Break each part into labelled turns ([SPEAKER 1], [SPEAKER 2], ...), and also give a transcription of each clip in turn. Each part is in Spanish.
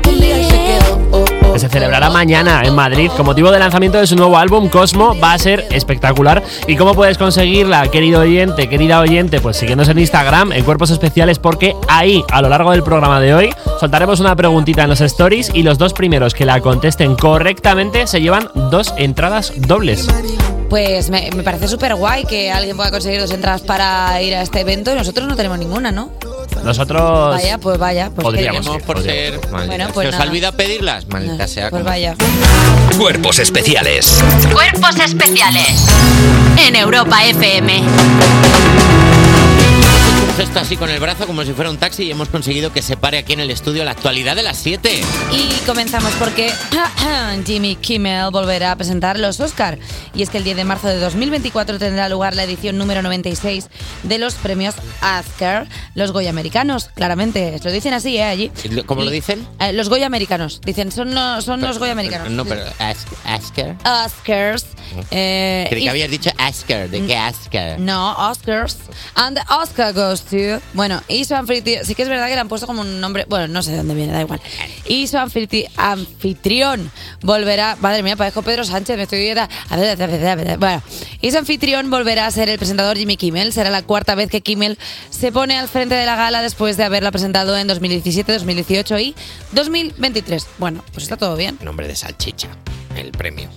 [SPEAKER 1] que se celebrará mañana en Madrid con motivo del lanzamiento de su nuevo álbum Cosmo. Va a ser espectacular. ¿Y cómo puedes conseguirla, querido oyente, querida oyente? Pues siguiéndonos en Instagram, en Cuerpos Especiales, porque ahí, a lo largo del programa de hoy, soltaremos una preguntita en los stories y los dos primeros que la contesten correctamente se llevan dos entradas dobles.
[SPEAKER 2] Pues me, me parece súper guay que alguien pueda conseguir dos entradas para ir a este evento y nosotros no tenemos ninguna, ¿no?
[SPEAKER 1] Nosotros...
[SPEAKER 2] Vaya, pues vaya. Pues
[SPEAKER 1] Podríamos.
[SPEAKER 3] Tenemos por ser. maldita
[SPEAKER 2] Bueno, pues
[SPEAKER 3] sea. ¿Os
[SPEAKER 2] nada.
[SPEAKER 3] olvida pedirlas? Maldita sea.
[SPEAKER 2] Pues
[SPEAKER 3] como-
[SPEAKER 2] vaya.
[SPEAKER 4] Cuerpos especiales
[SPEAKER 5] Cuerpos especiales en Europa FM.
[SPEAKER 3] Hemos Esto así con el brazo como si fuera un taxi y hemos conseguido que se pare aquí en el estudio la actualidad de las 7.
[SPEAKER 2] Y comenzamos porque Jimmy Kimmel volverá a presentar los Oscar. Y es que el 10 de marzo de 2024 tendrá lugar la edición número 96 de los premios Oscar, los Goya americanos, claramente. Lo dicen así, ¿eh? Allí.
[SPEAKER 3] ¿Cómo lo
[SPEAKER 2] Y-
[SPEAKER 3] dicen?
[SPEAKER 2] Eh, los Goya americanos. Dicen, son, no- son los Goya americanos.
[SPEAKER 3] No, pero. Ask- Asker.
[SPEAKER 2] Oscars Eh,
[SPEAKER 3] Creí
[SPEAKER 2] y-
[SPEAKER 3] que habías dicho Asker, ¿de qué Asker?
[SPEAKER 2] No, Oscars. And the Oscar goes to. Bueno, Iso Anfitrión. Sí que es verdad que le han puesto como un nombre. Bueno, no sé de dónde viene, da igual. Iso Anfitri- Anfitrión volverá. Madre mía, parezco Pedro Sánchez, me estoy dieta. A ver, a ver, a ver. Bueno, Iso Anfitrión volverá a ser el presentador Jimmy Kimmel. Será la cuarta vez que Kimmel se pone al frente de la gala después de haberla presentado en 2017, 2018 y 2023. Bueno, pues está todo bien.
[SPEAKER 3] Nombre de salchicha, el premio.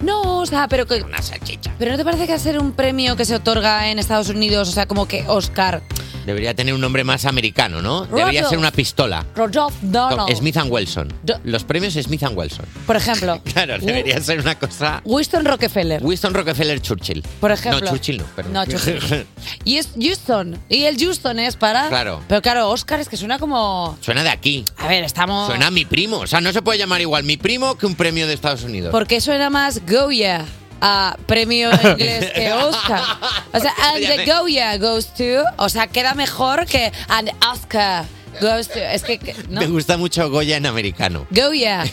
[SPEAKER 2] No, o sea, pero que.
[SPEAKER 3] Una salchicha.
[SPEAKER 2] Pero ¿no te parece que hacer un premio que se otorga en Estados Unidos, o sea, como que Oscar
[SPEAKER 3] Debería tener un nombre más americano, ¿no? Debería
[SPEAKER 2] Rudolph.
[SPEAKER 3] ser una pistola.
[SPEAKER 2] Rodolph Donald,
[SPEAKER 3] Smith and Wilson. Los premios Smith and Wilson.
[SPEAKER 2] por ejemplo,
[SPEAKER 3] Claro, debería ser una cosa.
[SPEAKER 2] Winston Rockefeller,
[SPEAKER 3] Winston Rockefeller Churchill.
[SPEAKER 2] Por ejemplo.
[SPEAKER 3] No, Churchill no, perdón.
[SPEAKER 2] No, Churchill. y es Houston, y el Houston es para...
[SPEAKER 3] Claro.
[SPEAKER 2] Pero claro, Oscar es que suena como...
[SPEAKER 3] Suena de aquí.
[SPEAKER 2] A ver, estamos...
[SPEAKER 3] Suena a mi primo. O sea, no se puede llamar igual mi primo que un premio de Estados Unidos.
[SPEAKER 2] Porque suena más Goya a premio inglés que Oscar. O sea, and the Goya goes to... O sea, queda mejor que and Oscar goes to... Es que... que- ¿no?
[SPEAKER 3] Me gusta mucho Goya en americano.
[SPEAKER 2] Go yeah.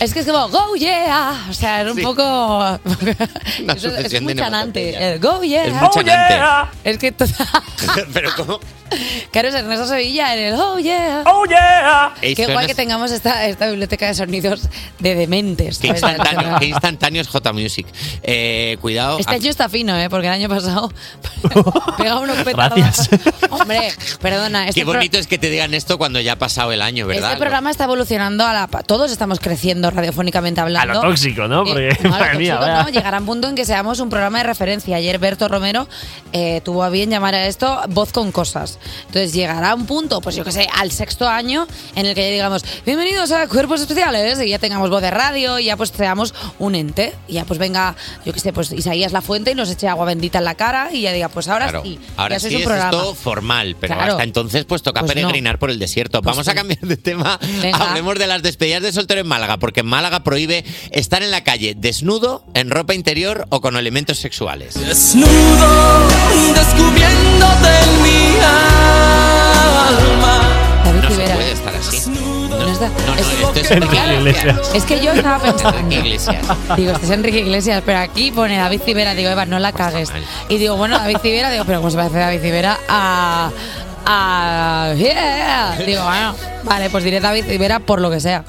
[SPEAKER 2] Es que es como go yeah. O sea, era un poco.
[SPEAKER 3] Una
[SPEAKER 2] Eso es
[SPEAKER 3] sucesión
[SPEAKER 2] muy
[SPEAKER 3] de
[SPEAKER 2] chanante. El Go yeah.
[SPEAKER 3] Es muy
[SPEAKER 2] Oh,
[SPEAKER 3] chanante.
[SPEAKER 2] yeah. Es que.
[SPEAKER 3] Pero ¿cómo?
[SPEAKER 2] Pues Claro, es Ernesto Sevilla en el oh yeah.
[SPEAKER 1] Oh yeah.
[SPEAKER 3] Ey,
[SPEAKER 2] Qué guay
[SPEAKER 3] suena-
[SPEAKER 2] que tengamos esta, esta biblioteca de sonidos de dementes.
[SPEAKER 3] Qué
[SPEAKER 2] ¿sabes?
[SPEAKER 3] instantáneo, qué instantáneo es J Music. Eh, cuidado.
[SPEAKER 2] Este año está fino, ¿eh? Porque el año pasado pegaba unos petardos.
[SPEAKER 1] Gracias.
[SPEAKER 2] Hombre, perdona. Este
[SPEAKER 3] Qué
[SPEAKER 2] pro-
[SPEAKER 3] bonito es que te digan esto cuando ya ha pasado el año, ¿verdad?
[SPEAKER 2] Este programa está evolucionando a la... pa- Todos estamos creciendo radiofónicamente
[SPEAKER 1] A
[SPEAKER 2] hablando.
[SPEAKER 1] lo tóxico, ¿no? Porque,
[SPEAKER 2] Eh, no, a lo
[SPEAKER 1] madre mía,
[SPEAKER 2] tóxico
[SPEAKER 1] vaya.
[SPEAKER 2] no, llegará un punto en que seamos un programa de referencia. Ayer Berto Romero eh, tuvo a bien llamar a esto voz con cosas. Entonces llegará un punto, pues yo que sé, al sexto año en el que ya digamos, bienvenidos a Cuerpos Especiales, y ya tengamos voz de radio, y ya pues seamos un ente, y ya pues venga, yo que sé, pues Isaías la fuente y nos eche agua bendita en la cara, y ya diga, pues ahora
[SPEAKER 3] Claro.
[SPEAKER 2] sí,
[SPEAKER 3] Ahora
[SPEAKER 2] ya
[SPEAKER 3] sí
[SPEAKER 2] sois un
[SPEAKER 3] es
[SPEAKER 2] programa.
[SPEAKER 3] esto formal, pero
[SPEAKER 2] Claro.
[SPEAKER 3] hasta entonces pues toca
[SPEAKER 2] Pues no. Pues
[SPEAKER 3] peregrinar por el desierto. Vamos a cambiar de tema.
[SPEAKER 2] Venga.
[SPEAKER 3] Hablemos de las despedidas de soltero en Málaga, porque en Málaga prohíbe estar en la calle desnudo, en ropa interior o con elementos sexuales.
[SPEAKER 6] Desnudo, descubriéndote en mi alma.
[SPEAKER 2] David
[SPEAKER 3] No se
[SPEAKER 2] Rivera,
[SPEAKER 3] puede estar así.
[SPEAKER 2] no está-
[SPEAKER 3] No, no,
[SPEAKER 2] es como
[SPEAKER 3] esto es
[SPEAKER 2] que-
[SPEAKER 1] Enrique
[SPEAKER 2] claro,
[SPEAKER 1] Iglesias.
[SPEAKER 2] es que yo estaba pensando.
[SPEAKER 3] Enrique Iglesias.
[SPEAKER 2] Digo, este es Enrique Iglesias, pero aquí pone David Civera. Digo, Eva, no la cagues.
[SPEAKER 3] Pues mal.
[SPEAKER 2] Y digo, bueno, David Civera, digo, pero ¿cómo se parece David Civera a. a. yeah? Digo, bueno, vale, pues diré David Civera por lo que sea.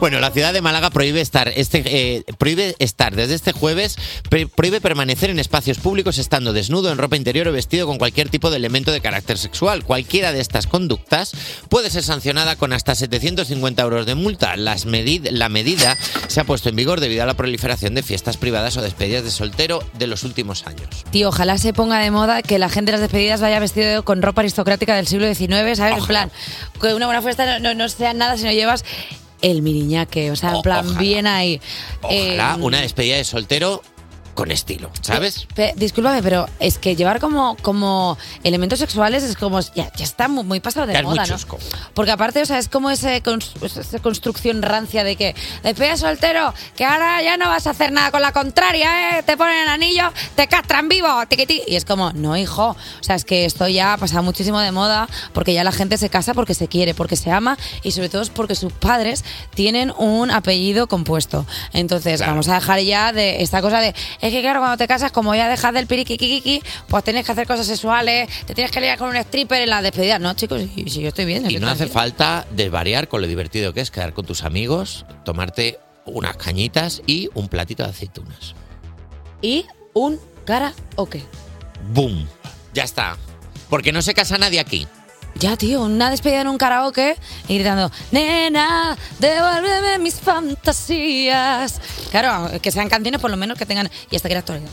[SPEAKER 3] Bueno, la ciudad de Málaga prohíbe estar este eh, prohíbe estar desde este jueves pre- prohíbe permanecer en espacios públicos estando desnudo en ropa interior o vestido con cualquier tipo de elemento de carácter sexual. Cualquiera de estas conductas puede ser sancionada con hasta 750 euros de multa. Las medid- la medida se ha puesto en vigor debido a la proliferación de fiestas privadas o despedidas de soltero de los últimos años.
[SPEAKER 2] Tío, ojalá se ponga de moda que la gente de las despedidas vaya vestido con ropa aristocrática del siglo XIX, ¿sabes? En plan, que una buena fiesta no, no, no sea nada si no llevas el miriñaque, o sea, en
[SPEAKER 3] O-
[SPEAKER 2] plan,
[SPEAKER 3] ojalá.
[SPEAKER 2] bien ahí.
[SPEAKER 3] Ojalá
[SPEAKER 2] Eh,
[SPEAKER 3] una despedida de soltero con estilo, ¿sabes?
[SPEAKER 2] Pe- discúlpame, pero es que llevar como, como elementos sexuales es como. Ya, ya está mu- muy, pasado de
[SPEAKER 3] Ya es muy
[SPEAKER 2] moda, ¿no?
[SPEAKER 3] chusco.
[SPEAKER 2] Porque aparte, o sea, es como ese cons- esa construcción rancia de que. Despedida soltero, que ahora ya no vas a hacer nada con la contraria, ¿eh? Te ponen el anillo, te castran vivo, tiquití. Y es como, no, hijo. O sea, es que esto ya ha pasado muchísimo de moda porque ya la gente se casa porque se quiere, porque se ama y sobre todo es porque sus padres tienen un apellido compuesto. Entonces,
[SPEAKER 3] Claro.
[SPEAKER 2] vamos a dejar ya de esta cosa de, es que claro, cuando te casas, como ya dejas del piriquiquiquiqui, pues tienes que hacer cosas sexuales, te tienes que liar con un stripper en la despedida. No, chicos, si, si yo estoy bien.
[SPEAKER 3] Y
[SPEAKER 2] estoy
[SPEAKER 3] no hace
[SPEAKER 2] tranquila.
[SPEAKER 3] falta desvariar con lo divertido que es quedar con tus amigos, tomarte unas cañitas y un platito de aceitunas.
[SPEAKER 2] Y un cara o qué.
[SPEAKER 3] ¡Boom! Ya está. Porque no se casa nadie aquí.
[SPEAKER 2] Ya, tío, una despedida en un karaoke y gritando, nena, devuélveme mis fantasías. Claro, que sean canciones por lo menos que tengan... Y hasta que la actualidad.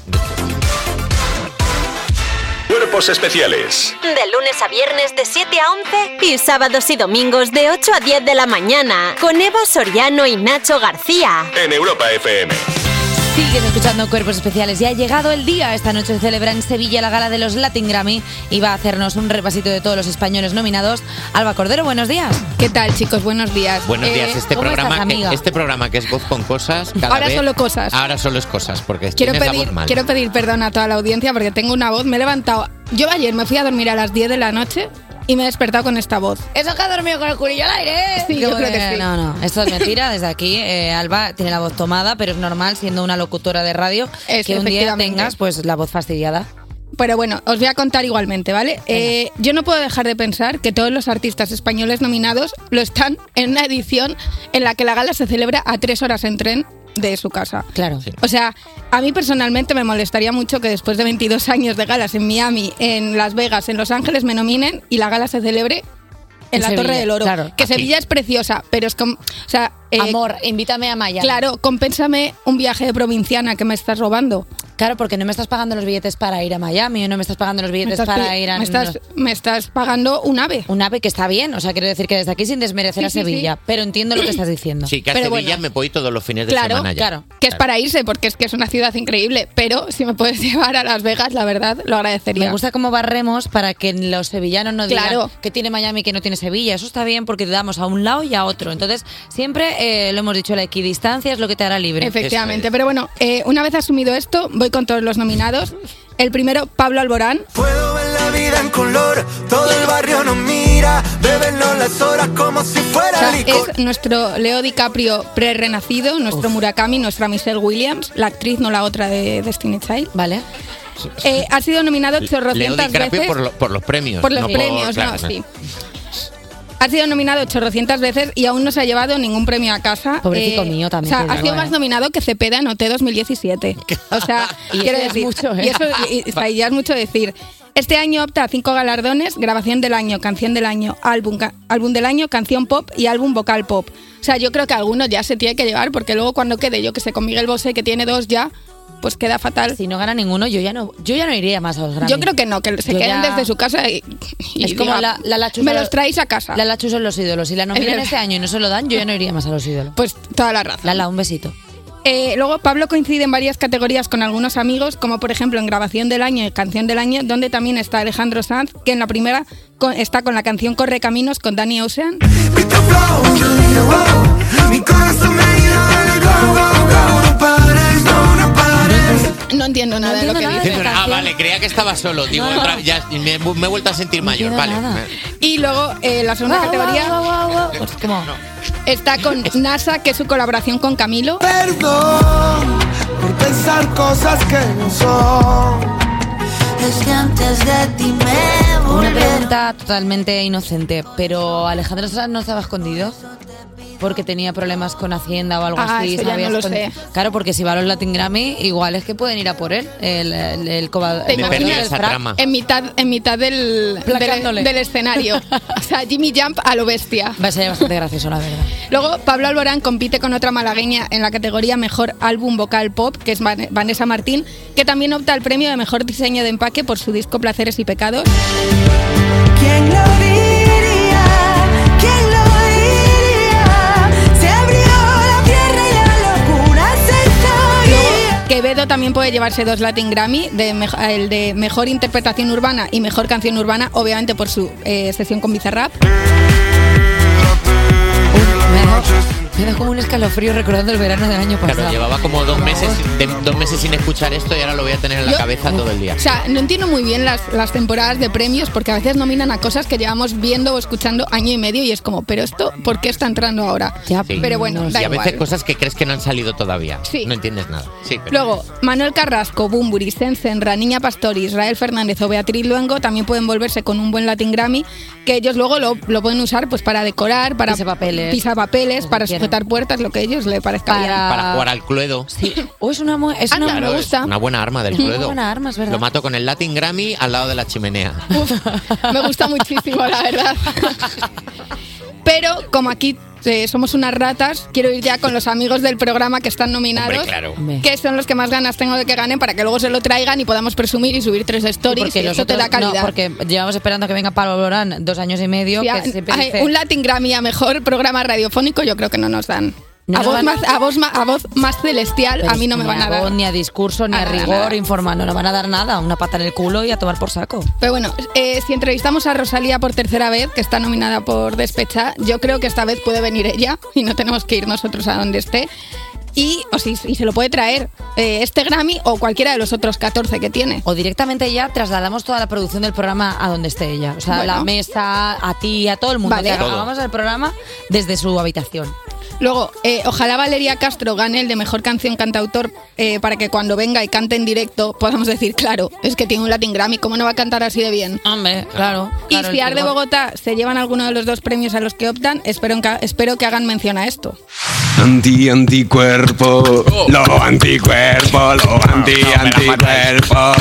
[SPEAKER 7] Cuerpos especiales
[SPEAKER 5] De lunes a viernes de 7 a 11 y sábados y domingos de 8 a 10 de la mañana con Eva Soriano y Nacho García.
[SPEAKER 7] en Europa FM.
[SPEAKER 2] Sigues escuchando Cuerpos Especiales. Ya ha llegado el día. Esta noche se celebra en Sevilla la gala de los Latin Grammy y va a hacernos un repasito de todos los españoles nominados. Alba Cordero, buenos días.
[SPEAKER 8] ¿Qué tal, chicos? Buenos días.
[SPEAKER 3] Buenos
[SPEAKER 8] Eh,
[SPEAKER 3] días. Este
[SPEAKER 2] ¿cómo
[SPEAKER 3] programa,
[SPEAKER 2] estás, amiga?
[SPEAKER 3] que, este programa que es voz con cosas. cada
[SPEAKER 8] Ahora
[SPEAKER 3] vez-
[SPEAKER 8] solo cosas.
[SPEAKER 3] Ahora solo es cosas. Porque
[SPEAKER 8] Quiero
[SPEAKER 3] tienes la
[SPEAKER 8] pedir,
[SPEAKER 3] voz mal.
[SPEAKER 8] quiero pedir perdón a toda la audiencia porque tengo una voz, me he levantado. Yo ayer me fui a dormir a las 10 de la noche y me he despertado con esta voz.
[SPEAKER 2] Eso que ha dormido con el culillo al aire. ¿eh?
[SPEAKER 8] Sí, yo creo que sí.
[SPEAKER 2] No, no, esto es mentira. Desde aquí, eh, Alba tiene la voz tomada, pero es normal, siendo una locutora de radio,
[SPEAKER 8] Es,
[SPEAKER 2] que un día
[SPEAKER 8] efectivamente.
[SPEAKER 2] tengas pues la voz fastidiada.
[SPEAKER 8] Pero bueno, os voy a contar igualmente, ¿vale? Eh, yo no puedo dejar de pensar que todos los artistas españoles nominados lo están en una edición en la que la gala se celebra a tres horas en tren de su casa.
[SPEAKER 2] Claro.
[SPEAKER 8] O sea, a mí personalmente me molestaría mucho que después de 22 años de galas en Miami, en Las Vegas, en Los Ángeles, me nominen y la gala se celebre en,
[SPEAKER 2] En
[SPEAKER 8] la
[SPEAKER 2] Sevilla,
[SPEAKER 8] Torre del Oro.
[SPEAKER 2] claro.
[SPEAKER 8] que
[SPEAKER 2] Aquí.
[SPEAKER 8] Sevilla es preciosa, pero es como... O sea, eh,
[SPEAKER 2] Amor, invítame a Miami.
[SPEAKER 8] Claro, compénsame un viaje de provinciana que me estás robando.
[SPEAKER 2] Claro, porque no me estás pagando los billetes para ir a Miami, no me estás pagando los billetes
[SPEAKER 8] estás
[SPEAKER 2] para
[SPEAKER 8] pi-
[SPEAKER 2] ir a...
[SPEAKER 8] me estás- pagando un ave.
[SPEAKER 2] Un ave que está bien, o sea, quiero decir que desde aquí sin desmerecer
[SPEAKER 8] Sí,
[SPEAKER 2] a
[SPEAKER 8] sí,
[SPEAKER 2] Sevilla,
[SPEAKER 8] sí.
[SPEAKER 2] pero entiendo lo que estás diciendo.
[SPEAKER 3] Sí, que a
[SPEAKER 8] Pero
[SPEAKER 3] Sevilla
[SPEAKER 8] bueno.
[SPEAKER 3] me voy todos los fines de
[SPEAKER 8] Claro,
[SPEAKER 3] semana ya.
[SPEAKER 8] claro. Que es para irse, porque es que es una ciudad increíble. Pero si me puedes llevar a Las Vegas, la verdad, lo agradecería.
[SPEAKER 2] Me gusta cómo barremos para que los sevillanos no digan
[SPEAKER 8] Claro.
[SPEAKER 2] que tiene Miami y que no tiene Sevilla. Eso está bien porque damos a un lado y a otro. Entonces, siempre eh, lo hemos dicho, la equidistancia es lo que te hará libre.
[SPEAKER 8] Efectivamente. Pero bueno, eh, una vez asumido esto, voy con todos los nominados. El primero, Pablo Alborán.
[SPEAKER 6] La vida en color, todo el barrio nos mira, bebenlo las horas como si
[SPEAKER 8] O
[SPEAKER 6] fuera
[SPEAKER 8] sea,
[SPEAKER 6] licor.
[SPEAKER 8] es nuestro Leo DiCaprio pre-renacido, nuestro Murakami, nuestra Michelle Williams, la actriz, no la otra de Destiny Child. Eh,
[SPEAKER 2] Vale.
[SPEAKER 8] ha sido nominado
[SPEAKER 3] Leo
[SPEAKER 8] chorrocientas
[SPEAKER 3] DiCaprio
[SPEAKER 8] veces.
[SPEAKER 3] por, lo- por los premios.
[SPEAKER 8] Por los
[SPEAKER 3] no
[SPEAKER 8] premios, no,
[SPEAKER 3] claro,
[SPEAKER 8] sí. Ha sido nominado 800 veces y aún no se ha llevado ningún premio a casa.
[SPEAKER 2] Pobrecito mío, también
[SPEAKER 8] O sea,
[SPEAKER 2] te
[SPEAKER 8] ha
[SPEAKER 2] digo,
[SPEAKER 8] sido
[SPEAKER 2] eh.
[SPEAKER 8] más nominado que Cepeda en OT 2017. O sea,
[SPEAKER 2] Y eso ya
[SPEAKER 8] quiero
[SPEAKER 2] es
[SPEAKER 8] decir,
[SPEAKER 2] mucho, ¿eh?
[SPEAKER 8] y eso y- y- o sea, y ya es mucho decir. Este año opta a cinco galardones, grabación del año, canción del año, álbum, ca- álbum del año, canción pop y álbum vocal pop. O sea, yo creo que alguno ya se tiene que llevar porque luego cuando quede, yo que sé, con Miguel Bosé que tiene dos ya, pues queda fatal.
[SPEAKER 2] Si no gana ninguno, yo ya no, yo ya no iría más a los Grammy.
[SPEAKER 8] Yo creo que no, que se
[SPEAKER 2] Yo
[SPEAKER 8] queden
[SPEAKER 2] ya-
[SPEAKER 8] desde su casa y, y
[SPEAKER 2] es como
[SPEAKER 8] diga,
[SPEAKER 2] la, la Lachu
[SPEAKER 8] me
[SPEAKER 2] son-
[SPEAKER 8] los traéis a casa.
[SPEAKER 2] La Lachu son los ídolos. Si la nominan
[SPEAKER 8] verdad.
[SPEAKER 2] este año y no se lo dan, yo ya no iría más a los ídolos.
[SPEAKER 8] Pues toda la razón.
[SPEAKER 2] Lala, un besito.
[SPEAKER 8] Eh, luego Pablo coincide en varias categorías con algunos amigos, como por ejemplo en grabación del año y canción del año, donde también está Alejandro Sanz, que en la primera co- está con la canción Corre Caminos con Danny Ocean.
[SPEAKER 6] Mi corazón me irá go, go, go, no pares, no, no pares.
[SPEAKER 8] No entiendo nada de lo que dice.
[SPEAKER 3] Dice, ah, vale, creía que estaba solo. Digo,
[SPEAKER 8] No.
[SPEAKER 3] otra- ya, me, me he vuelto a sentir mayor.
[SPEAKER 8] entiendo
[SPEAKER 3] Vale.
[SPEAKER 8] nada. Y luego eh, la segunda
[SPEAKER 2] Guau,
[SPEAKER 8] categoría
[SPEAKER 2] guau, guau, guau. ¿Cómo?
[SPEAKER 8] está con NASA, que es su colaboración con Camilo.
[SPEAKER 6] Perdón por pensar cosas que no son.
[SPEAKER 9] Es que antes de ti me
[SPEAKER 2] Una
[SPEAKER 9] volveré.
[SPEAKER 2] pregunta totalmente inocente, pero Alejandro Sanz no estaba escondido porque tenía problemas con Hacienda o algo
[SPEAKER 8] Ah,
[SPEAKER 2] así.
[SPEAKER 8] eso ya
[SPEAKER 2] ¿sabías?
[SPEAKER 8] no lo
[SPEAKER 2] Con-
[SPEAKER 8] sé.
[SPEAKER 2] Claro, porque si va a los Latin Grammy, igual es que pueden ir a por él, el, el, el coba-
[SPEAKER 8] ¿Te
[SPEAKER 2] el
[SPEAKER 8] imaginas?
[SPEAKER 2] del frac.
[SPEAKER 8] En mitad, en mitad del,
[SPEAKER 2] Placándole.
[SPEAKER 8] del, del escenario. O sea, Jimmy Jump a lo bestia.
[SPEAKER 2] Va a ser bastante gracioso, la verdad.
[SPEAKER 8] Luego, Pablo Alborán compite con otra malagueña en la categoría Mejor Álbum Vocal Pop, que es Van- Vanessa Martín, que también opta al premio de Mejor Diseño de Empaque por su disco Placeres y Pecados.
[SPEAKER 9] ¿Quién lo diría? ¿Quién lo diría? Se abrió la tierra y la locura se
[SPEAKER 8] Luego, Quevedo también puede llevarse dos Latin Grammy, de mej- el de Mejor Interpretación Urbana y Mejor Canción Urbana, obviamente por su eh, sesión con Bizarrap.
[SPEAKER 2] Me da, me da como un escalofrío recordando el verano del año pasado.
[SPEAKER 8] Pues,
[SPEAKER 3] Claro, llevaba como dos meses, de- dos meses sin escuchar esto y ahora lo voy a tener en la
[SPEAKER 8] Yo-
[SPEAKER 3] cabeza todo el día.
[SPEAKER 8] O sea, no entiendo muy bien las, las temporadas de premios porque a veces nominan a cosas que llevamos viendo o escuchando año y medio y es como, pero esto, ¿por qué está entrando ahora?
[SPEAKER 3] Sí.
[SPEAKER 8] Pero bueno, da
[SPEAKER 3] y a
[SPEAKER 8] igual.
[SPEAKER 3] veces cosas que crees que no han salido todavía.
[SPEAKER 8] Sí.
[SPEAKER 3] No entiendes nada. Sí, pero-
[SPEAKER 8] Luego, Manuel Carrasco, Bumburi, Sensenra, Niña Pastor, Israel Fernández o Beatriz Luengo también pueden volverse con un buen Latin Grammy, que ellos luego lo, lo pueden usar pues para decorar, para
[SPEAKER 2] Pisapapeles.
[SPEAKER 8] pisapapeles, para
[SPEAKER 2] quieran.
[SPEAKER 8] sujetar puertas, lo que a ellos le parezca bien.
[SPEAKER 3] Para jugar al Cluedo.
[SPEAKER 2] Sí. O Oh, es una, mu- es
[SPEAKER 8] Anda,
[SPEAKER 2] una
[SPEAKER 8] Ah, me
[SPEAKER 3] Claro, es
[SPEAKER 8] gusta.
[SPEAKER 3] Una buena arma del
[SPEAKER 2] Es una
[SPEAKER 3] Cluedo.
[SPEAKER 2] buena arma, es verdad.
[SPEAKER 3] Lo mato con el Latin Grammy al lado de la chimenea.
[SPEAKER 8] Me gusta muchísimo, la verdad. Pero como aquí eh, somos unas ratas, quiero ir ya con los amigos del programa que están nominados.
[SPEAKER 3] Hombre, claro.
[SPEAKER 8] Que son los que más ganas tengo de que ganen para que luego se lo traigan y podamos presumir y subir tres stories.
[SPEAKER 2] porque
[SPEAKER 8] y
[SPEAKER 2] los
[SPEAKER 8] eso te
[SPEAKER 2] otros-
[SPEAKER 8] da calidad.
[SPEAKER 2] no, porque llevamos esperando que venga Pablo Lorán dos años y medio.
[SPEAKER 8] Sí,
[SPEAKER 2] que
[SPEAKER 8] a-
[SPEAKER 2] siempre
[SPEAKER 8] a-
[SPEAKER 2] dice-
[SPEAKER 8] un Latin Grammy a mejor programa radiofónico yo creo que no nos dan.
[SPEAKER 2] No
[SPEAKER 8] a,
[SPEAKER 2] nos
[SPEAKER 8] voz
[SPEAKER 2] van-
[SPEAKER 8] más, a, voz ma- a voz más celestial
[SPEAKER 2] Pero
[SPEAKER 8] a mí
[SPEAKER 2] es
[SPEAKER 8] no
[SPEAKER 2] que
[SPEAKER 8] me van
[SPEAKER 2] ni
[SPEAKER 8] a dar.
[SPEAKER 2] voz, Ni a discurso, ni a,
[SPEAKER 8] Nada,
[SPEAKER 2] rigor
[SPEAKER 8] nada.
[SPEAKER 2] informando. No van a dar nada. Una pata en el culo y a tomar por saco.
[SPEAKER 8] Pero bueno, eh, si entrevistamos a Rosalía por tercera vez, que está nominada por Despecha, yo creo que esta vez puede venir ella y no tenemos que ir nosotros a donde esté. y, o si- y se lo puede traer eh, este Grammy o cualquiera de los otros 14 que tiene.
[SPEAKER 2] O directamente ya trasladamos toda la producción del programa a donde esté ella. O sea, a la
[SPEAKER 8] Bueno.
[SPEAKER 2] mesa, a ti, a todo el mundo.
[SPEAKER 8] Vale.
[SPEAKER 2] Que
[SPEAKER 8] Todo.
[SPEAKER 2] acabamos el programa desde su habitación.
[SPEAKER 8] Luego, eh, ojalá Valeria Castro gane el de mejor canción cantautor eh, para que cuando venga y cante en directo podamos decir, claro, es que tiene un Latin Grammy, ¿cómo no va a cantar así de bien?
[SPEAKER 2] Hombre, claro.
[SPEAKER 8] Y
[SPEAKER 2] claro,
[SPEAKER 8] si
[SPEAKER 2] el
[SPEAKER 8] Ar de
[SPEAKER 2] pulmón.
[SPEAKER 8] Bogotá se llevan alguno de los dos premios a los que optan, espero que, espero que hagan mención a esto.
[SPEAKER 10] Anti anticuerpo, lo anticuerpo, lo anti anticuerpo.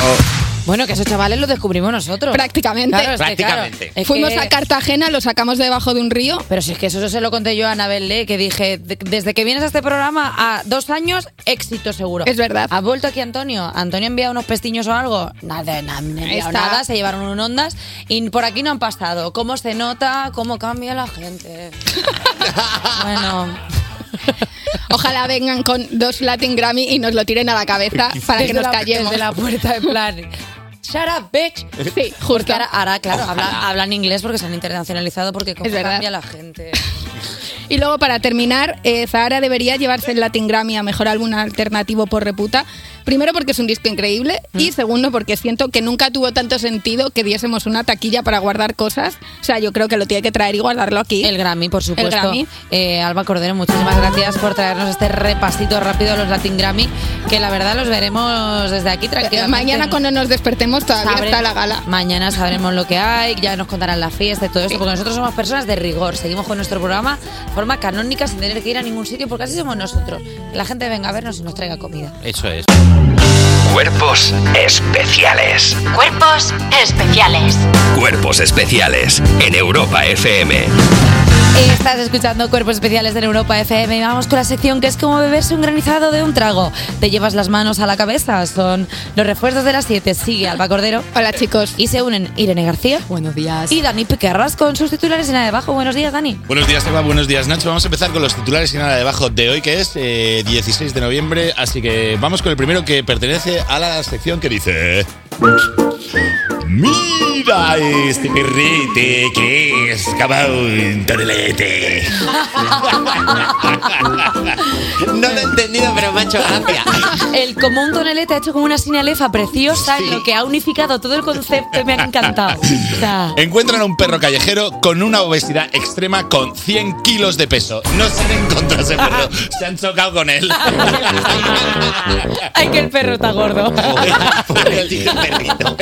[SPEAKER 2] Bueno, que esos chavales los descubrimos nosotros.
[SPEAKER 8] Prácticamente.
[SPEAKER 2] Claro, es que, claro,
[SPEAKER 10] Prácticamente.
[SPEAKER 2] es
[SPEAKER 8] Fuimos
[SPEAKER 2] que-
[SPEAKER 8] a Cartagena, lo sacamos debajo de un río.
[SPEAKER 2] Pero si es que eso se lo conté yo a Anabel Lee, que dije, "De- desde que vienes a este programa a dos años, éxito seguro.
[SPEAKER 8] Es verdad.
[SPEAKER 2] ¿Has vuelto aquí Antonio? ¿Antonio ha enviado unos pestiños o algo? Nada, nada, no ha enviado
[SPEAKER 8] Está.
[SPEAKER 2] nada, se llevaron un ondas y por aquí no han pasado. ¿Cómo se nota? ¿Cómo cambia la gente? bueno,
[SPEAKER 8] Ojalá vengan con dos Latin Grammy y nos lo tiren a la cabeza para que
[SPEAKER 2] Desde la-
[SPEAKER 8] nos callemos.
[SPEAKER 2] desde la puerta, en plan... Shut up, bitch.
[SPEAKER 8] Sí,
[SPEAKER 2] justo. Ahora, ahora, claro, habla- hablan inglés porque se han internacionalizado, porque cómo
[SPEAKER 8] Es verdad.
[SPEAKER 2] cambia la gente.
[SPEAKER 8] Y luego, para terminar, eh, Zahara debería llevarse el Latin Grammy a Mejor Álbum Alternativo por Reputa. Primero, porque es un disco increíble.
[SPEAKER 2] Mm.
[SPEAKER 8] Y segundo, porque siento que nunca tuvo tanto sentido que diésemos una taquilla para guardar cosas. O sea, yo creo que lo tiene que traer y guardarlo aquí.
[SPEAKER 2] El Grammy, por supuesto.
[SPEAKER 8] El Grammy.
[SPEAKER 2] Eh, Alba Cordero, muchísimas gracias por traernos este repasito rápido a los Latin Grammy, que la verdad los veremos desde aquí tranquilamente.
[SPEAKER 8] Eh, Mañana, cuando nos despertemos, todavía
[SPEAKER 2] Sabremos-
[SPEAKER 8] está la gala.
[SPEAKER 2] Mañana sabremos lo que hay, ya nos contarán la fiesta y todo eso, porque nosotros somos personas de rigor, seguimos con nuestro programa de forma canónica sin tener que ir a ningún sitio, porque así somos nosotros. Que la gente venga a vernos y nos traiga comida.
[SPEAKER 3] Eso es.
[SPEAKER 4] Cuerpos especiales.
[SPEAKER 5] Cuerpos especiales.
[SPEAKER 4] Cuerpos especiales en Europa FM.
[SPEAKER 2] Estás escuchando Cuerpos Especiales en Europa FM. Vamos con la sección que es como beberse un granizado de un trago. Te llevas las manos a la cabeza. Son los refuerzos de las 7. Sigue Alba Cordero.
[SPEAKER 8] Hola, chicos.
[SPEAKER 2] Y se unen Irene García. Buenos días. Y Dani Piquerras con sus titulares en la de abajo. Buenos días, Dani.
[SPEAKER 11] Buenos días, Eva. Buenos días, Nacho. Vamos a empezar con los titulares y nada debajo de hoy, que es eh, 16 de noviembre. Así que vamos con el primero que pertenece a la sección que dice. Mira este perrete que es un torelete.
[SPEAKER 3] No lo he entendido, pero me ha hecho gracia.
[SPEAKER 2] El común tonelete ha hecho como una señalefa preciosa en lo que ha unificado todo el concepto y me ha encantado. O sea,
[SPEAKER 11] Encuentran a un perro callejero con una obesidad extrema con 100 kilos de peso. No se han encontrado ese perro, se han chocado con él.
[SPEAKER 2] ay, que el perro está gordo.
[SPEAKER 11] Pobrecito perrito.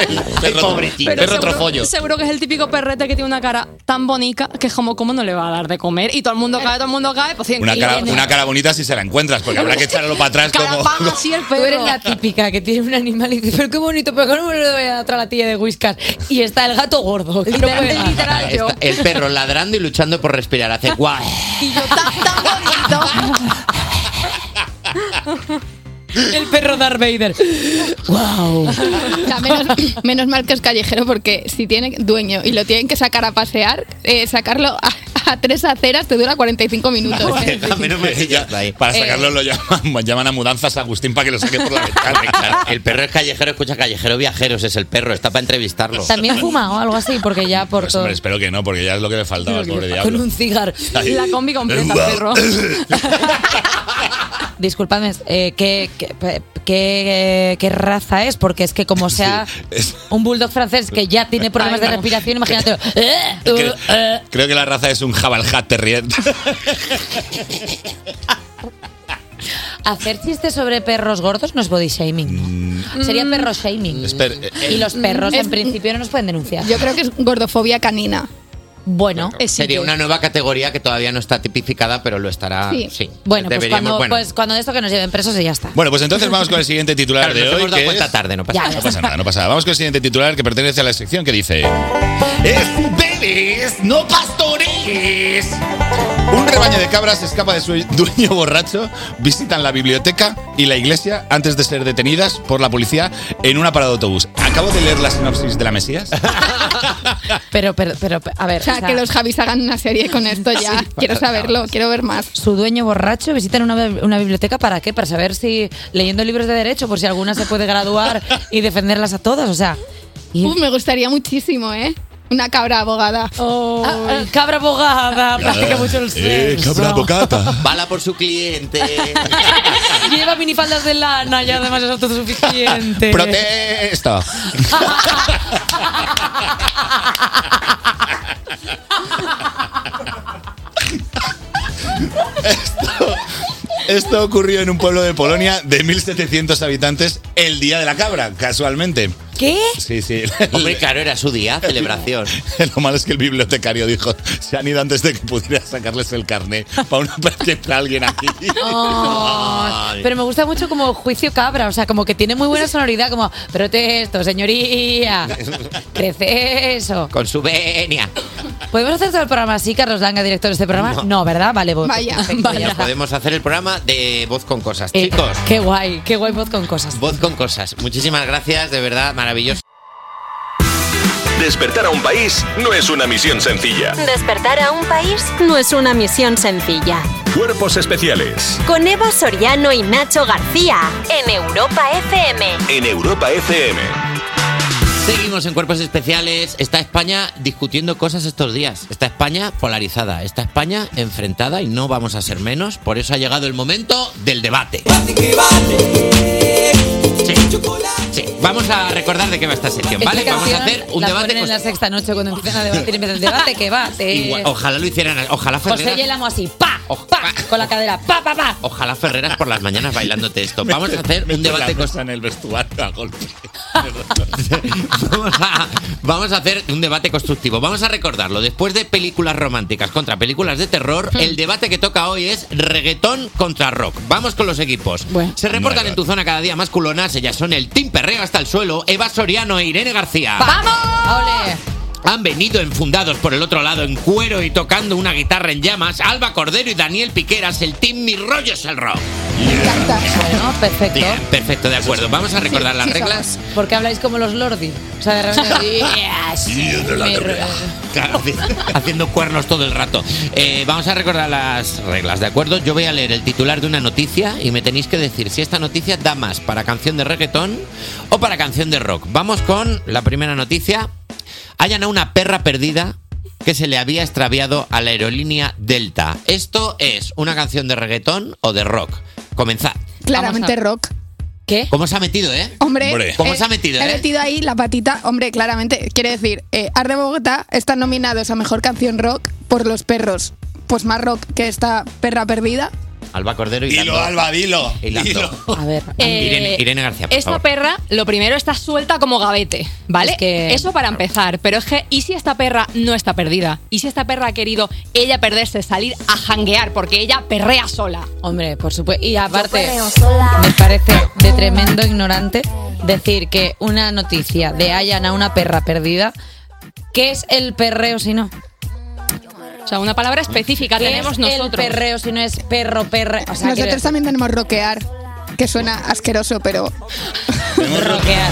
[SPEAKER 11] Pobrecito. Perro trofollo.
[SPEAKER 12] Seguro que es el típico perrete que tiene una cara tan bonita que es como, ¿cómo no le va a dar de comer? Y todo el mundo cae, todo el mundo cae, pues cien
[SPEAKER 11] Una
[SPEAKER 12] kilos.
[SPEAKER 11] cara, una cara bonita si se la encuentras, porque habrá que echarlo para atrás
[SPEAKER 12] Cara
[SPEAKER 11] como.
[SPEAKER 12] baja, así el
[SPEAKER 2] Tú
[SPEAKER 12] perro.
[SPEAKER 2] eres la típica que tiene un animal y dice, pero qué bonito, pero ¿cómo no le voy a dar otra latilla de whiskas? Y está el gato gordo. que no puede más.
[SPEAKER 3] Está el perro ladrando y luchando por respirar. Hace guau.
[SPEAKER 2] El perro Darth Vader. ¡Wow!
[SPEAKER 8] O sea, menos, menos mal que es callejero porque si tiene dueño y lo tienen que sacar a pasear, eh, sacarlo a, a tres aceras te dura 45 minutos. ¿eh?
[SPEAKER 11] Ya, para sacarlo lo llaman, llaman a mudanzas a Agustín para que lo saque por la ventana.
[SPEAKER 3] El perro es callejero, escucha callejero viajeros, es el perro, está para entrevistarlo.
[SPEAKER 2] También fuma o algo así, porque ya por
[SPEAKER 11] Pues,
[SPEAKER 2] todo.
[SPEAKER 11] hombre, espero que no, porque ya es lo que me faltaba, el pobre
[SPEAKER 2] Con
[SPEAKER 11] diablo.
[SPEAKER 2] un cigarro.
[SPEAKER 11] Ahí. La combi completa, perro.
[SPEAKER 2] Disculpadme, eh, ¿qué, qué, qué- qué raza es? Porque es que como sea un bulldog francés que ya tiene problemas de respiración, imagínate. Eh, uh,
[SPEAKER 11] Creo, creo que la raza es un jabalhat terrier.
[SPEAKER 2] Hacer chistes sobre perros gordos no es body shaming. ¿no? Sería perro shaming.
[SPEAKER 11] Mm. Esper- eh,
[SPEAKER 2] Y los perros
[SPEAKER 8] Es-
[SPEAKER 2] en principio no nos pueden denunciar.
[SPEAKER 8] Yo creo que es gordofobia canina.
[SPEAKER 2] Bueno,
[SPEAKER 3] Sería una nueva categoría que todavía no está tipificada, pero lo estará. Ah, Sí.
[SPEAKER 2] Sí. Bueno, pues
[SPEAKER 3] Deberíamos-
[SPEAKER 2] cuando,
[SPEAKER 3] bueno.
[SPEAKER 2] pues cuando de esto que nos lleven presos y ya está.
[SPEAKER 11] Bueno, pues entonces vamos con el siguiente titular
[SPEAKER 3] Claro,
[SPEAKER 11] de
[SPEAKER 3] nos
[SPEAKER 11] hoy.
[SPEAKER 3] hemos dado
[SPEAKER 11] que
[SPEAKER 3] cuenta
[SPEAKER 11] es-
[SPEAKER 3] tarde, no pasa Ya, nada.
[SPEAKER 11] No pasa nada, no pasa nada. Vamos con el siguiente titular que pertenece a la sección que dice. ¡Bebes, no pastores! Un rebaño de cabras escapa de su dueño borracho, visitan la biblioteca y la iglesia antes de ser detenidas por la policía en una parada de autobús. Acabo de leer la sinopsis de la Mesías.
[SPEAKER 2] Pero, pero, pero, a ver.
[SPEAKER 8] O sea, que los Javis hagan una serie con esto ya. Quiero saberlo, quiero ver más.
[SPEAKER 2] Su dueño borracho visitan una, bi- una biblioteca para qué? Para saber si leyendo libros de derecho, por si alguna se puede graduar y defenderlas a todas. O sea, y-
[SPEAKER 8] Uf, me gustaría muchísimo, ¿eh? Una cabra abogada.
[SPEAKER 2] Ah, ah, cabra abogada, practica mucho
[SPEAKER 11] Eh,
[SPEAKER 2] el sexo.
[SPEAKER 3] Bala por su cliente.
[SPEAKER 2] Lleva minifaldas de lana y además es autosuficiente. Eh,
[SPEAKER 3] Protesta.
[SPEAKER 11] Esto ocurrió en un pueblo de Polonia de 1.700 habitantes el día de la cabra, casualmente.
[SPEAKER 2] ¿Qué?
[SPEAKER 11] Sí, sí.
[SPEAKER 3] Hombre, claro, era su día, celebración.
[SPEAKER 11] Lo malo es que el bibliotecario dijo, se han ido antes de que pudiera sacarles el carnet para, una, para que entra alguien aquí.
[SPEAKER 2] Oh, pero me gusta mucho como juicio cabra, o sea, como que tiene muy buena sonoridad, como protesto, señoría, receso.
[SPEAKER 3] Con su venia.
[SPEAKER 2] ¿Podemos hacer todo el programa así, Carlos Langa, director de este programa? No, ¿verdad? Vale, vos. perfecto,
[SPEAKER 3] Nos
[SPEAKER 2] ya está.
[SPEAKER 3] podemos hacer el programa de Voz con Cosas.
[SPEAKER 2] Eh,
[SPEAKER 3] Chicos,
[SPEAKER 2] Qué guay, qué guay voz con cosas.
[SPEAKER 3] Voz con Cosas. Muchísimas gracias, de verdad, maravilloso.
[SPEAKER 7] Despertar a un país no es una misión sencilla.
[SPEAKER 5] Despertar a un país no es una misión sencilla.
[SPEAKER 7] Cuerpos especiales
[SPEAKER 5] Con Eva Soriano y Nacho García en Europa FM.
[SPEAKER 7] en Europa FM.
[SPEAKER 3] Seguimos en cuerpos especiales. Está España discutiendo cosas estos días. Está España polarizada. Está España enfrentada y no vamos a ser menos. Por eso ha llegado el momento del debate. Sí, sí. Vamos a recordar de qué va esta sección, ¿vale?
[SPEAKER 2] Esta
[SPEAKER 3] Vamos a
[SPEAKER 2] Este canción
[SPEAKER 3] hacer un
[SPEAKER 2] la
[SPEAKER 3] debate.
[SPEAKER 2] ponen en la sexta noche cuando empiezan a debatir, empiezan el debate, que va. te-
[SPEAKER 3] Igual- ojalá lo hicieran. Ojalá
[SPEAKER 2] José
[SPEAKER 3] Ferreras,
[SPEAKER 2] y el amo así, pa, pa, con la cadera, pa, pa, pa.
[SPEAKER 3] ojalá Ferreras por las mañanas bailándote esto. Vamos a hacer un debate con
[SPEAKER 11] en el vestuario a golpe.
[SPEAKER 3] vamos, a, vamos a hacer un debate constructivo. Vamos a recordarlo. Después de películas románticas contra películas de terror, el debate que toca hoy es reggaetón contra rock. Vamos con los equipos. Se reportan en tu zona cada día más culonas. Ellas son el Team Perreo hasta el suelo, Eva Soriano e Irene García.
[SPEAKER 2] ¡Vamos!
[SPEAKER 3] Han venido enfundados por el otro lado en cuero y tocando una guitarra en llamas. Alba Cordero y Daniel Piqueras, el team Mi Rollo es el Rock.
[SPEAKER 2] Bueno, perfecto.
[SPEAKER 3] Bien, perfecto, de acuerdo. Vamos a recordar las
[SPEAKER 2] Sí,
[SPEAKER 3] reglas.
[SPEAKER 2] somos. ¿Por qué habláis como los lordi? O sea, de repente. Yeah, sí, me ro-
[SPEAKER 3] Claro, haci- haciendo cuernos todo el rato. Eh, vamos a recordar las reglas, ¿de acuerdo? Yo voy a leer el titular de una noticia y me tenéis que decir si esta noticia da más para canción de reggaetón o para canción de rock. Vamos con la primera noticia. Hallan a una perra perdida que se le había extraviado a la aerolínea Delta. ¿Esto es una canción de reggaetón o de rock? Comenzad.
[SPEAKER 8] Claramente rock.
[SPEAKER 2] ¿Qué?
[SPEAKER 3] ¿Cómo se ha metido, eh?
[SPEAKER 8] Hombre,
[SPEAKER 3] ¿Cómo
[SPEAKER 8] eh,
[SPEAKER 3] se ha metido,
[SPEAKER 8] He
[SPEAKER 3] eh?
[SPEAKER 8] metido ahí la patita. Hombre, claramente, quiere decir, eh, Arde Bogotá están nominados a Mejor Canción Rock por Los Perros. Pues más rock que esta perra perdida.
[SPEAKER 3] Alba Cordero y
[SPEAKER 11] Dilo, Alba, dilo.
[SPEAKER 2] A ver,
[SPEAKER 12] Eh,
[SPEAKER 3] Irene, Irene García, por
[SPEAKER 12] Esta
[SPEAKER 3] favor.
[SPEAKER 12] perra, lo primero, está suelta como gavete, ¿vale?
[SPEAKER 2] Es que-
[SPEAKER 12] Eso para empezar. Pero es que, ¿y si esta perra no está perdida? ¿Y si esta perra ha querido ella perderse, salir a janguear? Porque ella perrea sola.
[SPEAKER 2] Hombre, por supuesto. Y aparte, me parece de tremendo ignorante decir que una noticia de hayan a una perra perdida, ¿qué es el perreo si no?
[SPEAKER 12] O sea, una palabra específica
[SPEAKER 2] ¿Qué
[SPEAKER 12] tenemos
[SPEAKER 2] es El
[SPEAKER 12] nosotros.
[SPEAKER 2] perreo si no es perro, perre. O sea, quiero
[SPEAKER 8] Nosotros
[SPEAKER 2] decir,
[SPEAKER 8] también tenemos rockear, que suena asqueroso, pero.
[SPEAKER 11] Tenemos roquear.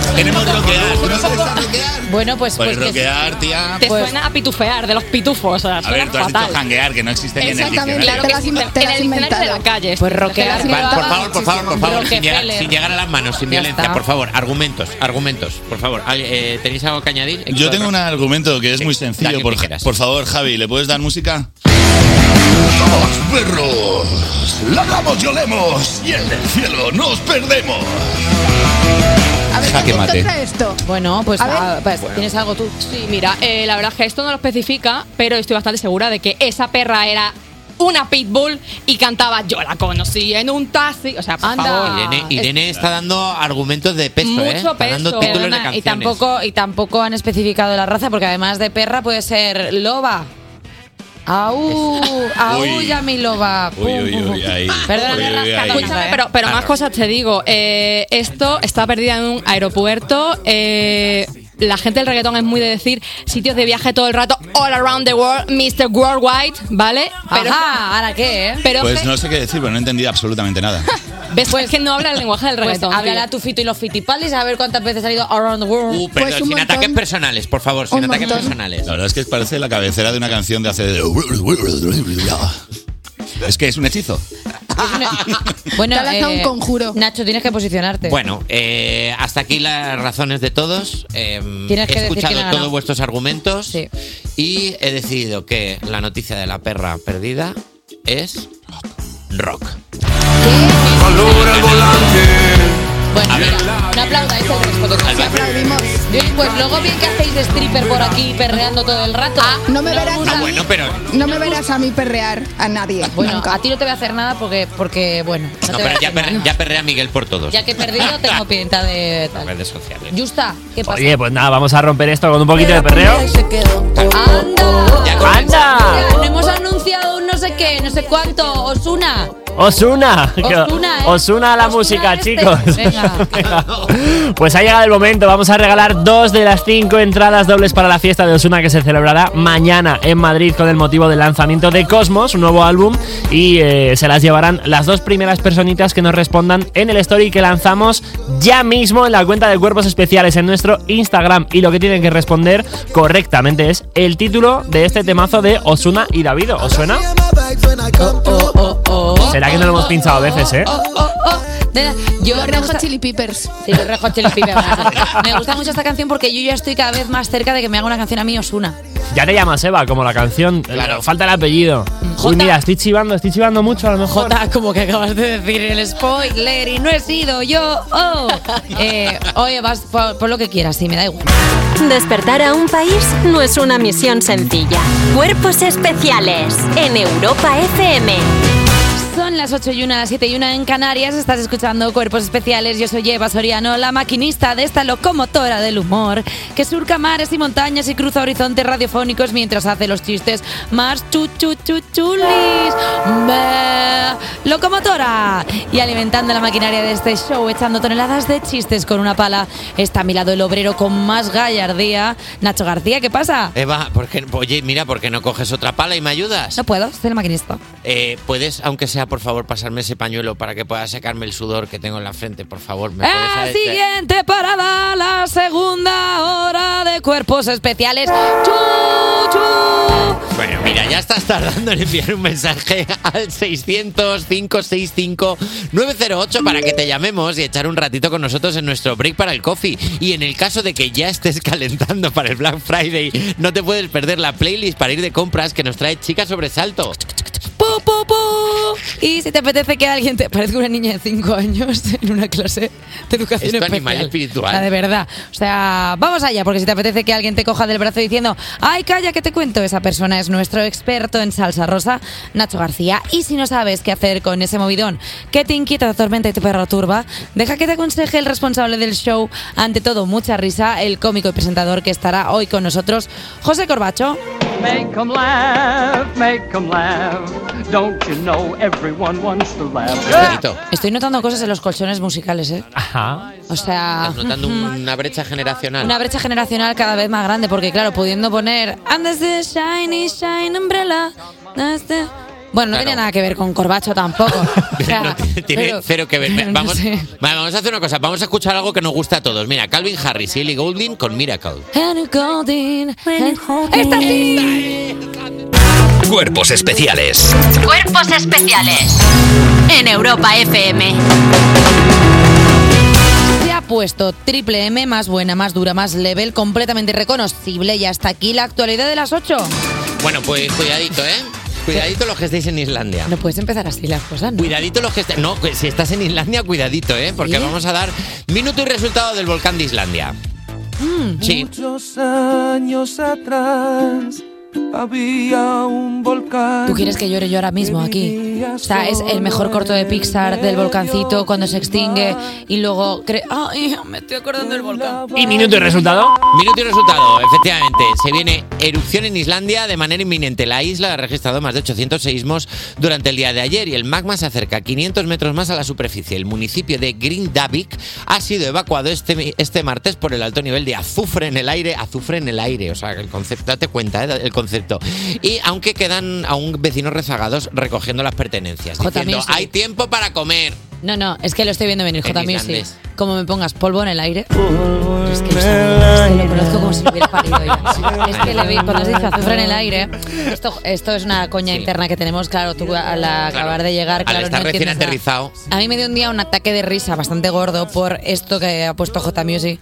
[SPEAKER 2] Bueno, pues.
[SPEAKER 11] Pues
[SPEAKER 2] pues que- Pues-
[SPEAKER 11] roquear, tía.
[SPEAKER 12] Te suena a pitufear de los pitufos. O sea,
[SPEAKER 11] pues, A ver, tú has dicho
[SPEAKER 12] fatal.
[SPEAKER 11] janguear, que no existe ni en el
[SPEAKER 12] Exactamente, claro
[SPEAKER 11] diccionario.
[SPEAKER 12] que sí, en el diccionario de la calle. Pues
[SPEAKER 2] roquear.
[SPEAKER 3] Vale, por favor, por favor, por favor, sin llegar,
[SPEAKER 12] Rockefeller.
[SPEAKER 3] sin llegar a las manos, sin
[SPEAKER 12] Ya
[SPEAKER 3] violencia,
[SPEAKER 12] está.
[SPEAKER 3] por favor, argumentos, argumentos, por favor. Ay, eh, ¿Tenéis algo que añadir?
[SPEAKER 11] Yo tengo un argumento que es muy sencillo.
[SPEAKER 3] Daniel
[SPEAKER 11] Por,
[SPEAKER 3] Piqueras.
[SPEAKER 11] por favor, Javi, ¿le puedes dar música?
[SPEAKER 13] Los perros, ladramos y olemos, y en el cielo nos perdemos.
[SPEAKER 8] A ver,
[SPEAKER 11] Jaque mate.
[SPEAKER 8] esto?
[SPEAKER 2] Bueno, pues, ah, pues,
[SPEAKER 12] Bueno.
[SPEAKER 2] tienes algo tú.
[SPEAKER 12] Sí, mira, eh, la verdad es que esto no lo especifica, pero estoy bastante segura de que esa perra era una pitbull y cantaba Yo la conocí en un taxi. O sea, por favor.
[SPEAKER 3] Irene, Irene está dando argumentos de peso, ¿eh?
[SPEAKER 12] Mucho
[SPEAKER 3] Está dando
[SPEAKER 12] peso.
[SPEAKER 3] títulos
[SPEAKER 12] Perdona,
[SPEAKER 3] de canciones.
[SPEAKER 12] y
[SPEAKER 2] Y tampoco, y tampoco han especificado la raza, porque además de perra puede ser loba. Au, au,
[SPEAKER 11] Uy.
[SPEAKER 2] ya mi loba.
[SPEAKER 11] Uy, uy, uy, ahí.
[SPEAKER 2] Perdona, ¿eh?
[SPEAKER 11] Uy,
[SPEAKER 2] me he
[SPEAKER 11] uy,
[SPEAKER 2] rascado.
[SPEAKER 11] ahí.
[SPEAKER 12] Escúchame, pero, pero más cosas te digo. Eh, esto está perdida en un aeropuerto. eh, la gente del reggaetón es muy de decir sitios de viaje todo el rato, all around the world, Mr. Worldwide, ¿vale?
[SPEAKER 2] Ajá, ¿ahora qué? eh?
[SPEAKER 12] Pero
[SPEAKER 11] Pues
[SPEAKER 12] que-
[SPEAKER 11] no sé qué decir, pero no he entendido absolutamente nada.
[SPEAKER 12] ves es que no habla el lenguaje del
[SPEAKER 2] Pues
[SPEAKER 12] reggaetón.
[SPEAKER 2] háblale a tu fito y los fitipaldis a ver cuántas veces ha salido around the world.
[SPEAKER 3] Uh,
[SPEAKER 8] Pues
[SPEAKER 3] perdón, sin ataques personales, por favor, sin
[SPEAKER 2] Un
[SPEAKER 3] ataques
[SPEAKER 2] montón.
[SPEAKER 3] personales.
[SPEAKER 11] La verdad es que parece la cabecera de una canción de hace. Es que es un hechizo.
[SPEAKER 2] Bueno,
[SPEAKER 8] Te ha lanzado un
[SPEAKER 2] conjuro. Nacho, tienes que posicionarte.
[SPEAKER 3] Bueno, eh, hasta aquí las razones de todos. Eh,
[SPEAKER 2] Tienes que
[SPEAKER 3] he
[SPEAKER 2] decir
[SPEAKER 3] escuchado
[SPEAKER 2] quién ha ganado.
[SPEAKER 3] todos vuestros argumentos y he decidido que la noticia de la perra perdida es rock.
[SPEAKER 9] Valora el volante.
[SPEAKER 2] Bueno, mira, no aplaudáis eh, el resto, porque si
[SPEAKER 3] Al baile.
[SPEAKER 2] aplaudimos. Bien, Pues luego bien que hacéis de stripper por aquí perreando todo el rato.
[SPEAKER 8] Ah, no me verás a mí.
[SPEAKER 3] Ah, Bueno, pero
[SPEAKER 8] No me verás a mí perrear a nadie.
[SPEAKER 2] Bueno, a ti no te voy a hacer nada porque, porque bueno. no
[SPEAKER 3] No,
[SPEAKER 2] te voy a
[SPEAKER 3] pero ya,
[SPEAKER 2] hacer nada.
[SPEAKER 3] perre- ya perrea Miguel por todos.
[SPEAKER 2] Ya que he perdido, tengo pinta de
[SPEAKER 3] Las
[SPEAKER 2] tal.
[SPEAKER 3] redes sociales.
[SPEAKER 2] Justa, ¿qué pasa?
[SPEAKER 1] Oye, pues nada, vamos a romper esto con un poquito de perreo.
[SPEAKER 2] ¡Anda!
[SPEAKER 1] ¡Anda!
[SPEAKER 2] Mira, No hemos anunciado un no sé qué, no sé cuánto, Osuna.
[SPEAKER 1] Osuna.
[SPEAKER 2] Osuna, ¿eh?
[SPEAKER 1] Osuna a la música,
[SPEAKER 2] este.
[SPEAKER 1] chicos.
[SPEAKER 2] Venga.
[SPEAKER 1] Pues ha llegado el momento, vamos a regalar dos de las cinco entradas dobles para la fiesta de Osuna que se celebrará mañana en Madrid con el motivo del lanzamiento de Cosmos, un nuevo álbum, y eh, se las llevarán las dos primeras personitas que nos respondan en el story que lanzamos ya mismo en la cuenta de Cuerpos Especiales en nuestro Instagram. Y lo que tienen que responder correctamente es el título de este temazo de Osuna y Davido. ¿Os suena? Será que no lo hemos pinchado a veces, ¿eh?
[SPEAKER 2] Oh, oh, de la- yo
[SPEAKER 14] Los
[SPEAKER 2] me
[SPEAKER 14] Red
[SPEAKER 2] gusta-
[SPEAKER 14] Hot Chili Peppers.
[SPEAKER 2] Sí, los Red Hot Chili Peppers. Me gusta mucho esta canción porque yo ya estoy cada vez más cerca de que me haga una canción a mí Osuna.
[SPEAKER 1] Ya te llamas Eva, como la canción. Claro, falta el apellido. Uy, mira, estoy chivando, estoy chivando mucho a lo mejor.
[SPEAKER 2] Jota, como que acabas de decir el spoiler y no he sido yo. Oh. Eh, oye, vas por, por lo que quieras, sí, me da igual.
[SPEAKER 5] Despertar a un país no es una misión sencilla. Cuerpos especiales en Europa FM.
[SPEAKER 2] Son las 8 y 1, las 7 y 1 en Canarias. Estás escuchando Cuerpos Especiales. Yo soy Eva Soriano, la maquinista de esta locomotora del humor que surca mares y montañas y cruza horizontes radiofónicos mientras hace los chistes más chu chu chu chulis. Bah, Locomotora. Y alimentando la maquinaria de este show, echando toneladas de chistes con una pala, está a mi lado el obrero con más gallardía, Nacho García. ¿Qué pasa?
[SPEAKER 3] Eva, ¿por qué- oye, mira, ¿por qué no coges otra pala y me ayudas?
[SPEAKER 2] No puedo, soy el maquinista.
[SPEAKER 3] Eh, ¿Puedes, aunque sea, por favor, pasarme ese pañuelo para que pueda secarme el sudor que tengo en la frente, por favor? ¿Me puedes
[SPEAKER 2] La
[SPEAKER 3] hacer-
[SPEAKER 2] siguiente parada, la segunda hora de cuerpos especiales. Chu, chu.
[SPEAKER 3] Bueno, mira, ya estás tardando en enviar un mensaje al 600-565-908 para que te llamemos y echar un ratito con nosotros en nuestro break para el coffee. Y en el caso de que ya estés calentando para el Black Friday, no te puedes perder la playlist para ir de compras que nos trae Chica Sobresalto.
[SPEAKER 2] Pu, pu, pu. Y si te apetece que alguien te parezca una niña de 5 años en una clase de educación
[SPEAKER 3] Es tu
[SPEAKER 2] especial.
[SPEAKER 3] animal espiritual.
[SPEAKER 2] O sea, de verdad. O sea, vamos allá, porque si te apetece que alguien te coja del brazo diciendo, ay, calla, que te cuento, esa persona es nuestro experto en salsa rosa, Nacho García. Y si no sabes qué hacer con ese movidón que te inquieta, te atormenta y te perturba, deja que te aconseje el responsable del show, ante todo, mucha risa, el cómico y presentador que estará hoy con nosotros, José Corbacho.
[SPEAKER 15] Make 'em laugh, make 'em laugh. Don't you know everyone wants to laugh?
[SPEAKER 2] Estoy notando cosas en los colchones musicales, ¿eh?
[SPEAKER 1] Ajá.
[SPEAKER 2] O sea,
[SPEAKER 3] Estás notando una brecha generacional.
[SPEAKER 2] Ah. una brecha generacional cada vez más grande, porque claro, pudiendo poner And this is shiny, shine umbrella. that's the-". Bueno, no
[SPEAKER 3] Claro.
[SPEAKER 2] tiene nada que ver con Corbacho tampoco. O sea,
[SPEAKER 3] No, tiene
[SPEAKER 2] pero-
[SPEAKER 3] cero que ver.
[SPEAKER 2] pero no
[SPEAKER 3] Vamos,
[SPEAKER 2] sé.
[SPEAKER 3] vale, vamos a hacer una cosa. Vamos a escuchar algo que nos gusta a todos. Mira, Calvin Harris y Ellie Goulding con Miracle.
[SPEAKER 2] And you called in, and- ¡Esta sí!
[SPEAKER 4] Cuerpos especiales.
[SPEAKER 5] Cuerpos especiales en Europa FM.
[SPEAKER 2] Se ha puesto triple M, más buena, más dura, más level, completamente reconocible. Y hasta aquí la actualidad de las 8.
[SPEAKER 3] Bueno, pues cuidadito, ¿eh? Cuidadito los que estéis en Islandia.
[SPEAKER 2] No puedes empezar así las cosas, ¿no?
[SPEAKER 3] Cuidadito los que estéis. No, que si estás en Islandia, cuidadito, ¿eh? Porque
[SPEAKER 2] ¿Sí?
[SPEAKER 3] vamos a dar minuto y resultado del volcán de Islandia.
[SPEAKER 2] Mm.
[SPEAKER 3] Sí.
[SPEAKER 9] Muchos años atrás había un volcán.
[SPEAKER 2] ¿Tú quieres que llore yo ahora mismo aquí? O sea, es el mejor corto de Pixar del volcancito cuando se extingue y luego... cre- ¡Ay, me estoy acordando del volcán!
[SPEAKER 1] ¿Y minuto y resultado?
[SPEAKER 3] Minuto y resultado, efectivamente. Se viene erupción en Islandia de manera inminente. La isla ha registrado más de 800 seísmos durante el día de ayer y el magma se acerca 500 metros más a la superficie. El municipio de Grindavik ha sido evacuado este, este martes por el alto nivel de azufre en el aire. Azufre en el aire, o sea, el concepto, date cuenta ¿eh? el concepto. Y aunque quedan aún vecinos rezagados recogiendo las pertenencias.
[SPEAKER 2] Jota,
[SPEAKER 3] Diciendo,
[SPEAKER 2] Mixer.
[SPEAKER 3] hay tiempo para comer.
[SPEAKER 2] No, no, es que lo estoy viendo venir, J Music.
[SPEAKER 3] Islandés.
[SPEAKER 2] Como me pongas polvo en el aire. Yo Es que, lo sabía, es que lo conozco como si lo hubiera parido ya. Es que le vi, cuando has dicho azufre en el aire, esto, esto es una coña interna que tenemos, claro, tú al acabar de llegar, claro,
[SPEAKER 3] Al estar
[SPEAKER 2] no
[SPEAKER 3] recién
[SPEAKER 2] entiendes nada.
[SPEAKER 3] aterrizado.
[SPEAKER 2] A mí me dio un día un ataque de risa bastante gordo por esto que ha puesto J Music.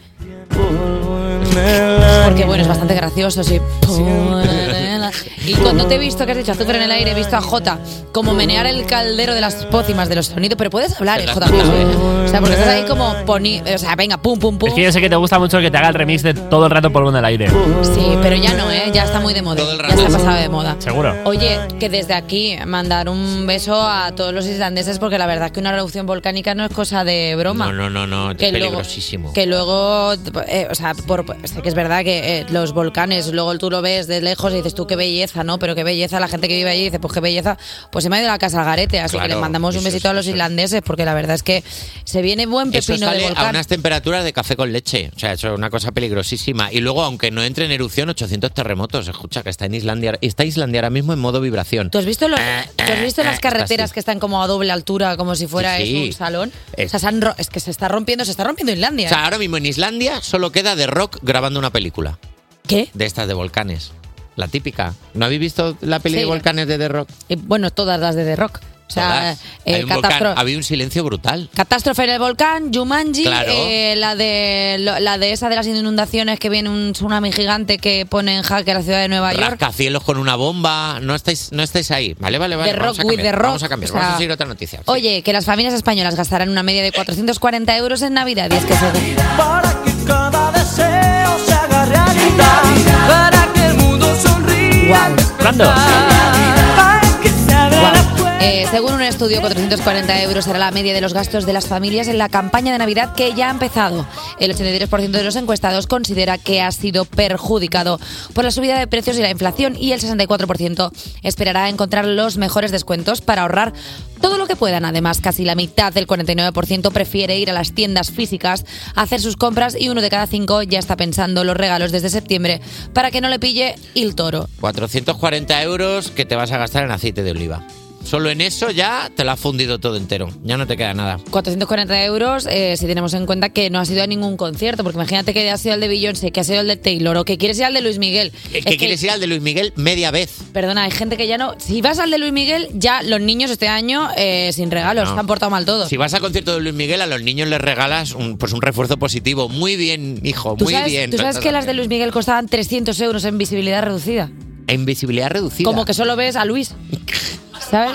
[SPEAKER 2] Porque bueno, es bastante gracioso, sí. Y cuando te he visto que has dicho azufre en el aire, he visto a Jota como menear el caldero de las pócimas de los sonidos, pero puedes hablar, eh, Jota. Music, eh. O sea, porque estás ahí como poni, o sea, venga, pum pum pum.
[SPEAKER 1] Es que yo sé que te gusta mucho que te haga el remix de todo el rato polvo en el aire.
[SPEAKER 2] Sí, pero ya no, eh, ya está muy de moda. Ya está pasado de moda.
[SPEAKER 1] Seguro.
[SPEAKER 2] Oye, que desde aquí mandar un beso a todos los islandeses porque la verdad es que una erupción volcánica no es cosa de broma.
[SPEAKER 3] No, no, no, no, es
[SPEAKER 2] Que luego-
[SPEAKER 3] peligrosísimo.
[SPEAKER 2] Que luego, eh, o sea, por- sé que es verdad que eh, los volcanes, luego tú lo ves de lejos y dices tú qué belleza, ¿no? Pero qué belleza, la gente que vive allí dice, pues qué belleza, pues se me ha ido la casa al garete, así que
[SPEAKER 3] Claro,
[SPEAKER 2] les mandamos un
[SPEAKER 3] eso,
[SPEAKER 2] besito a los islandeses porque la verdad es que se viene buen
[SPEAKER 3] Eso
[SPEAKER 2] pepino de
[SPEAKER 3] sale a
[SPEAKER 2] volcán.
[SPEAKER 3] unas temperaturas de café con leche. O sea, eso es una cosa peligrosísima. Y luego, aunque no entre en erupción, 800 terremotos. Escucha, que está en Islandia. Está Islandia ahora mismo en modo vibración. Eh,
[SPEAKER 2] ¿Tú has visto, los- tú has visto las
[SPEAKER 3] está
[SPEAKER 2] carreteras
[SPEAKER 3] así.
[SPEAKER 2] que están como a doble altura, como si fuera
[SPEAKER 3] Sí, sí.
[SPEAKER 2] eso un salón?
[SPEAKER 3] Es-
[SPEAKER 2] O sea, se han ro- es que se está rompiendo, se está rompiendo Islandia.
[SPEAKER 3] O
[SPEAKER 2] ¿eh?
[SPEAKER 3] sea, ahora mismo en Islandia solo queda de rock grabando una película.
[SPEAKER 2] ¿Qué?
[SPEAKER 3] De estas de volcanes. La típica. ¿No habéis visto la peli
[SPEAKER 2] Sí.
[SPEAKER 3] de volcanes de The Rock?
[SPEAKER 2] Y, bueno, todas las de The Rock. O sea,
[SPEAKER 3] Todas.
[SPEAKER 2] eh,
[SPEAKER 3] Hay un volcán.
[SPEAKER 2] catastro-
[SPEAKER 3] Había un silencio brutal.
[SPEAKER 2] Catástrofe en el volcán, Jumanji,
[SPEAKER 3] Claro.
[SPEAKER 2] eh, la de lo- la de esa de las inundaciones que viene un tsunami gigante que pone en jaque a la ciudad de Nueva York.
[SPEAKER 3] Rascacielos con una bomba. No estáis, no estáis ahí. Vale, vale, vale.
[SPEAKER 2] The
[SPEAKER 3] vamos,
[SPEAKER 2] Rock
[SPEAKER 3] a
[SPEAKER 2] with
[SPEAKER 3] cambiar,
[SPEAKER 2] the Rock.
[SPEAKER 3] vamos a cambiar.
[SPEAKER 2] O sea,
[SPEAKER 3] vamos a seguir otra noticia.
[SPEAKER 2] Oye, que las familias españolas gastarán una media de 440 euros en Navidad. Y es que según-
[SPEAKER 9] Cada deseo se haga realidad. Para que el mundo sonría.
[SPEAKER 1] ¿Cuándo?
[SPEAKER 2] Eh, según un estudio, 440 euros será la media de los gastos de las familias en la campaña de Navidad que ya ha empezado. El 83% de los encuestados considera que ha sido perjudicado por la subida de precios y la inflación y el 64% esperará encontrar los mejores descuentos para ahorrar todo lo que puedan. Además, casi la mitad del 49% prefiere ir a las tiendas físicas a hacer sus compras y uno de cada cinco ya está pensando los regalos desde septiembre para que no le pille el toro.
[SPEAKER 3] 440 euros que te vas a gastar en aceite de oliva. Solo en eso ya te lo has fundido todo entero. Ya no te queda nada.
[SPEAKER 2] 440 euros eh, si tenemos en cuenta que no has ido a ningún concierto, porque imagínate que has sido el de Beyoncé, que has sido el de Taylor o que quieres ir al de Luis Miguel.
[SPEAKER 3] Es que quieres ir al de Luis Miguel media vez.
[SPEAKER 2] Perdona, hay gente que ya no... Si vas al de Luis Miguel, ya los niños este año eh, sin regalos,
[SPEAKER 3] No.
[SPEAKER 2] se han portado mal todos.
[SPEAKER 3] Si vas al concierto de Luis Miguel, a los niños les regalas un, pues un refuerzo positivo. Muy bien, hijo,
[SPEAKER 2] ¿Tú
[SPEAKER 3] muy
[SPEAKER 2] sabes,
[SPEAKER 3] bien.
[SPEAKER 2] tú sabes que las de Luis Miguel costaban 300 euros en visibilidad reducida?
[SPEAKER 3] En visibilidad reducida.
[SPEAKER 2] Como que solo ves a Luis. ¿Sabes?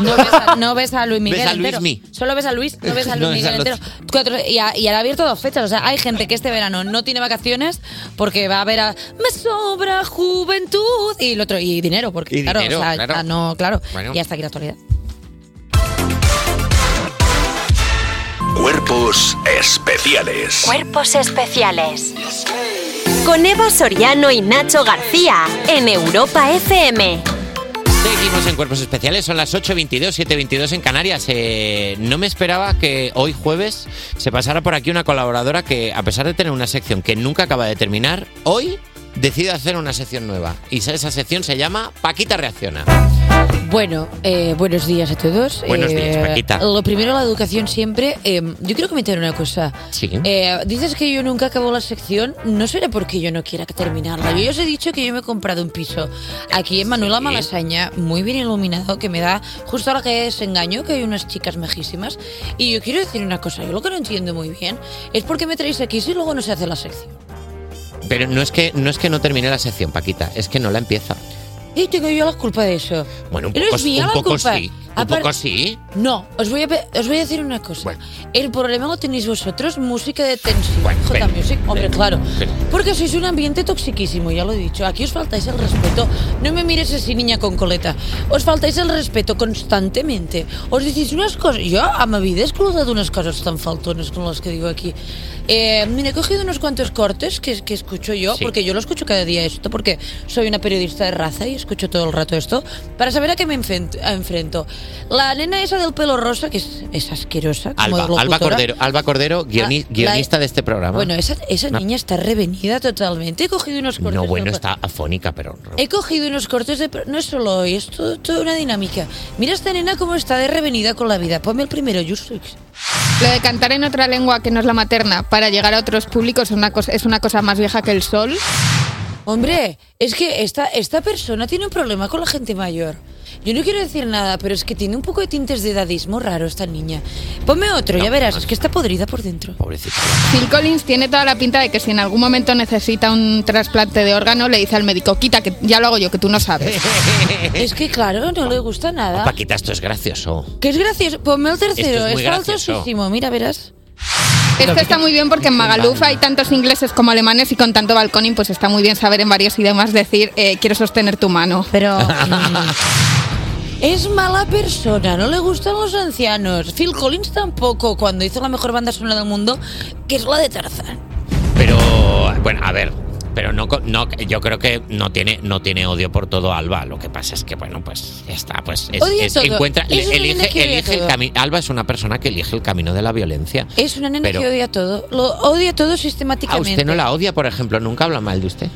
[SPEAKER 2] No ves a, no ves a Luis Miguel
[SPEAKER 3] Ves a Luis
[SPEAKER 2] entero.
[SPEAKER 3] Mi.
[SPEAKER 2] Solo ves a Luis, no ves a Luis
[SPEAKER 3] No ves a
[SPEAKER 2] Miguel entero.
[SPEAKER 3] los-
[SPEAKER 2] Cuatro- y, a- y han abierto dos fechas. O sea, hay gente que este verano no tiene vacaciones porque va a ver a Me sobra juventud y el otro y dinero porque
[SPEAKER 9] Y
[SPEAKER 2] claro,
[SPEAKER 9] dinero,
[SPEAKER 2] o sea,
[SPEAKER 9] claro.
[SPEAKER 2] ya no, claro.
[SPEAKER 9] Bueno.
[SPEAKER 2] Y hasta aquí la actualidad.
[SPEAKER 7] Cuerpos especiales.
[SPEAKER 5] Cuerpos especiales. Con Eva Soriano y Nacho García en Europa FM.
[SPEAKER 3] Seguimos en Cuerpos Especiales, son las 8.22, 7.22 en Canarias. Eh, no me esperaba que hoy jueves se pasara por aquí una colaboradora que, a pesar de tener una sección que nunca acaba de terminar, hoy decide hacer una sección nueva. Y esa esa sección se llama Paquita Reacciona.
[SPEAKER 2] Bueno, eh, buenos días a todos. Eh,
[SPEAKER 3] Buenos días, Paquita.
[SPEAKER 2] Lo primero, la educación siempre. Eh, yo quiero comentar una cosa.
[SPEAKER 3] Sí.
[SPEAKER 2] Eh, dices que yo nunca acabo la sección. No será porque yo no quiera terminarla. Yo ya os he dicho que yo me he comprado un piso aquí en Manuela Malasaña, muy bien iluminado, que me da justo ahora que es engaño, que hay unas chicas mejísimas. Y yo quiero decir una cosa. Yo lo que no entiendo muy bien es por qué me traéis aquí si luego no se hace la sección.
[SPEAKER 3] Pero no es que no, es que no termine la sección, Paquita, es que no la empieza.
[SPEAKER 2] Y tengo yo la culpa de eso.
[SPEAKER 3] Bueno, un
[SPEAKER 2] Pero
[SPEAKER 3] poco,
[SPEAKER 2] es mía
[SPEAKER 3] un
[SPEAKER 2] la
[SPEAKER 3] poco
[SPEAKER 2] culpa.
[SPEAKER 3] sí. Un
[SPEAKER 2] Aparte-
[SPEAKER 3] poco sí.
[SPEAKER 2] No, os voy a, pe- os voy a decir una cosa. El problema lo tenéis vosotros, música de tensión. J Music, hombre, claro. Porque sois un ambiente toxiquísimo, ya lo he dicho. Aquí os faltáis el respeto. No me mires así, niña con coleta. Os faltáis el respeto constantemente. Os decís unas cosas. Yo a mi vida he escuchado unas cosas tan faltonas como las que digo aquí. Eh, mira, he cogido unos cuantos cortes que, que escucho yo,
[SPEAKER 9] Sí.
[SPEAKER 2] porque yo lo escucho cada día esto, porque soy una periodista de raza y escucho todo el rato esto, para saber a qué me enfen- a enfrento. La nena esa del pelo rosa, que es, es asquerosa. como
[SPEAKER 3] Alba, Alba
[SPEAKER 2] locutora.
[SPEAKER 3] Cordero, Alba Cordero guioni-
[SPEAKER 2] Ah, la-
[SPEAKER 3] guionista de este programa.
[SPEAKER 2] Bueno, esa, esa
[SPEAKER 3] Una-
[SPEAKER 2] niña está revenida totalmente. He cogido unos cortes.
[SPEAKER 3] No, bueno,
[SPEAKER 2] de-
[SPEAKER 3] está afónica, pero
[SPEAKER 2] He cogido unos cortes de... No es solo hoy, es todo, toda una dinámica. Mira esta nena cómo está de revenida con la vida. Ponme el primero, Justix.
[SPEAKER 8] Lo de cantar en otra lengua que no es la materna para llegar a otros públicos es una cosa, es una cosa más vieja que el sol.
[SPEAKER 2] Hombre, es que esta, esta persona tiene un problema con la gente mayor. Yo no quiero decir nada, pero es que tiene un poco de tintes de edadismo raro esta niña. Ponme otro, ya verás,
[SPEAKER 3] pues
[SPEAKER 2] es que está podrida por dentro.
[SPEAKER 3] Pobrecita.
[SPEAKER 8] Phil Collins tiene toda la pinta de que si en algún momento necesita un trasplante de órgano le dice al médico, quita que ya lo hago yo, que tú no sabes.
[SPEAKER 2] Es que claro, no le gusta nada.
[SPEAKER 3] Paquita, esto es gracioso.
[SPEAKER 2] Que es gracioso. Ponme el tercero,
[SPEAKER 3] Esto es muy
[SPEAKER 2] está
[SPEAKER 3] gracioso.
[SPEAKER 2] altosísimo, mira, verás.
[SPEAKER 8] Esto está muy bien porque en Magaluf hay tantos ingleses como alemanes y con tanto balconing pues está muy bien saber en varios idiomas decir eh, quiero sostener tu mano.
[SPEAKER 2] Pero Es mala persona, no le gustan los ancianos. Phil Collins tampoco, cuando hizo la mejor banda sonora del mundo, que es la de Tarzan.
[SPEAKER 3] Pero, bueno, a ver. Pero no, co- no, yo creo que no tiene, no tiene odio por todo Alba. Lo que pasa es que, bueno, pues ya está. Pues es-
[SPEAKER 2] Odia
[SPEAKER 3] es-
[SPEAKER 2] todo.
[SPEAKER 3] encuentra,
[SPEAKER 2] Es una
[SPEAKER 3] elige,
[SPEAKER 2] nena que odia
[SPEAKER 3] elige el
[SPEAKER 2] todo.
[SPEAKER 3] camino. Alba es una persona que elige el camino de la violencia.
[SPEAKER 2] Es una nena
[SPEAKER 3] Pero-
[SPEAKER 2] que odia todo, lo odia todo
[SPEAKER 3] ¿A
[SPEAKER 2] sistemáticamente.
[SPEAKER 3] usted no la odia, por ejemplo? ¿Nunca habla mal de usted?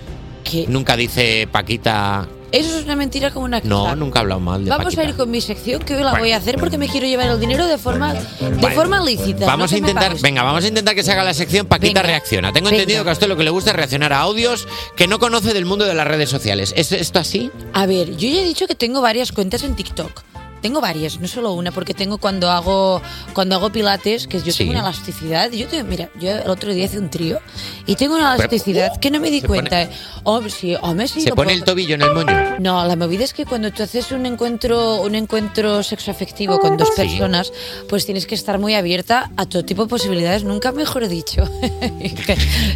[SPEAKER 3] Nunca dice Paquita.
[SPEAKER 2] Eso es una mentira como una
[SPEAKER 3] No,
[SPEAKER 2] caja.
[SPEAKER 3] nunca ha hablado mal de
[SPEAKER 2] Vamos
[SPEAKER 3] Paquita.
[SPEAKER 2] a ir con mi sección que hoy la
[SPEAKER 3] Bueno.
[SPEAKER 2] voy a hacer porque me quiero llevar el dinero de forma de
[SPEAKER 3] Vale.
[SPEAKER 2] forma lícita.
[SPEAKER 3] Vamos
[SPEAKER 2] no
[SPEAKER 3] a
[SPEAKER 2] que me
[SPEAKER 3] intentar,
[SPEAKER 2] pagues.
[SPEAKER 3] venga, vamos a intentar que se haga la sección Paquita reacciona. Tengo
[SPEAKER 2] Venga.
[SPEAKER 3] entendido que a usted lo que le gusta es reaccionar a audios que no conoce del mundo de las redes sociales. ¿Es esto así?
[SPEAKER 2] A ver, yo ya he dicho que tengo varias cuentas en TikTok. Tengo varias, no solo una, porque tengo cuando hago cuando hago pilates, que yo
[SPEAKER 3] Sí.
[SPEAKER 2] tengo una elasticidad. Yo te- mira, yo el otro día hice un trío y tengo una elasticidad que no me di
[SPEAKER 3] uh, Se pone-
[SPEAKER 2] cuenta. eh. Hom- sí, home, sí,
[SPEAKER 3] ¿Se
[SPEAKER 2] lo
[SPEAKER 3] pone
[SPEAKER 2] puedo-
[SPEAKER 3] el tobillo en el moño?
[SPEAKER 2] No, la movida es que cuando tú haces un encuentro, un encuentro sexoafectivo con dos
[SPEAKER 3] Sí.
[SPEAKER 2] personas, pues tienes que estar muy abierta a todo tipo de posibilidades, nunca mejor dicho.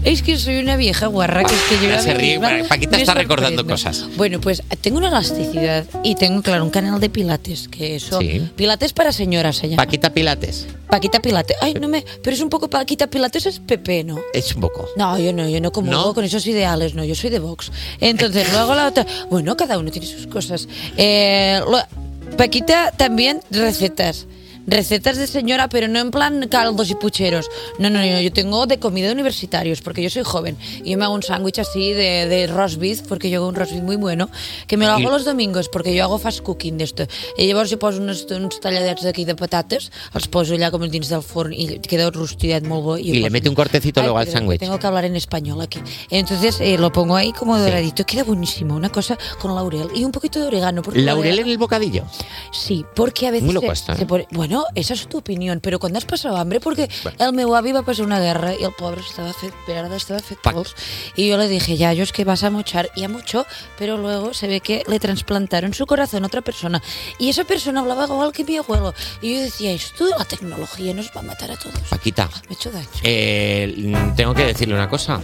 [SPEAKER 2] es que soy una vieja guarra, que es que yo
[SPEAKER 3] Ahora
[SPEAKER 2] a
[SPEAKER 3] se
[SPEAKER 2] mí
[SPEAKER 3] ríe,
[SPEAKER 2] misma
[SPEAKER 3] Paquita
[SPEAKER 2] me
[SPEAKER 3] está recordando
[SPEAKER 2] sorprendo.
[SPEAKER 3] cosas.
[SPEAKER 2] Bueno, pues tengo una elasticidad y tengo, claro, un canal de pilates, que eso...
[SPEAKER 3] Sí.
[SPEAKER 2] Pilates para señoras se llama.
[SPEAKER 3] Paquita Pilates.
[SPEAKER 2] Paquita Pilates. Ay, no me... Pero es un poco Paquita Pilates, es Pepe, ¿no?
[SPEAKER 3] Es un poco.
[SPEAKER 2] No, yo no, yo no comulgo
[SPEAKER 3] ¿No? Eh,
[SPEAKER 2] con esos ideales, no, yo soy de Vox. Entonces, luego la otra. Bueno, cada uno tiene sus cosas. Eh, lo- Paquita también recetas. Recetas de señora, pero no en plan caldos y pucheros. No, no, no, yo tengo de comida de universitarios, porque yo soy joven. Y yo me hago un sándwich así de, de roast beef, porque yo hago un roast beef muy bueno, que me lo hago
[SPEAKER 5] Y-
[SPEAKER 2] los domingos, perquè jo hago fast cooking d'esto. I llavors hi poso uns, uns talladets d'aquí de patates, els poso allà com dins del forn i queda rostidet molt bo.
[SPEAKER 3] Y le mete un cortecito luego al
[SPEAKER 2] perdón,
[SPEAKER 3] sándwich.
[SPEAKER 2] Tengo que hablar en español aquí. Entonces eh, lo pongo ahí como doradito. Queda buenísimo. Una cosa con laurel y un poquito de orégano. porque
[SPEAKER 3] ¿Laurel
[SPEAKER 2] orégano-
[SPEAKER 3] en el bocadillo?
[SPEAKER 2] Sí, porque a veces...
[SPEAKER 3] Muy lo
[SPEAKER 2] se-
[SPEAKER 3] cuesta,
[SPEAKER 2] se
[SPEAKER 3] ¿eh?
[SPEAKER 2] pone- bueno, esa es tu opinión, pero cuando has pasado hambre, porque
[SPEAKER 3] Bueno.
[SPEAKER 2] el meu avi va pasar una guerra y el pobre estaba fet, Berardo estaba fet pols, y yo le dije, ya, yo es que vas a mochar, y a mucho, pero luego se ve que le trasplantaron su corazón a otra persona, y esa persona hablaba igual que mi abuelo, y yo decía, esto de la tecnología nos va a matar a todos,
[SPEAKER 3] Paquita,
[SPEAKER 2] me he hecho daño.
[SPEAKER 3] eh, mm, tengo que decirle una cosa.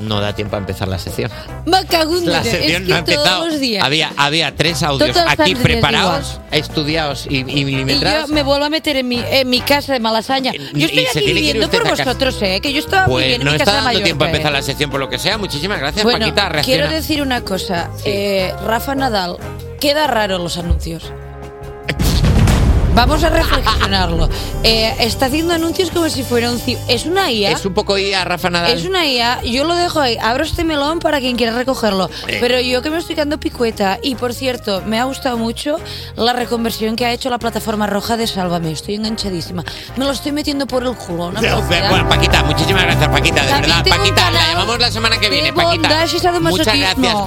[SPEAKER 3] No da tiempo a empezar la sección.
[SPEAKER 2] Me cago en
[SPEAKER 3] La
[SPEAKER 2] Dios, es
[SPEAKER 3] sección
[SPEAKER 2] que
[SPEAKER 3] no ha empezado.
[SPEAKER 2] todos los días,
[SPEAKER 3] Había, había tres audios
[SPEAKER 2] Todos los
[SPEAKER 3] aquí
[SPEAKER 2] días
[SPEAKER 3] preparados, estudiados y, y
[SPEAKER 2] y yo
[SPEAKER 3] milimetrados.
[SPEAKER 2] me vuelvo a meter en mi, en mi casa de Malasaña. Yo estoy
[SPEAKER 3] y se tiene
[SPEAKER 2] aquí
[SPEAKER 3] que ir
[SPEAKER 2] viviendo
[SPEAKER 3] usted
[SPEAKER 2] por
[SPEAKER 3] a casa.
[SPEAKER 2] vosotros, eh, que yo estaba muy
[SPEAKER 3] Pues
[SPEAKER 2] bien en
[SPEAKER 3] no
[SPEAKER 2] mi
[SPEAKER 3] está
[SPEAKER 2] casa
[SPEAKER 3] dando
[SPEAKER 2] mayor,
[SPEAKER 3] tiempo a
[SPEAKER 2] eh.
[SPEAKER 3] empezar la sección por lo que sea. Muchísimas gracias,
[SPEAKER 2] Bueno,
[SPEAKER 3] Paquita. Reacciona.
[SPEAKER 2] quiero decir una cosa. Eh, Rafa Nadal, queda raro los anuncios. Vamos a reflexionarlo. Eh, está haciendo anuncios como si fuera un... ci- Es una IA.
[SPEAKER 3] Es un poco IA, Rafa Nadal.
[SPEAKER 2] Es una IA, yo lo dejo ahí, abro este melón para quien quiera recogerlo.
[SPEAKER 3] Eh.
[SPEAKER 2] Pero yo que me estoy quedando picueta, y por cierto, me ha gustado mucho la reconversión que ha hecho la plataforma roja de Sálvame, estoy enganchadísima. Me lo estoy metiendo por el culo, a una velocidad.
[SPEAKER 3] Bueno, Paquita, muchísimas gracias, Paquita, de
[SPEAKER 2] También
[SPEAKER 3] verdad.
[SPEAKER 2] tengo un
[SPEAKER 3] Paquita, la
[SPEAKER 2] canal
[SPEAKER 3] llamamos la semana que
[SPEAKER 2] de
[SPEAKER 3] viene, Paquita.
[SPEAKER 2] bondage y sadomasoquismo.
[SPEAKER 3] Muchas gracias.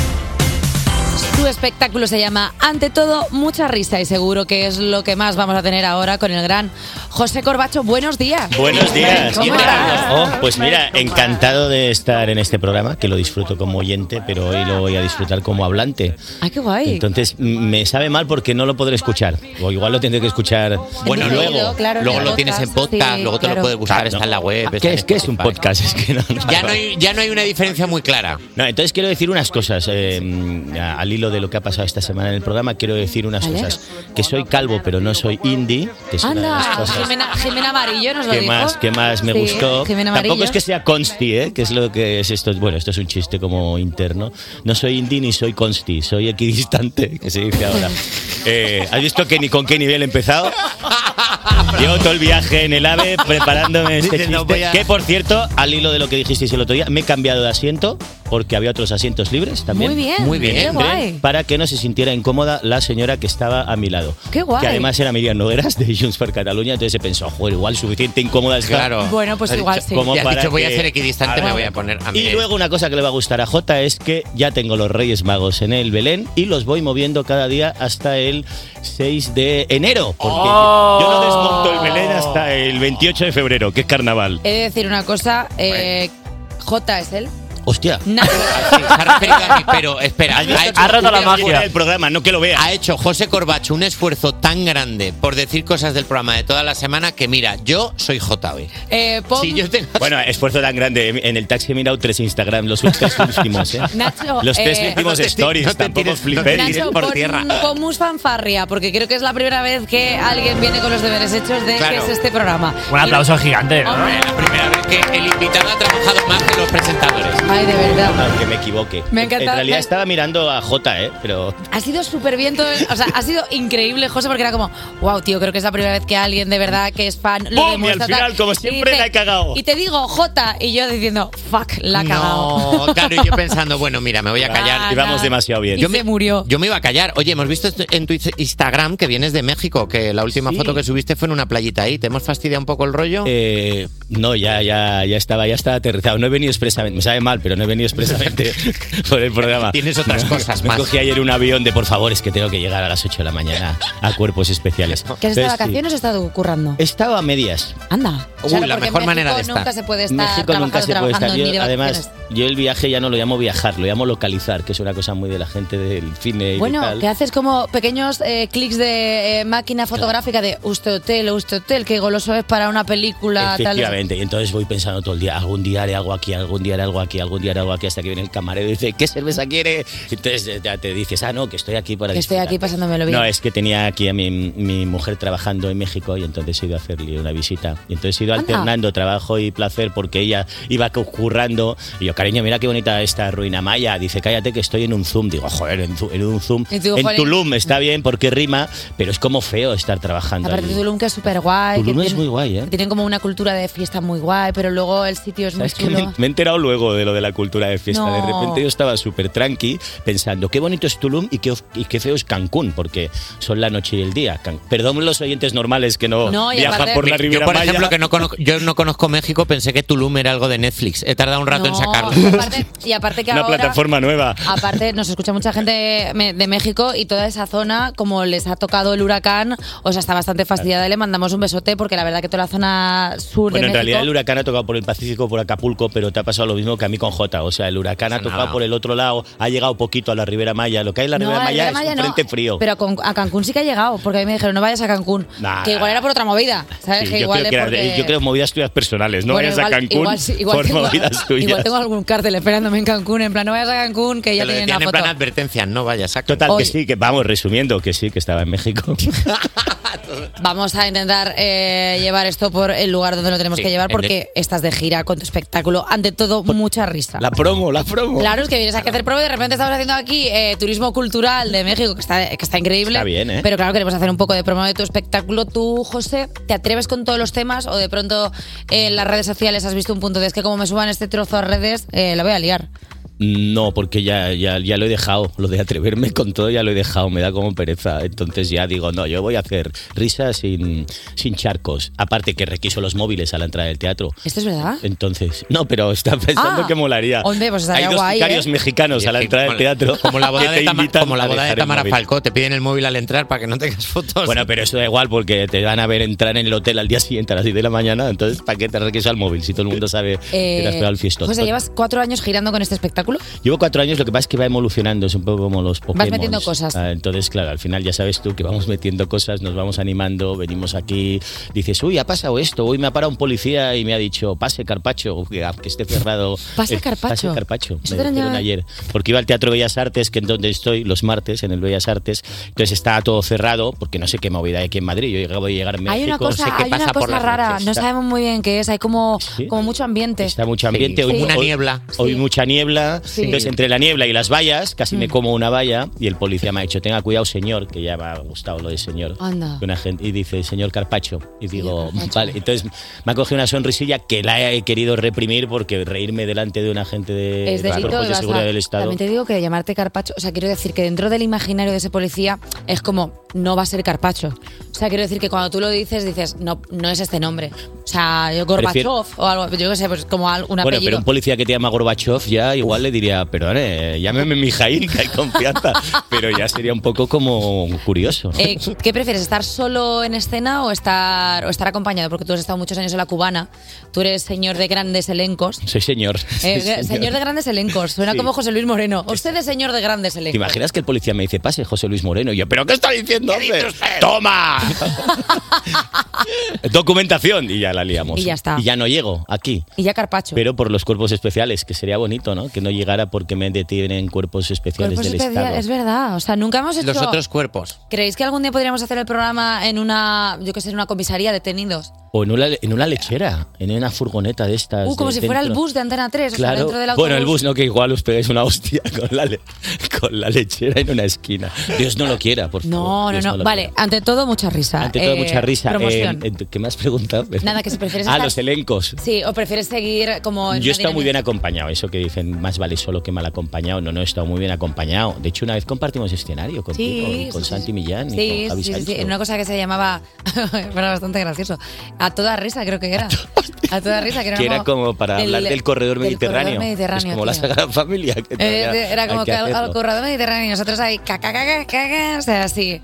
[SPEAKER 2] Tu espectáculo se llama Ante todo, mucha risa y seguro que es lo que más vamos a tener ahora con el gran José Corbacho. Buenos días.
[SPEAKER 14] Buenos días.
[SPEAKER 2] ¿Cómo estás?
[SPEAKER 14] Oh, pues mira, encantado de estar en este programa, que lo disfruto como oyente, pero hoy lo voy a disfrutar como hablante.
[SPEAKER 2] Ah, qué guay.
[SPEAKER 14] Entonces m- me sabe mal porque no lo podré escuchar. O igual lo tendré que escuchar
[SPEAKER 3] Bueno,
[SPEAKER 14] luego.
[SPEAKER 3] luego, luego lo tienes en podcast, luego te lo puedes buscar, está en la web. está
[SPEAKER 14] Ah, ¿Qué
[SPEAKER 3] en
[SPEAKER 14] es, qué es un
[SPEAKER 3] Spotify.
[SPEAKER 14] podcast? Es que no,
[SPEAKER 3] Ya no, hay, ya no hay una diferencia muy clara.
[SPEAKER 14] No, entonces quiero decir unas cosas eh, al hilo hilo de lo que ha pasado esta semana en el programa, quiero decir unas cosas. Que soy calvo, pero no soy indie, que es una de las
[SPEAKER 2] Anda,
[SPEAKER 14] cosas
[SPEAKER 2] Jimena, Jimena Amarillo nos lo
[SPEAKER 14] que
[SPEAKER 2] dijo.
[SPEAKER 14] más, que más me
[SPEAKER 2] Sí,
[SPEAKER 14] gustó.
[SPEAKER 2] Jimena
[SPEAKER 14] Tampoco
[SPEAKER 2] Amarillo.
[SPEAKER 14] es que sea consti, ¿eh? que es lo que es esto. Bueno, esto es un chiste como interno. No soy indie ni soy consti, soy equidistante, que se dice ahora. Eh, ¿Has visto que ni con qué nivel he empezado? Llevo todo el viaje en el AVE preparándome este
[SPEAKER 3] Diciendo,
[SPEAKER 14] chiste.
[SPEAKER 3] voy a-
[SPEAKER 14] Que por cierto, al hilo de lo que dijisteis el otro día, me he cambiado de asiento porque había otros asientos libres también.
[SPEAKER 2] Muy bien, Muy bien. qué
[SPEAKER 14] Tren,
[SPEAKER 2] guay.
[SPEAKER 14] Para que no se sintiera incómoda la señora que estaba a mi lado.
[SPEAKER 2] Qué guay.
[SPEAKER 14] Que además era Miriam Nogueras de Junts per Cataluña, entonces se pensó, joder, igual suficiente incómoda está.
[SPEAKER 3] Claro. Bueno, pues Has igual dicho- sí.
[SPEAKER 14] Como
[SPEAKER 3] Y has
[SPEAKER 14] para
[SPEAKER 3] dicho, voy a
[SPEAKER 14] que-
[SPEAKER 3] ser equidistante, me voy a poner a mi
[SPEAKER 14] Y
[SPEAKER 3] derecha.
[SPEAKER 14] luego una cosa que le va a gustar a Jota es que ya tengo los Reyes Magos en el Belén y los voy moviendo cada día hasta el 6 de enero. Porque yo no desmonto el Belén hasta el 28 de febrero, que es carnaval.
[SPEAKER 2] He de decir una cosa, eh, J es él.
[SPEAKER 14] Hostia.
[SPEAKER 3] pero espera,
[SPEAKER 2] Ha roto la magia.
[SPEAKER 14] El programa, no que lo vea.
[SPEAKER 3] Ha hecho José Corbacho un esfuerzo tan grande por decir cosas del programa de toda la semana que mira, yo soy J E. hoy.
[SPEAKER 2] Eh, pon-
[SPEAKER 14] Bueno, esfuerzo tan grande. En el taxi he mirado tres Instagram, los tres últimos. ¿eh?
[SPEAKER 2] Nacho,
[SPEAKER 14] los tres
[SPEAKER 2] eh,
[SPEAKER 14] últimos stories, tampoco flipéis.
[SPEAKER 2] Nacho, pon, pon mus fanfarria, porque creo que es la primera vez que alguien viene con los deberes hechos de
[SPEAKER 3] Claro.
[SPEAKER 2] que es este programa.
[SPEAKER 1] Un aplauso gigante. ¿no?
[SPEAKER 3] Hombre, la primera vez que el invitado ha trabajado más que los presentadores.
[SPEAKER 2] Ay, de verdad.
[SPEAKER 14] Aunque me equivoque.
[SPEAKER 2] Me ha encantado.
[SPEAKER 14] En realidad estaba mirando a Jota, ¿eh? Pero
[SPEAKER 2] Ha sido súper bien todo, el- o sea, ha sido increíble, José, porque era como, wow, tío, creo que es la primera vez que alguien de verdad que es fan lo
[SPEAKER 14] ¡Bum! Y
[SPEAKER 2] demuestra,
[SPEAKER 14] al final,
[SPEAKER 2] tal.
[SPEAKER 14] como
[SPEAKER 2] Y
[SPEAKER 14] siempre,
[SPEAKER 2] dice-
[SPEAKER 14] la he cagado.
[SPEAKER 2] Y te digo, J, y yo diciendo, fuck, la he cagado.
[SPEAKER 3] No, claro, y yo pensando, bueno, mira, me voy a callar.
[SPEAKER 14] Y vamos demasiado bien.
[SPEAKER 3] Yo
[SPEAKER 14] Y
[SPEAKER 3] me,
[SPEAKER 14] se
[SPEAKER 2] murió.
[SPEAKER 3] Yo me iba a callar. Oye, hemos visto esto en tu Instagram que vienes de México, que la última foto que subiste fue en una playita ahí. ¿Te hemos fastidiado un poco el rollo?
[SPEAKER 14] Eh, no, ya, ya, ya estaba, ya estaba aterrizado. No he venido expresamente, me sabe mal, pero no he venido expresamente por el programa.
[SPEAKER 3] Tienes otras
[SPEAKER 14] Me-
[SPEAKER 3] cosas
[SPEAKER 14] me
[SPEAKER 3] más.
[SPEAKER 14] Cogí ayer un avión de por favor, es que tengo que llegar a las 8 de la mañana a cuerpos especiales.
[SPEAKER 2] ¿Que has estado de
[SPEAKER 14] Entonces, sí,
[SPEAKER 2] vacaciones o has estado currando?
[SPEAKER 14] Estaba a medias.
[SPEAKER 2] Anda.
[SPEAKER 14] Uy,
[SPEAKER 2] Claro,
[SPEAKER 14] la
[SPEAKER 2] porque en
[SPEAKER 14] mejor manera de
[SPEAKER 2] México
[SPEAKER 14] estar.
[SPEAKER 2] Nunca se puede estar
[SPEAKER 14] México
[SPEAKER 2] trabajando,
[SPEAKER 14] nunca se puede
[SPEAKER 2] trabajando,
[SPEAKER 14] estar. Yo,
[SPEAKER 2] ni de vacaciones.
[SPEAKER 14] además, yo el viaje ya no lo llamo viajar, lo llamo localizar, que es una cosa muy de la gente del cine y de
[SPEAKER 2] Bueno,
[SPEAKER 14] tal.
[SPEAKER 2] que haces como pequeños eh, clics de eh, máquina fotográfica de usted hotel, usted hotel, qué goloso es para una película, tal.
[SPEAKER 14] Efectivamente, y entonces voy pensando todo el día, algún día haré algo aquí, algún día haré algo aquí, algún día haré algo aquí, hasta que viene el camarero y dice, ¿qué cerveza quiere? Entonces eh, ya te dices, ah, no, que estoy aquí para...
[SPEAKER 2] Que estoy
[SPEAKER 14] disfrutar".
[SPEAKER 2] aquí pasándomelo bien.
[SPEAKER 14] No, es que tenía aquí a mi, mi mujer trabajando en México y entonces he ido a hacerle una visita. Y entonces he ido
[SPEAKER 2] Anda.
[SPEAKER 14] alternando trabajo y placer porque ella iba cu- currando. Y yo, cariño, mira qué bonita esta ruina maya. Dice, cállate que estoy en un Zoom. Digo, joder, en, zu- en un Zoom.
[SPEAKER 2] Y tú,
[SPEAKER 14] en
[SPEAKER 2] jolín.
[SPEAKER 14] Tulum está bien porque rima, pero es como feo estar trabajando.
[SPEAKER 2] Aparte
[SPEAKER 14] allí.
[SPEAKER 2] de Tulum, que es súper guay.
[SPEAKER 14] Tulum es muy guay, ¿eh?
[SPEAKER 2] Tienen como una cultura de fiesta muy guay, pero luego el sitio es muy
[SPEAKER 14] ¿Sabes qué?
[SPEAKER 2] chulo.
[SPEAKER 14] Me, me he enterado luego de lo de la cultura de fiesta.
[SPEAKER 2] No.
[SPEAKER 14] De repente yo estaba súper tranqui pensando qué bonito es Tulum y qué, of- y qué feo es Cancún, porque son la noche y el día. Can- Perdón los oyentes normales que no,
[SPEAKER 2] No, y aparte-
[SPEAKER 14] viajan por la
[SPEAKER 3] yo,
[SPEAKER 14] Riviera
[SPEAKER 3] por
[SPEAKER 14] Maya.
[SPEAKER 3] ejemplo, que no conozco, yo no conozco México, pensé que Tulum era algo de Netflix. He tardado un rato en
[SPEAKER 2] No,
[SPEAKER 3] sacarlo.
[SPEAKER 2] y aparte- y aparte que
[SPEAKER 3] Una
[SPEAKER 2] ahora-
[SPEAKER 3] plataforma
[SPEAKER 14] nueva.
[SPEAKER 2] Aparte, nos escucha mucha gente me- de México y toda esa zona, como les ha tocado el huracán, o sea, está bastante fastidiada. Le mandamos un besote porque la verdad que toda la zona sur
[SPEAKER 14] Bueno,
[SPEAKER 2] de
[SPEAKER 14] en
[SPEAKER 2] México.
[SPEAKER 14] realidad el huracán ha tocado por el Pacífico, por Acapulco, pero te ha pasado lo mismo que a mí con Jota. O sea, el huracán ha tocado
[SPEAKER 2] nada.
[SPEAKER 14] por el otro lado, ha llegado poquito a la Riviera Maya. Lo que hay en la
[SPEAKER 2] No,
[SPEAKER 14] Riviera
[SPEAKER 2] a la
[SPEAKER 14] Maya es
[SPEAKER 2] Riviera
[SPEAKER 14] un
[SPEAKER 2] Maya no,
[SPEAKER 14] frente frío.
[SPEAKER 2] Pero con- a Cancún sí que ha llegado, porque a mí me dijeron, no vayas a Cancún.
[SPEAKER 14] Nah.
[SPEAKER 2] Que igual era por otra movida, ¿sabes?
[SPEAKER 14] Ah. Sí,
[SPEAKER 2] que
[SPEAKER 14] yo,
[SPEAKER 2] igual
[SPEAKER 14] creo que
[SPEAKER 2] es
[SPEAKER 14] era-
[SPEAKER 2] porque-
[SPEAKER 14] yo creo movidas tuyas personales, no
[SPEAKER 2] Bueno,
[SPEAKER 14] vayas
[SPEAKER 2] igual-
[SPEAKER 14] a Cancún
[SPEAKER 2] igual sí, igual
[SPEAKER 14] por
[SPEAKER 2] tengo-
[SPEAKER 14] movidas tuyas.
[SPEAKER 2] Igual tengo algún cártel esperándome en Cancún, en plan, no vayas a Cancún, que ya
[SPEAKER 3] Te lo
[SPEAKER 2] tienen
[SPEAKER 3] decían
[SPEAKER 2] la
[SPEAKER 3] en
[SPEAKER 2] foto.
[SPEAKER 3] plan advertencia, no vaya, saca.
[SPEAKER 14] Total,
[SPEAKER 2] Hoy-
[SPEAKER 14] que sí, que vamos, resumiendo, que sí, que estaba en México.
[SPEAKER 2] Vamos a intentar eh, llevar esto por el lugar donde lo tenemos
[SPEAKER 14] Sí,
[SPEAKER 2] que llevar,
[SPEAKER 14] en el-
[SPEAKER 2] porque estás de gira con tu espectáculo. Ante todo, mucha risa.
[SPEAKER 14] La promo, la promo.
[SPEAKER 2] Claro, es que vienes a hacer prueba y de repente estamos haciendo aquí eh, turismo cultural de México, que está, que está increíble.
[SPEAKER 14] Está bien, ¿eh?
[SPEAKER 2] Pero claro, queremos hacer un poco de promo de tu espectáculo. Tú, José, ¿te atreves con todos los temas o de pronto en las redes sociales has visto un punto de es que como me suban este trozo a redes, eh, la voy a liar?
[SPEAKER 14] No, porque ya, ya, ya lo he dejado. Lo de atreverme con todo ya lo he dejado. Me da como pereza. Entonces ya digo, no, yo voy a hacer risas sin, sin charcos. Aparte que requiso los móviles a la entrada del teatro.
[SPEAKER 2] ¿Esto es verdad?
[SPEAKER 14] Entonces, no, pero está pensando
[SPEAKER 2] Ah,
[SPEAKER 14] que molaría.
[SPEAKER 2] hombre, pues estaría
[SPEAKER 14] Hay dos
[SPEAKER 2] guay,
[SPEAKER 14] sicarios
[SPEAKER 2] ¿eh?
[SPEAKER 14] mexicanos a la entrada del teatro.
[SPEAKER 3] Como la boda
[SPEAKER 14] que
[SPEAKER 3] de,
[SPEAKER 14] te
[SPEAKER 3] Tama-
[SPEAKER 14] invitan
[SPEAKER 3] como la
[SPEAKER 14] a
[SPEAKER 3] boda de
[SPEAKER 14] dejar el
[SPEAKER 3] Tamara
[SPEAKER 14] móvil.
[SPEAKER 3] Falcó, te piden el móvil al entrar para que no tengas fotos.
[SPEAKER 14] Bueno, pero eso da igual porque te van a ver entrar en el hotel al día siguiente a las 10 de la
[SPEAKER 2] Eh,
[SPEAKER 14] mañana. Entonces, ¿para qué te requiso al móvil si todo el mundo sabe que te has pegado el fiestón?
[SPEAKER 2] José, llevas cuatro años girando con este espectáculo. espectáculo?
[SPEAKER 14] Llevo cuatro años, lo que pasa es que va evolucionando, es un poco como los Pokémon. Ah,
[SPEAKER 2] metiendo cosas.
[SPEAKER 14] entonces, claro, al final ya sabes tú que vamos metiendo cosas, nos vamos animando, venimos aquí, dices, uy, ha pasado esto, hoy me ha parado un policía y me ha dicho, pase Carpacho, que, que esté cerrado.
[SPEAKER 2] Pase
[SPEAKER 14] Eh, Pase
[SPEAKER 2] Carpaccio.
[SPEAKER 14] Carpacho,
[SPEAKER 2] Eso
[SPEAKER 14] me
[SPEAKER 2] te lo
[SPEAKER 14] dijeron
[SPEAKER 2] añade-
[SPEAKER 14] ayer. Porque iba al Teatro Bellas Artes, que en donde estoy, los martes, en el Bellas Artes, entonces estaba todo cerrado, porque no sé qué movida hay aquí en Madrid, yo llegaba a llegar en México,
[SPEAKER 2] hay una
[SPEAKER 14] no
[SPEAKER 2] cosa,
[SPEAKER 14] sé qué
[SPEAKER 2] hay
[SPEAKER 14] pasa
[SPEAKER 2] una
[SPEAKER 14] por
[SPEAKER 2] cosa
[SPEAKER 14] las
[SPEAKER 2] rara,
[SPEAKER 14] noches.
[SPEAKER 2] no
[SPEAKER 14] Está-
[SPEAKER 2] sabemos muy bien qué es, hay como, como mucho ambiente.
[SPEAKER 14] Está mucho ambiente,
[SPEAKER 2] Sí,
[SPEAKER 14] hoy
[SPEAKER 2] sí.
[SPEAKER 14] mu-
[SPEAKER 2] Una
[SPEAKER 14] hoy-
[SPEAKER 2] niebla.
[SPEAKER 14] Hoy mucha niebla.
[SPEAKER 2] Sí.
[SPEAKER 14] Entonces, entre la niebla y las vallas, casi me
[SPEAKER 2] Mm.
[SPEAKER 14] como una valla y el policía me ha dicho, tenga cuidado, señor, que ya me ha gustado lo de señor.
[SPEAKER 2] Anda.
[SPEAKER 14] Que una gente, y dice, señor Carpacho. Y digo, vale. Entonces, me ha cogido una sonrisilla que la he querido reprimir porque reírme delante de un agente de
[SPEAKER 2] Es
[SPEAKER 14] de
[SPEAKER 2] delito
[SPEAKER 14] cuerpos
[SPEAKER 2] de
[SPEAKER 14] Eh, de seguridad
[SPEAKER 2] basa.
[SPEAKER 14] del Estado.
[SPEAKER 2] También te digo que llamarte Carpacho, o sea, quiero decir que dentro del imaginario de ese policía es como, no va a ser Carpacho. O sea, quiero decir que cuando tú lo dices, dices, no, no es este nombre. O sea, yo Gorbachov
[SPEAKER 14] Prefiero-
[SPEAKER 2] o algo, yo qué sé, pues como al- un
[SPEAKER 14] Bueno,
[SPEAKER 2] apellido.
[SPEAKER 14] pero un policía que te llama Gorbachev ya igual le diría, perdone, llámeme Mijail, que hay confianza. Pero ya sería un poco como curioso. ¿no?
[SPEAKER 2] Eh, ¿Qué prefieres, estar solo en escena o estar, o estar acompañado? Porque tú has estado muchos años en la cubana, tú eres señor de grandes elencos.
[SPEAKER 14] Soy señor.
[SPEAKER 2] Eh,
[SPEAKER 14] Sí, señor.
[SPEAKER 2] Señor de grandes elencos, suena
[SPEAKER 14] Sí.
[SPEAKER 2] como José Luis Moreno. Usted es señor de grandes
[SPEAKER 14] ¿Te
[SPEAKER 2] elencos.
[SPEAKER 14] imaginas que el policía me dice, pase José Luis Moreno? Y yo, ¿pero qué está diciendo, hombre? ¡Toma! Documentación. Y ya la liamos.
[SPEAKER 2] Y ya está.
[SPEAKER 14] Y ya no llego aquí.
[SPEAKER 2] Y ya Carpacho.
[SPEAKER 14] Pero por los cuerpos especiales, que sería bonito, ¿no? Que no llegara porque me detienen cuerpos especiales
[SPEAKER 2] Cuerpos
[SPEAKER 14] del
[SPEAKER 2] especial-
[SPEAKER 14] Estado.
[SPEAKER 2] pues, es verdad, o sea, nunca hemos hecho...
[SPEAKER 14] cuerpos.
[SPEAKER 2] ¿Creéis que algún día podríamos hacer el programa en una, yo qué sé, en una comisaría detenidos?
[SPEAKER 14] O en una, en una lechera, en una furgoneta de estas.
[SPEAKER 2] Uh, como
[SPEAKER 14] de
[SPEAKER 2] si fuera el
[SPEAKER 14] dentro.
[SPEAKER 2] bus de Antena 3, o sea,
[SPEAKER 14] Claro.
[SPEAKER 2] dentro del autobús.
[SPEAKER 14] Bueno, el bus no, que igual os pegáis una hostia con la, le- con la lechera en una esquina. Dios no lo quiera, por favor.
[SPEAKER 2] No, no,
[SPEAKER 14] Dios
[SPEAKER 2] no.
[SPEAKER 14] lo
[SPEAKER 2] Vale, ante todo, mucha risa.
[SPEAKER 14] Ante todo,
[SPEAKER 2] Eh,
[SPEAKER 14] mucha risa. Eh,
[SPEAKER 2] Promoción.
[SPEAKER 14] eh, ¿Qué me has preguntado?
[SPEAKER 2] Nada, que si prefieres
[SPEAKER 14] Ah,
[SPEAKER 2] estar-
[SPEAKER 14] los elencos.
[SPEAKER 2] Sí, o prefieres seguir como... en una
[SPEAKER 14] Yo he estado
[SPEAKER 2] dinámica?
[SPEAKER 14] muy bien acompañado, eso que dicen, más vale solo que mal acompañado. No, no, he estado muy bien acompañado. De hecho, una vez compartimos escenario contigo,
[SPEAKER 2] Sí,
[SPEAKER 14] y con
[SPEAKER 2] sí,
[SPEAKER 14] Santi Millán y
[SPEAKER 2] Sí,
[SPEAKER 14] con Javi
[SPEAKER 2] sí, sí, sí,
[SPEAKER 14] Sancho.
[SPEAKER 2] en una cosa que se llamaba, era bastante gracioso, a toda risa creo que era, a toda risa que era,
[SPEAKER 14] que era como para
[SPEAKER 2] del-
[SPEAKER 14] hablar del corredor
[SPEAKER 2] del
[SPEAKER 14] mediterráneo.
[SPEAKER 2] corredor mediterráneo,
[SPEAKER 14] es como la
[SPEAKER 2] tío.
[SPEAKER 14] Sagrada Familia. que todavía
[SPEAKER 2] Eh, era
[SPEAKER 14] hay
[SPEAKER 2] como que al,
[SPEAKER 14] hacerlo.
[SPEAKER 2] al corredor mediterráneo y nosotros ahí caca, caca, caca, o sea, sí.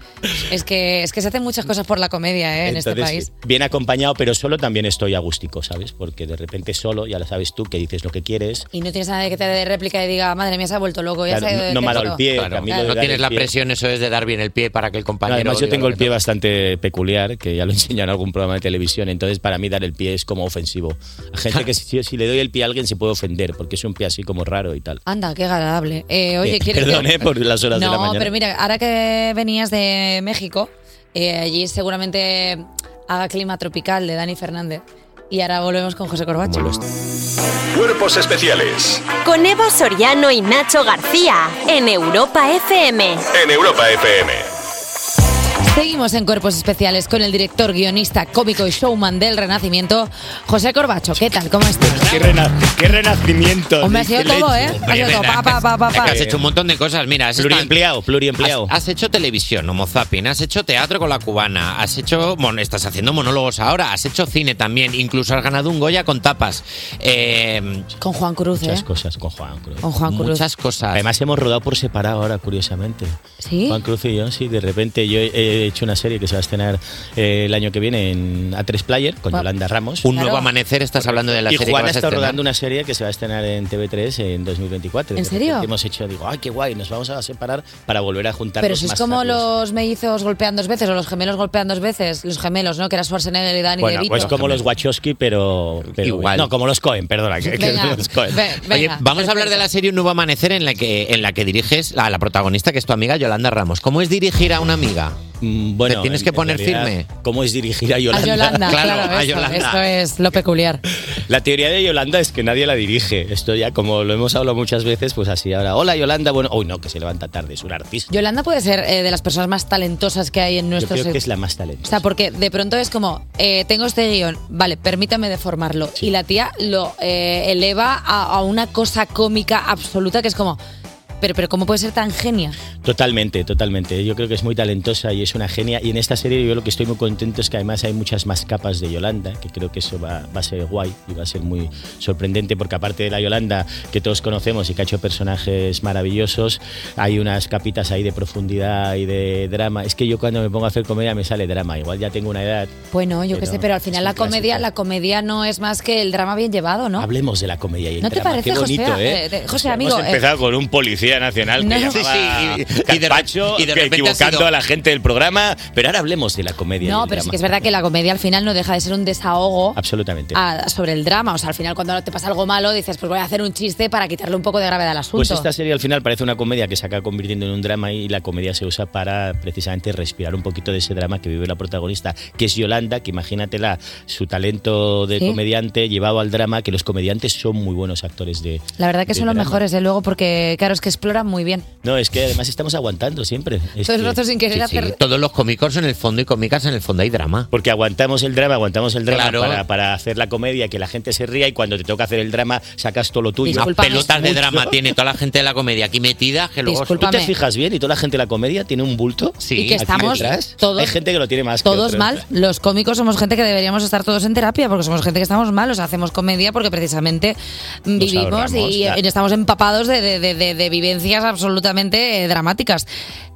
[SPEAKER 2] Es que, es que se hacen muchas cosas por la comedia eh, en este
[SPEAKER 14] Entonces,
[SPEAKER 2] país.
[SPEAKER 14] eh, Bien acompañado, pero solo también estoy agústico, ¿sabes? Porque de repente solo, ya lo sabes tú, que dices lo que quieres.
[SPEAKER 2] Y no tienes a nadie que te dé réplica y diga, madre mía, se ha vuelto loco, ya
[SPEAKER 14] Claro,
[SPEAKER 2] se ha ido
[SPEAKER 14] no-
[SPEAKER 2] del
[SPEAKER 14] no me ha dado
[SPEAKER 2] teatro".
[SPEAKER 14] el pie, Claro, Camilo, de
[SPEAKER 3] No
[SPEAKER 14] dar
[SPEAKER 3] tienes
[SPEAKER 14] el
[SPEAKER 3] la
[SPEAKER 14] pie.
[SPEAKER 3] presión, eso es de dar bien el pie para que el
[SPEAKER 14] No,
[SPEAKER 3] compañero.
[SPEAKER 14] además, yo
[SPEAKER 3] diga
[SPEAKER 14] tengo
[SPEAKER 3] lo
[SPEAKER 14] el
[SPEAKER 3] que
[SPEAKER 14] pie bastante peculiar, que ya lo he enseñado en algún programa de televisión. Entonces, para mí, dar el pie es como ofensivo. A gente que si, si le doy el pie a alguien se puede ofender, porque es un pie así como raro y tal.
[SPEAKER 2] Anda, qué agradable. Eh, oye,
[SPEAKER 14] Eh,
[SPEAKER 2] ¿quieres
[SPEAKER 14] perdón,
[SPEAKER 2] que-
[SPEAKER 14] eh, por las horas de
[SPEAKER 2] no,
[SPEAKER 14] la mañana.
[SPEAKER 2] pero mira, ahora que venías de México, eh, allí seguramente haga clima tropical de Dani Fernández. Y ahora volvemos con José Corbacho.
[SPEAKER 7] Cuerpos especiales
[SPEAKER 5] Con Eva Soriano y Nacho García en Europa FM.
[SPEAKER 7] en Europa FM.
[SPEAKER 2] Seguimos en Cuerpos Especiales con el director, guionista, cómico y showman del Renacimiento, José Corbacho. ¿Qué tal? ¿Cómo estás?
[SPEAKER 16] Qué, rena- qué renacimiento.
[SPEAKER 2] Hombre, ha sido
[SPEAKER 16] Qué
[SPEAKER 2] todo,
[SPEAKER 16] leche.
[SPEAKER 2] ¿eh? Ha sido todo. Pa, pa, pa, pa,
[SPEAKER 3] Es que
[SPEAKER 2] pa.
[SPEAKER 3] has hecho un montón de cosas, mira. Has
[SPEAKER 14] pluriempleado, pluriempleado.
[SPEAKER 3] Has, has hecho televisión, Homo Zapping, has hecho teatro con la cubana, has hecho. mon- estás haciendo monólogos ahora, has hecho cine también, incluso has ganado un Goya con tapas. Eh,
[SPEAKER 2] Con Juan Cruz, ¿eh?
[SPEAKER 14] Muchas cosas con Juan Cruz.
[SPEAKER 2] Con Juan Cruz.
[SPEAKER 3] Muchas cosas.
[SPEAKER 14] Además, hemos rodado por separado ahora, curiosamente.
[SPEAKER 2] ¿Sí?
[SPEAKER 14] Juan Cruz y yo, sí. De repente, yo he he hecho una serie que se va a estrenar eh, el año que viene en A3 Player con Yolanda Ramos.
[SPEAKER 3] Un nuevo amanecer, estás hablando de la
[SPEAKER 14] y
[SPEAKER 3] serie que
[SPEAKER 14] Juan
[SPEAKER 3] vas a
[SPEAKER 14] está
[SPEAKER 3] estrenar.
[SPEAKER 14] rodando una serie que se va a estrenar en TV3 en 2024.
[SPEAKER 2] ¿En
[SPEAKER 14] De
[SPEAKER 2] serio?
[SPEAKER 14] repente Hemos hecho, digo, ay, qué guay, nos vamos a separar para volver a juntarnos
[SPEAKER 2] Pero si es
[SPEAKER 14] más
[SPEAKER 2] como
[SPEAKER 14] tarde".
[SPEAKER 2] los mellizos golpean dos veces o los gemelos golpean dos veces, los gemelos, ¿no? Que era Schwarzenegger y Dani
[SPEAKER 14] Bueno,
[SPEAKER 2] DeVito.
[SPEAKER 14] pues como los Wachowski, pero, pero- No, como los Cohen, perdona. que- que
[SPEAKER 2] Venga,
[SPEAKER 14] los Coen.
[SPEAKER 2] ve-
[SPEAKER 3] Oye,
[SPEAKER 2] venga,
[SPEAKER 3] vamos a hablar de
[SPEAKER 2] perfecto.
[SPEAKER 3] la serie Un Nuevo Amanecer en la que, en la que diriges a la protagonista, que es tu amiga Yolanda Ramos. ¿Cómo es dirigir a una amiga?
[SPEAKER 14] Mm, Bueno,
[SPEAKER 3] ¿Te tienes
[SPEAKER 14] en-
[SPEAKER 3] que
[SPEAKER 14] en
[SPEAKER 3] poner
[SPEAKER 14] realidad,
[SPEAKER 3] firme?
[SPEAKER 14] ¿Cómo es dirigir a Yolanda?
[SPEAKER 2] A Yolanda, claro,
[SPEAKER 14] a
[SPEAKER 2] eso,
[SPEAKER 14] Yolanda.
[SPEAKER 2] esto es lo peculiar.
[SPEAKER 14] La teoría de Yolanda es que nadie la dirige. Esto ya, como lo hemos hablado muchas veces, pues así ahora. Hola, Yolanda. Bueno, uy, no, que se levanta tarde, es un artista.
[SPEAKER 2] Yolanda puede ser eh, de las personas más talentosas que hay en
[SPEAKER 14] Yo
[SPEAKER 2] nuestro
[SPEAKER 14] creo que
[SPEAKER 2] sector.
[SPEAKER 14] es la más talento.
[SPEAKER 2] O sea, porque de pronto es como, eh, tengo este guión, vale, permítame deformarlo. Y la tía lo eh, eleva a, a una cosa cómica absoluta que es como, Pero, pero ¿cómo puede ser tan genia?
[SPEAKER 14] Totalmente, totalmente. Yo creo que es muy talentosa y es una genia. Y en esta serie yo lo que estoy muy contento es que además hay muchas más capas de Yolanda, que creo que eso va, va a ser guay y va a ser muy sorprendente porque aparte de la Yolanda que todos conocemos y que ha hecho personajes maravillosos, hay unas capitas ahí de profundidad y de drama. Es que yo cuando me pongo a hacer comedia me sale drama, igual ya tengo una edad.
[SPEAKER 2] Bueno, yo qué sé, pero al final la comedia, la comedia no es más que el drama bien llevado, ¿no?
[SPEAKER 14] Hablemos de la comedia y el
[SPEAKER 2] ¿No te
[SPEAKER 14] drama.
[SPEAKER 2] parece,
[SPEAKER 14] Qué bonito,
[SPEAKER 2] José?
[SPEAKER 14] ¿eh?
[SPEAKER 2] Eh, de- José, amigo,
[SPEAKER 16] Hemos
[SPEAKER 2] eh,
[SPEAKER 16] empezado con un policía nacional que
[SPEAKER 2] No.
[SPEAKER 16] llamaba
[SPEAKER 14] Sí, sí,
[SPEAKER 16] y de,
[SPEAKER 14] y de repente ha
[SPEAKER 16] equivocando
[SPEAKER 14] sido-
[SPEAKER 16] a la gente del programa,
[SPEAKER 14] Pero ahora hablemos de la comedia. y
[SPEAKER 2] no,
[SPEAKER 14] el
[SPEAKER 2] pero sí
[SPEAKER 14] drama.
[SPEAKER 2] que es verdad Ah, que la comedia al final no deja de ser un desahogo
[SPEAKER 14] Absolutamente.
[SPEAKER 2] a- sobre el drama. O sea, al final cuando te pasa algo malo dices, pues voy a hacer un chiste para quitarle un poco de gravedad al asunto.
[SPEAKER 14] Pues esta serie al final parece una comedia que se acaba convirtiendo en un drama y la comedia se usa para precisamente respirar un poquito de ese drama que vive la protagonista, que es Yolanda, que imagínatela, su talento de
[SPEAKER 2] Sí.
[SPEAKER 14] comediante llevado al drama, que los comediantes son muy buenos actores de...
[SPEAKER 2] La verdad que
[SPEAKER 14] de
[SPEAKER 2] son los
[SPEAKER 14] drama.
[SPEAKER 2] mejores, de luego, porque claro, es que exploran muy bien.
[SPEAKER 14] No, es que además estamos aguantando siempre. Es
[SPEAKER 2] Todo el
[SPEAKER 14] que-
[SPEAKER 2] rato sin querer hacer-
[SPEAKER 3] Todos los cómicos en el fondo y cómicas en el fondo hay drama.
[SPEAKER 14] Porque aguantamos el drama, aguantamos el drama
[SPEAKER 3] Claro.
[SPEAKER 14] para, para hacer la comedia, que la gente se ría y cuando te toca hacer el drama sacas todo lo tuyo.
[SPEAKER 3] Unas pelotas de drama tiene toda la gente de la comedia aquí metida que luego...
[SPEAKER 14] ¿Tú te fijas bien y toda la gente de la comedia tiene un bulto? Sí.
[SPEAKER 2] Y que estamos todos-
[SPEAKER 14] Hay gente que lo tiene más que
[SPEAKER 2] Todos
[SPEAKER 14] otros.
[SPEAKER 2] mal, los cómicos somos gente que deberíamos estar todos en terapia, porque somos gente que estamos mal, o sea, hacemos comedia porque precisamente vivimos
[SPEAKER 14] ahorramos,
[SPEAKER 2] y,
[SPEAKER 14] claro.
[SPEAKER 2] y estamos empapados de, de- de- de- de vivencias absolutamente eh, dramáticas.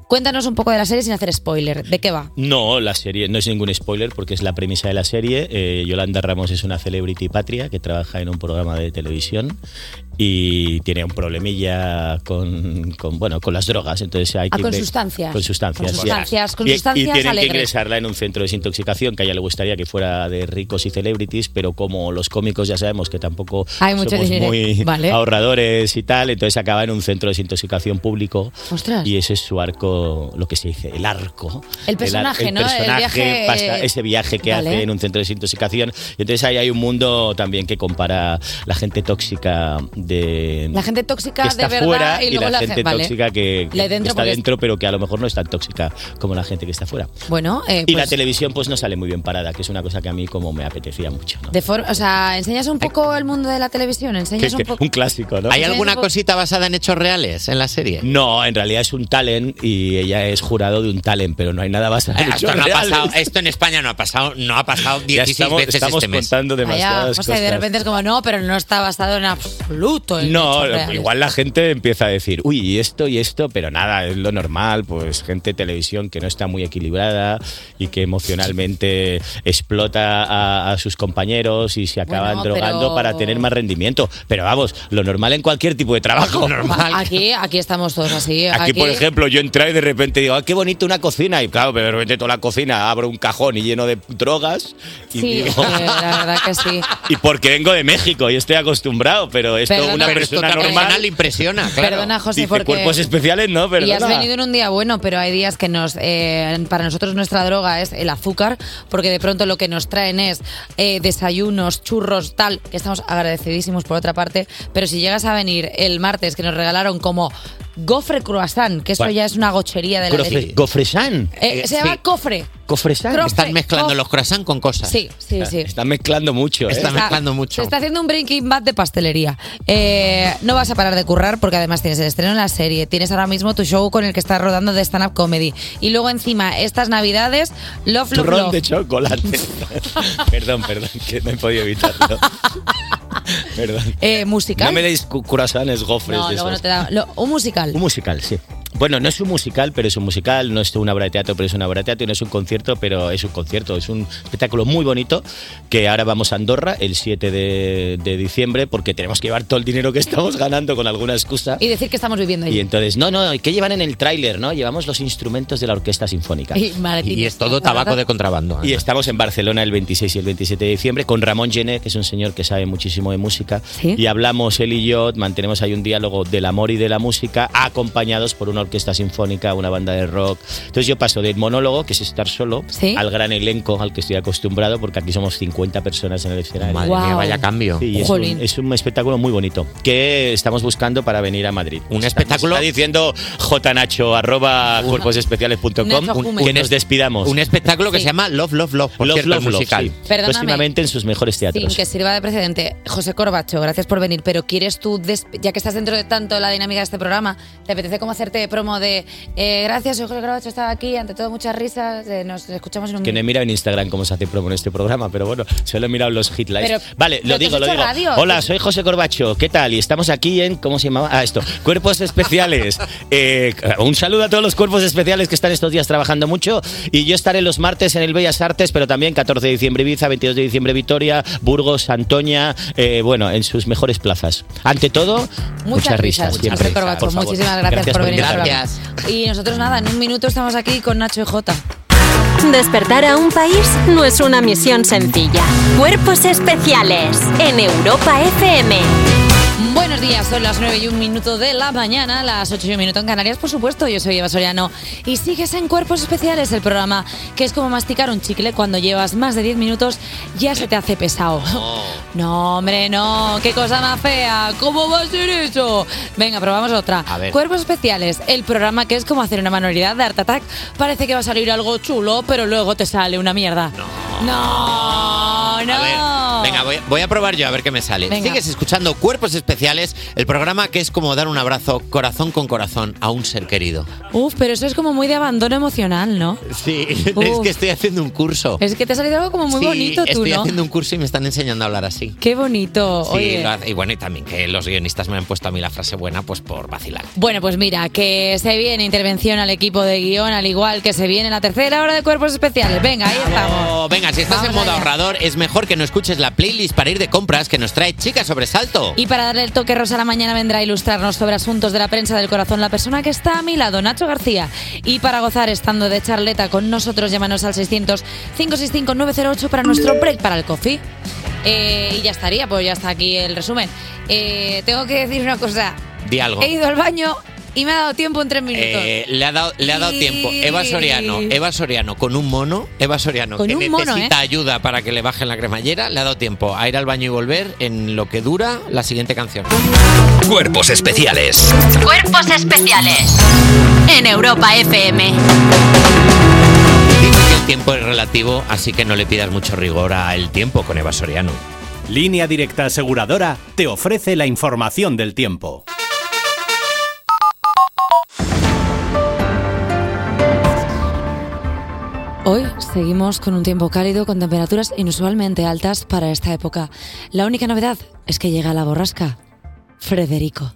[SPEAKER 2] Cuéntanos un poco de la serie sin hacer spoiler, ¿de qué va?
[SPEAKER 14] No, la serie no es ningún spoiler porque es la premisa de la serie. Eh, Yolanda Ramos es una celebrity patria que trabaja en un programa de televisión y tiene un problemilla con, con, bueno con las drogas. Entonces hay
[SPEAKER 2] Ah,
[SPEAKER 14] que
[SPEAKER 2] con
[SPEAKER 14] inve-
[SPEAKER 2] sustancias.
[SPEAKER 14] con sustancias,
[SPEAKER 2] Con
[SPEAKER 14] sí.
[SPEAKER 2] sustancias, con
[SPEAKER 14] Y- y,
[SPEAKER 2] sustancias
[SPEAKER 14] tienen que
[SPEAKER 2] alegres.
[SPEAKER 14] ingresarla en un centro de desintoxicación que a ella le gustaría que fuera de ricos y celebrities, pero como los cómicos ya sabemos que tampoco
[SPEAKER 2] Hay mucho
[SPEAKER 14] somos
[SPEAKER 2] dinero.
[SPEAKER 14] muy
[SPEAKER 2] Vale.
[SPEAKER 14] ahorradores y tal, entonces acaba en un centro de desintoxicación público
[SPEAKER 2] Ostras.
[SPEAKER 14] y ese es su arco, lo que se dice, el arco.
[SPEAKER 2] El personaje,
[SPEAKER 14] ar-
[SPEAKER 2] ¿no? El
[SPEAKER 14] personaje
[SPEAKER 2] viaje,
[SPEAKER 14] pasa-
[SPEAKER 2] eh,
[SPEAKER 14] ese viaje que
[SPEAKER 2] vale.
[SPEAKER 14] hace en un centro de desintoxicación. Y entonces ahí hay un mundo también que compara la gente tóxica de...
[SPEAKER 2] La gente tóxica
[SPEAKER 14] que está
[SPEAKER 2] de verdad
[SPEAKER 14] fuera y
[SPEAKER 2] luego
[SPEAKER 14] la
[SPEAKER 2] hace-
[SPEAKER 14] gente
[SPEAKER 2] vale.
[SPEAKER 14] tóxica que,
[SPEAKER 2] La de
[SPEAKER 14] que
[SPEAKER 2] dentro
[SPEAKER 14] está
[SPEAKER 2] porque es-
[SPEAKER 14] dentro, pero que a lo mejor no es tan tóxica como la gente que está fuera.
[SPEAKER 2] Bueno, eh,
[SPEAKER 14] y
[SPEAKER 2] pues,
[SPEAKER 14] la televisión pues no sale muy bien parada, que es una cosa que a mí como me apetecía mucho. ¿no?
[SPEAKER 2] de for- o sea, enseñas un poco el mundo de la televisión, enseñas un
[SPEAKER 14] Que- que-
[SPEAKER 2] poco...
[SPEAKER 14] un clásico, ¿no?
[SPEAKER 2] ¿Hay alguna
[SPEAKER 3] cosita basada en hechos reales en la serie?
[SPEAKER 14] No, en realidad es un talent y ella es jurado de un talent, pero no hay nada basado
[SPEAKER 3] Eh,
[SPEAKER 14] en
[SPEAKER 3] Esto,
[SPEAKER 14] hechos
[SPEAKER 3] no ha
[SPEAKER 14] reales.
[SPEAKER 3] pasado, esto en España no ha pasado, no ha pasado
[SPEAKER 14] Ya
[SPEAKER 3] 16
[SPEAKER 14] estamos,
[SPEAKER 3] veces
[SPEAKER 14] estamos
[SPEAKER 3] este mes.
[SPEAKER 14] contando
[SPEAKER 2] Vaya,
[SPEAKER 14] demasiadas
[SPEAKER 2] o sea, y de
[SPEAKER 14] cosas.
[SPEAKER 2] repente es como, no, pero no está basado en absoluto. en
[SPEAKER 14] No, pues
[SPEAKER 2] hechos reales.
[SPEAKER 14] igual la gente empieza a decir, uy, y esto y esto, pero nada, es lo normal, pues gente de televisión que no está muy equilibrada y que emocionalmente explota a, a sus compañeros y se acaban
[SPEAKER 2] Bueno,
[SPEAKER 14] drogando
[SPEAKER 2] pero-
[SPEAKER 14] para tener más rendimiento. Pero vamos, lo normal en cualquier tipo de trabajo.
[SPEAKER 2] Aquí, aquí estamos todos así.
[SPEAKER 14] Aquí, por ejemplo, yo entré y de repente digo, ah, qué bonito una cocina. Y claro, pero de repente toda la cocina abro un cajón y lleno de drogas. Y
[SPEAKER 2] Sí,
[SPEAKER 14] digo,
[SPEAKER 2] eh, la verdad que sí.
[SPEAKER 14] y porque vengo de México y estoy acostumbrado, pero esto
[SPEAKER 2] Perdona,
[SPEAKER 14] una
[SPEAKER 2] pero
[SPEAKER 14] persona
[SPEAKER 2] esto tan
[SPEAKER 14] normal
[SPEAKER 2] personal
[SPEAKER 3] le impresiona.
[SPEAKER 2] Perdona, José,
[SPEAKER 14] Dice,
[SPEAKER 2] porque-
[SPEAKER 14] cuerpos especiales, no, pero
[SPEAKER 2] y has venido en un día bueno, pero hay días que nos, eh, para nosotros nuestra droga es el azúcar, porque de pronto lo que nos traen es eh, desayunos, churros, tal, que estamos agradecidísimos por otra parte, pero si llegas a venir el martes que nos regalaron como gofre croissant, que eso
[SPEAKER 14] Bueno.
[SPEAKER 2] ya es una gochería de la leche.
[SPEAKER 14] Gofresan.
[SPEAKER 2] Eh, se llama cofre.
[SPEAKER 14] Gofresan.
[SPEAKER 2] Crofe- Están mezclando cof-
[SPEAKER 3] los croissants con cosas.
[SPEAKER 2] Sí, sí, sí.
[SPEAKER 14] Están mezclando mucho. ¿eh?
[SPEAKER 2] Está- Se está haciendo un breaking bad de pastelería. Eh, no vas a parar de currar porque además tienes el estreno en la serie, tienes ahora mismo tu show con el que estás rodando de stand-up comedy. Y luego encima, estas navidades, Love, Love,
[SPEAKER 14] Turrón
[SPEAKER 2] Love.
[SPEAKER 14] de chocolate. perdón, perdón, que no he podido evitarlo. perdón.
[SPEAKER 2] Eh, musical.
[SPEAKER 14] No me deis ¿eh? cu- curasanes, gofres.
[SPEAKER 2] No,
[SPEAKER 14] de
[SPEAKER 2] luego
[SPEAKER 14] esos.
[SPEAKER 2] no te da- lo- un musical.
[SPEAKER 14] Un musical, sí. Bueno, no es un musical, pero es un musical, no es una obra de teatro, pero es una obra de teatro, y no es un concierto, pero es un concierto, es un espectáculo muy bonito que ahora vamos a Andorra el 7 de, de diciembre porque tenemos que llevar todo el dinero que estamos ganando con alguna excusa.
[SPEAKER 2] Y decir que estamos viviendo
[SPEAKER 14] Y
[SPEAKER 2] ahí.
[SPEAKER 14] entonces, no, no, ¿y ¿qué llevan en el tráiler? No, llevamos los instrumentos de la Orquesta Sinfónica.
[SPEAKER 2] Y maravillas. Y este es todo tabaco de
[SPEAKER 3] contrabando.
[SPEAKER 14] Y estamos en Barcelona el 26 y el 27 de diciembre con Ramón Gené, que es un señor que sabe muchísimo de música. Y hablamos él y yo, mantenemos ahí un diálogo del amor y de la música, acompañados por una orquesta orquesta sinfónica, una banda de rock. Entonces yo paso del monólogo, que es estar solo, al gran elenco al que estoy acostumbrado, porque aquí somos 50 personas en el escenario.
[SPEAKER 3] Madre mía, Guau. vaya cambio.
[SPEAKER 14] Sí, es, un,
[SPEAKER 3] Jolín.
[SPEAKER 14] es un espectáculo muy bonito que estamos buscando para venir a Madrid. Un
[SPEAKER 3] espectáculo-
[SPEAKER 14] Está diciendo jnacho arroba
[SPEAKER 3] Nacho
[SPEAKER 14] cuerposespeciales.com
[SPEAKER 3] Hume.
[SPEAKER 14] que nos despidamos.
[SPEAKER 3] Un espectáculo que se llama Love, Love, Love, por cierto, el musical.
[SPEAKER 2] Perdóname.
[SPEAKER 14] Próximamente en sus mejores teatros.
[SPEAKER 2] Sin que sirva de precedente, José Corbacho, gracias por venir, pero ¿quieres tú, des- ya que estás dentro de tanto la dinámica de este programa, ¿te apetece como hacerte promo de eh, gracias, soy José Corbacho, estaba aquí, ante todo muchas risas, eh, nos escuchamos en un
[SPEAKER 14] Que no he mirado en Instagram cómo se hace promo en este programa, pero bueno, solo he mirado los hitlines.
[SPEAKER 2] Pero-
[SPEAKER 14] vale,
[SPEAKER 2] pero
[SPEAKER 14] lo
[SPEAKER 2] te
[SPEAKER 14] digo,
[SPEAKER 2] has
[SPEAKER 14] lo
[SPEAKER 2] hecho
[SPEAKER 14] digo.
[SPEAKER 2] radio.
[SPEAKER 14] Hola, soy José Corbacho, ¿qué tal? Y estamos aquí en, ¿cómo se llamaba? Ah, esto, Cuerpos Especiales. Eh, un saludo a todos los cuerpos especiales que están estos días trabajando mucho. Y yo estaré los martes en el Bellas Artes, pero también 14 de diciembre Ibiza, 22 de diciembre Vitoria, Burgos, Antoña, eh, bueno, en sus mejores plazas. Ante todo, muchas, risas. siempre,
[SPEAKER 2] José Corbacho,
[SPEAKER 14] por favor.
[SPEAKER 2] muchísimas gracias, por venir. al
[SPEAKER 14] invitarme.
[SPEAKER 2] programa. Y nosotros nada, en un minuto estamos aquí con Nacho y Jota.
[SPEAKER 5] Despertar a un país no es una misión sencilla. Cuerpos especiales en Europa FM.
[SPEAKER 2] Buenos días, son las 9 y un minuto de la mañana, las 8 y un minuto en Canarias, por supuesto. Yo soy Eva Soriano y sigues en Cuerpos Especiales, el programa que es como masticar un chicle cuando llevas más de 10 minutos, ya se te hace pesado. No, hombre, no, qué cosa más fea, ¿cómo va a ser eso? Venga, probamos otra.
[SPEAKER 9] ver.
[SPEAKER 2] Cuerpos Especiales, el programa que es como hacer una manualidad de Art Attack. Parece que va a salir algo chulo, pero luego te sale una mierda. No, no.
[SPEAKER 3] Venga, voy, voy a probar yo a ver qué me sale.
[SPEAKER 2] Venga.
[SPEAKER 3] Sigues escuchando Cuerpos Especiales, el programa que es como dar un abrazo corazón con corazón a un ser querido.
[SPEAKER 2] Uf, pero eso es como muy de abandono emocional, ¿no?
[SPEAKER 3] Sí, es que estoy haciendo un curso.
[SPEAKER 2] Es que te ha salido algo como muy
[SPEAKER 3] Sí,
[SPEAKER 2] bonito tú,
[SPEAKER 3] estoy
[SPEAKER 2] ¿no?
[SPEAKER 3] haciendo un curso y me están enseñando a hablar así.
[SPEAKER 2] Qué bonito.
[SPEAKER 3] Sí,
[SPEAKER 2] Oye.
[SPEAKER 3] lo hace- y bueno, y también que los guionistas me han puesto a mí la frase buena pues por vacilar.
[SPEAKER 2] Bueno, pues mira, que se viene intervención al equipo de guión, al igual que se viene la tercera hora de cuerpos especiales. Venga, ahí estamos.
[SPEAKER 3] Oh, venga, si estás en modo ahorrador, es mejor que no escuches la playlist para ir de compras que nos trae Chica Sobresalto.
[SPEAKER 2] Y para darle el toque rosa a la mañana vendrá a ilustrarnos sobre asuntos de la prensa del corazón la persona que está a mi lado, Nacho García. Y para gozar estando de charleta con nosotros, llámanos al 600-565-908 para nuestro break para el coffee. Eh, y ya estaría, pues ya está aquí el resumen. Eh, tengo que decir una cosa.
[SPEAKER 3] Di algo.
[SPEAKER 2] He ido al baño y me ha dado tiempo en tres minutos.
[SPEAKER 3] Eh, le ha dado, le ha dado
[SPEAKER 2] Y-
[SPEAKER 3] tiempo. Eva Soriano, Eva Soriano, con un mono, Eva Soriano,
[SPEAKER 2] Con
[SPEAKER 3] que
[SPEAKER 2] un mono,
[SPEAKER 3] necesita
[SPEAKER 2] ¿eh?
[SPEAKER 3] ayuda para que le bajen la cremallera, le ha dado tiempo a ir al baño y volver en lo que dura la siguiente canción.
[SPEAKER 4] Cuerpos especiales.
[SPEAKER 5] Cuerpos especiales en Europa FM.
[SPEAKER 3] Dice que el tiempo es relativo, así que no le pidas mucho rigor al tiempo con Eva Soriano.
[SPEAKER 17] Línea Directa Aseguradora te ofrece la información del tiempo.
[SPEAKER 2] Hoy seguimos con un tiempo cálido con temperaturas inusualmente altas para esta época. La única novedad es que llega la borrasca. Federico.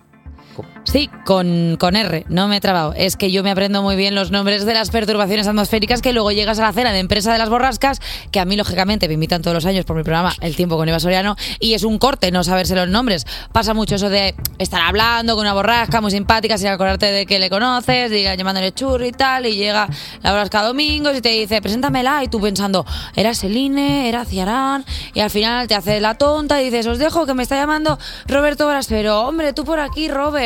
[SPEAKER 2] Sí, con, con R, no me he trabado. Es que yo me aprendo muy bien los nombres de las perturbaciones atmosféricas que luego llegas a la cena de empresa de las borrascas, que a mí, lógicamente, me invitan todos los años por mi programa El tiempo con Eva Soriano, y es un corte no saberse los nombres. Pasa mucho eso de estar hablando con una borrasca muy simpática sin acordarte de que le conoces, diga, llamándole churri y tal, y llega la borrasca Domingos y te dice, preséntamela, y tú pensando, era Seline, era Ciarán, y al final te hace la tonta y dices, os dejo que me está llamando Roberto Brasero, hombre, tú por aquí, Robert.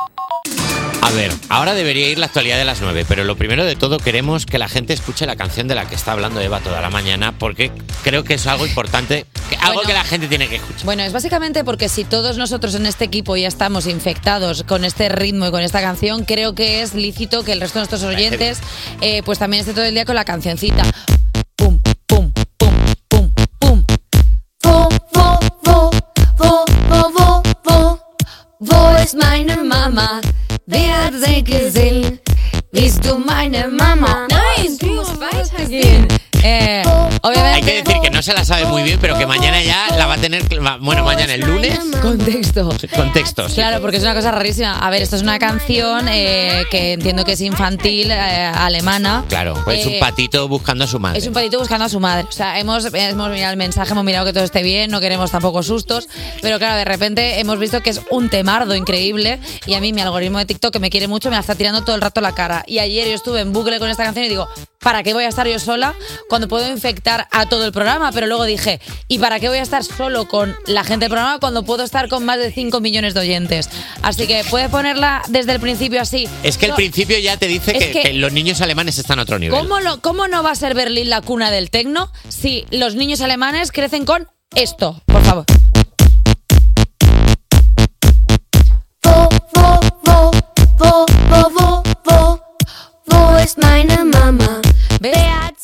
[SPEAKER 3] A ver, ahora debería ir la actualidad de las 9, pero lo primero de todo queremos que la gente escuche la canción de la que está hablando Eva toda la mañana, porque creo que es algo importante, que- algo que la gente tiene que escuchar.
[SPEAKER 2] Bueno, es básicamente porque si todos nosotros en este equipo ya estamos infectados con este ritmo y con esta canción, creo que es lícito que el resto de nuestros oyentes eh, pues también esté todo el día con la cancioncita.
[SPEAKER 9] Vo, vo, vo, vo, vo, vo, vo. Wo ist meine Mama? Wer hat sie gesehen? Bist du meine Mama?
[SPEAKER 2] Nein, du musst weitergehen. Eh, obviamente,
[SPEAKER 3] Hay que decir que no no se la sabe muy bien, pero que mañana ya la va a tener. cl- ma- Bueno, mañana el lunes.
[SPEAKER 2] Contexto.
[SPEAKER 3] Contextos.
[SPEAKER 2] Claro, porque es una cosa rarísima. A ver, esto es una canción eh, que entiendo que es infantil, eh, alemana.
[SPEAKER 3] Claro, pues es
[SPEAKER 2] Eh,
[SPEAKER 3] un patito buscando a su madre.
[SPEAKER 2] Es un patito buscando a su madre. O sea, hemos, hemos mirado el mensaje, hemos mirado que todo esté bien, no queremos tampoco sustos. Pero claro, de repente hemos visto que es un temardo increíble. Y a mí, mi algoritmo de TikTok, que me quiere mucho, me la está tirando todo el rato la cara. Y ayer yo estuve en bucle con esta canción y digo, ¿para qué voy a estar yo sola cuando puedo infectar a todo el programa? Pero luego dije, ¿y para qué voy a estar solo con la gente del programa cuando puedo estar con más de 5 millones de oyentes? Así que puedes ponerla desde el principio así.
[SPEAKER 3] Es que el
[SPEAKER 2] So-
[SPEAKER 3] principio ya te dice
[SPEAKER 2] Es
[SPEAKER 3] que,
[SPEAKER 2] que-
[SPEAKER 3] que los niños alemanes están a otro nivel.
[SPEAKER 2] ¿Cómo, lo- cómo no va a ser Berlín la cuna del tecno si los niños alemanes crecen con esto? Por favor.
[SPEAKER 9] Wo, wo, wo, wo, wo, wo, wo, wo ist meine Mama?
[SPEAKER 2] ¿Ves?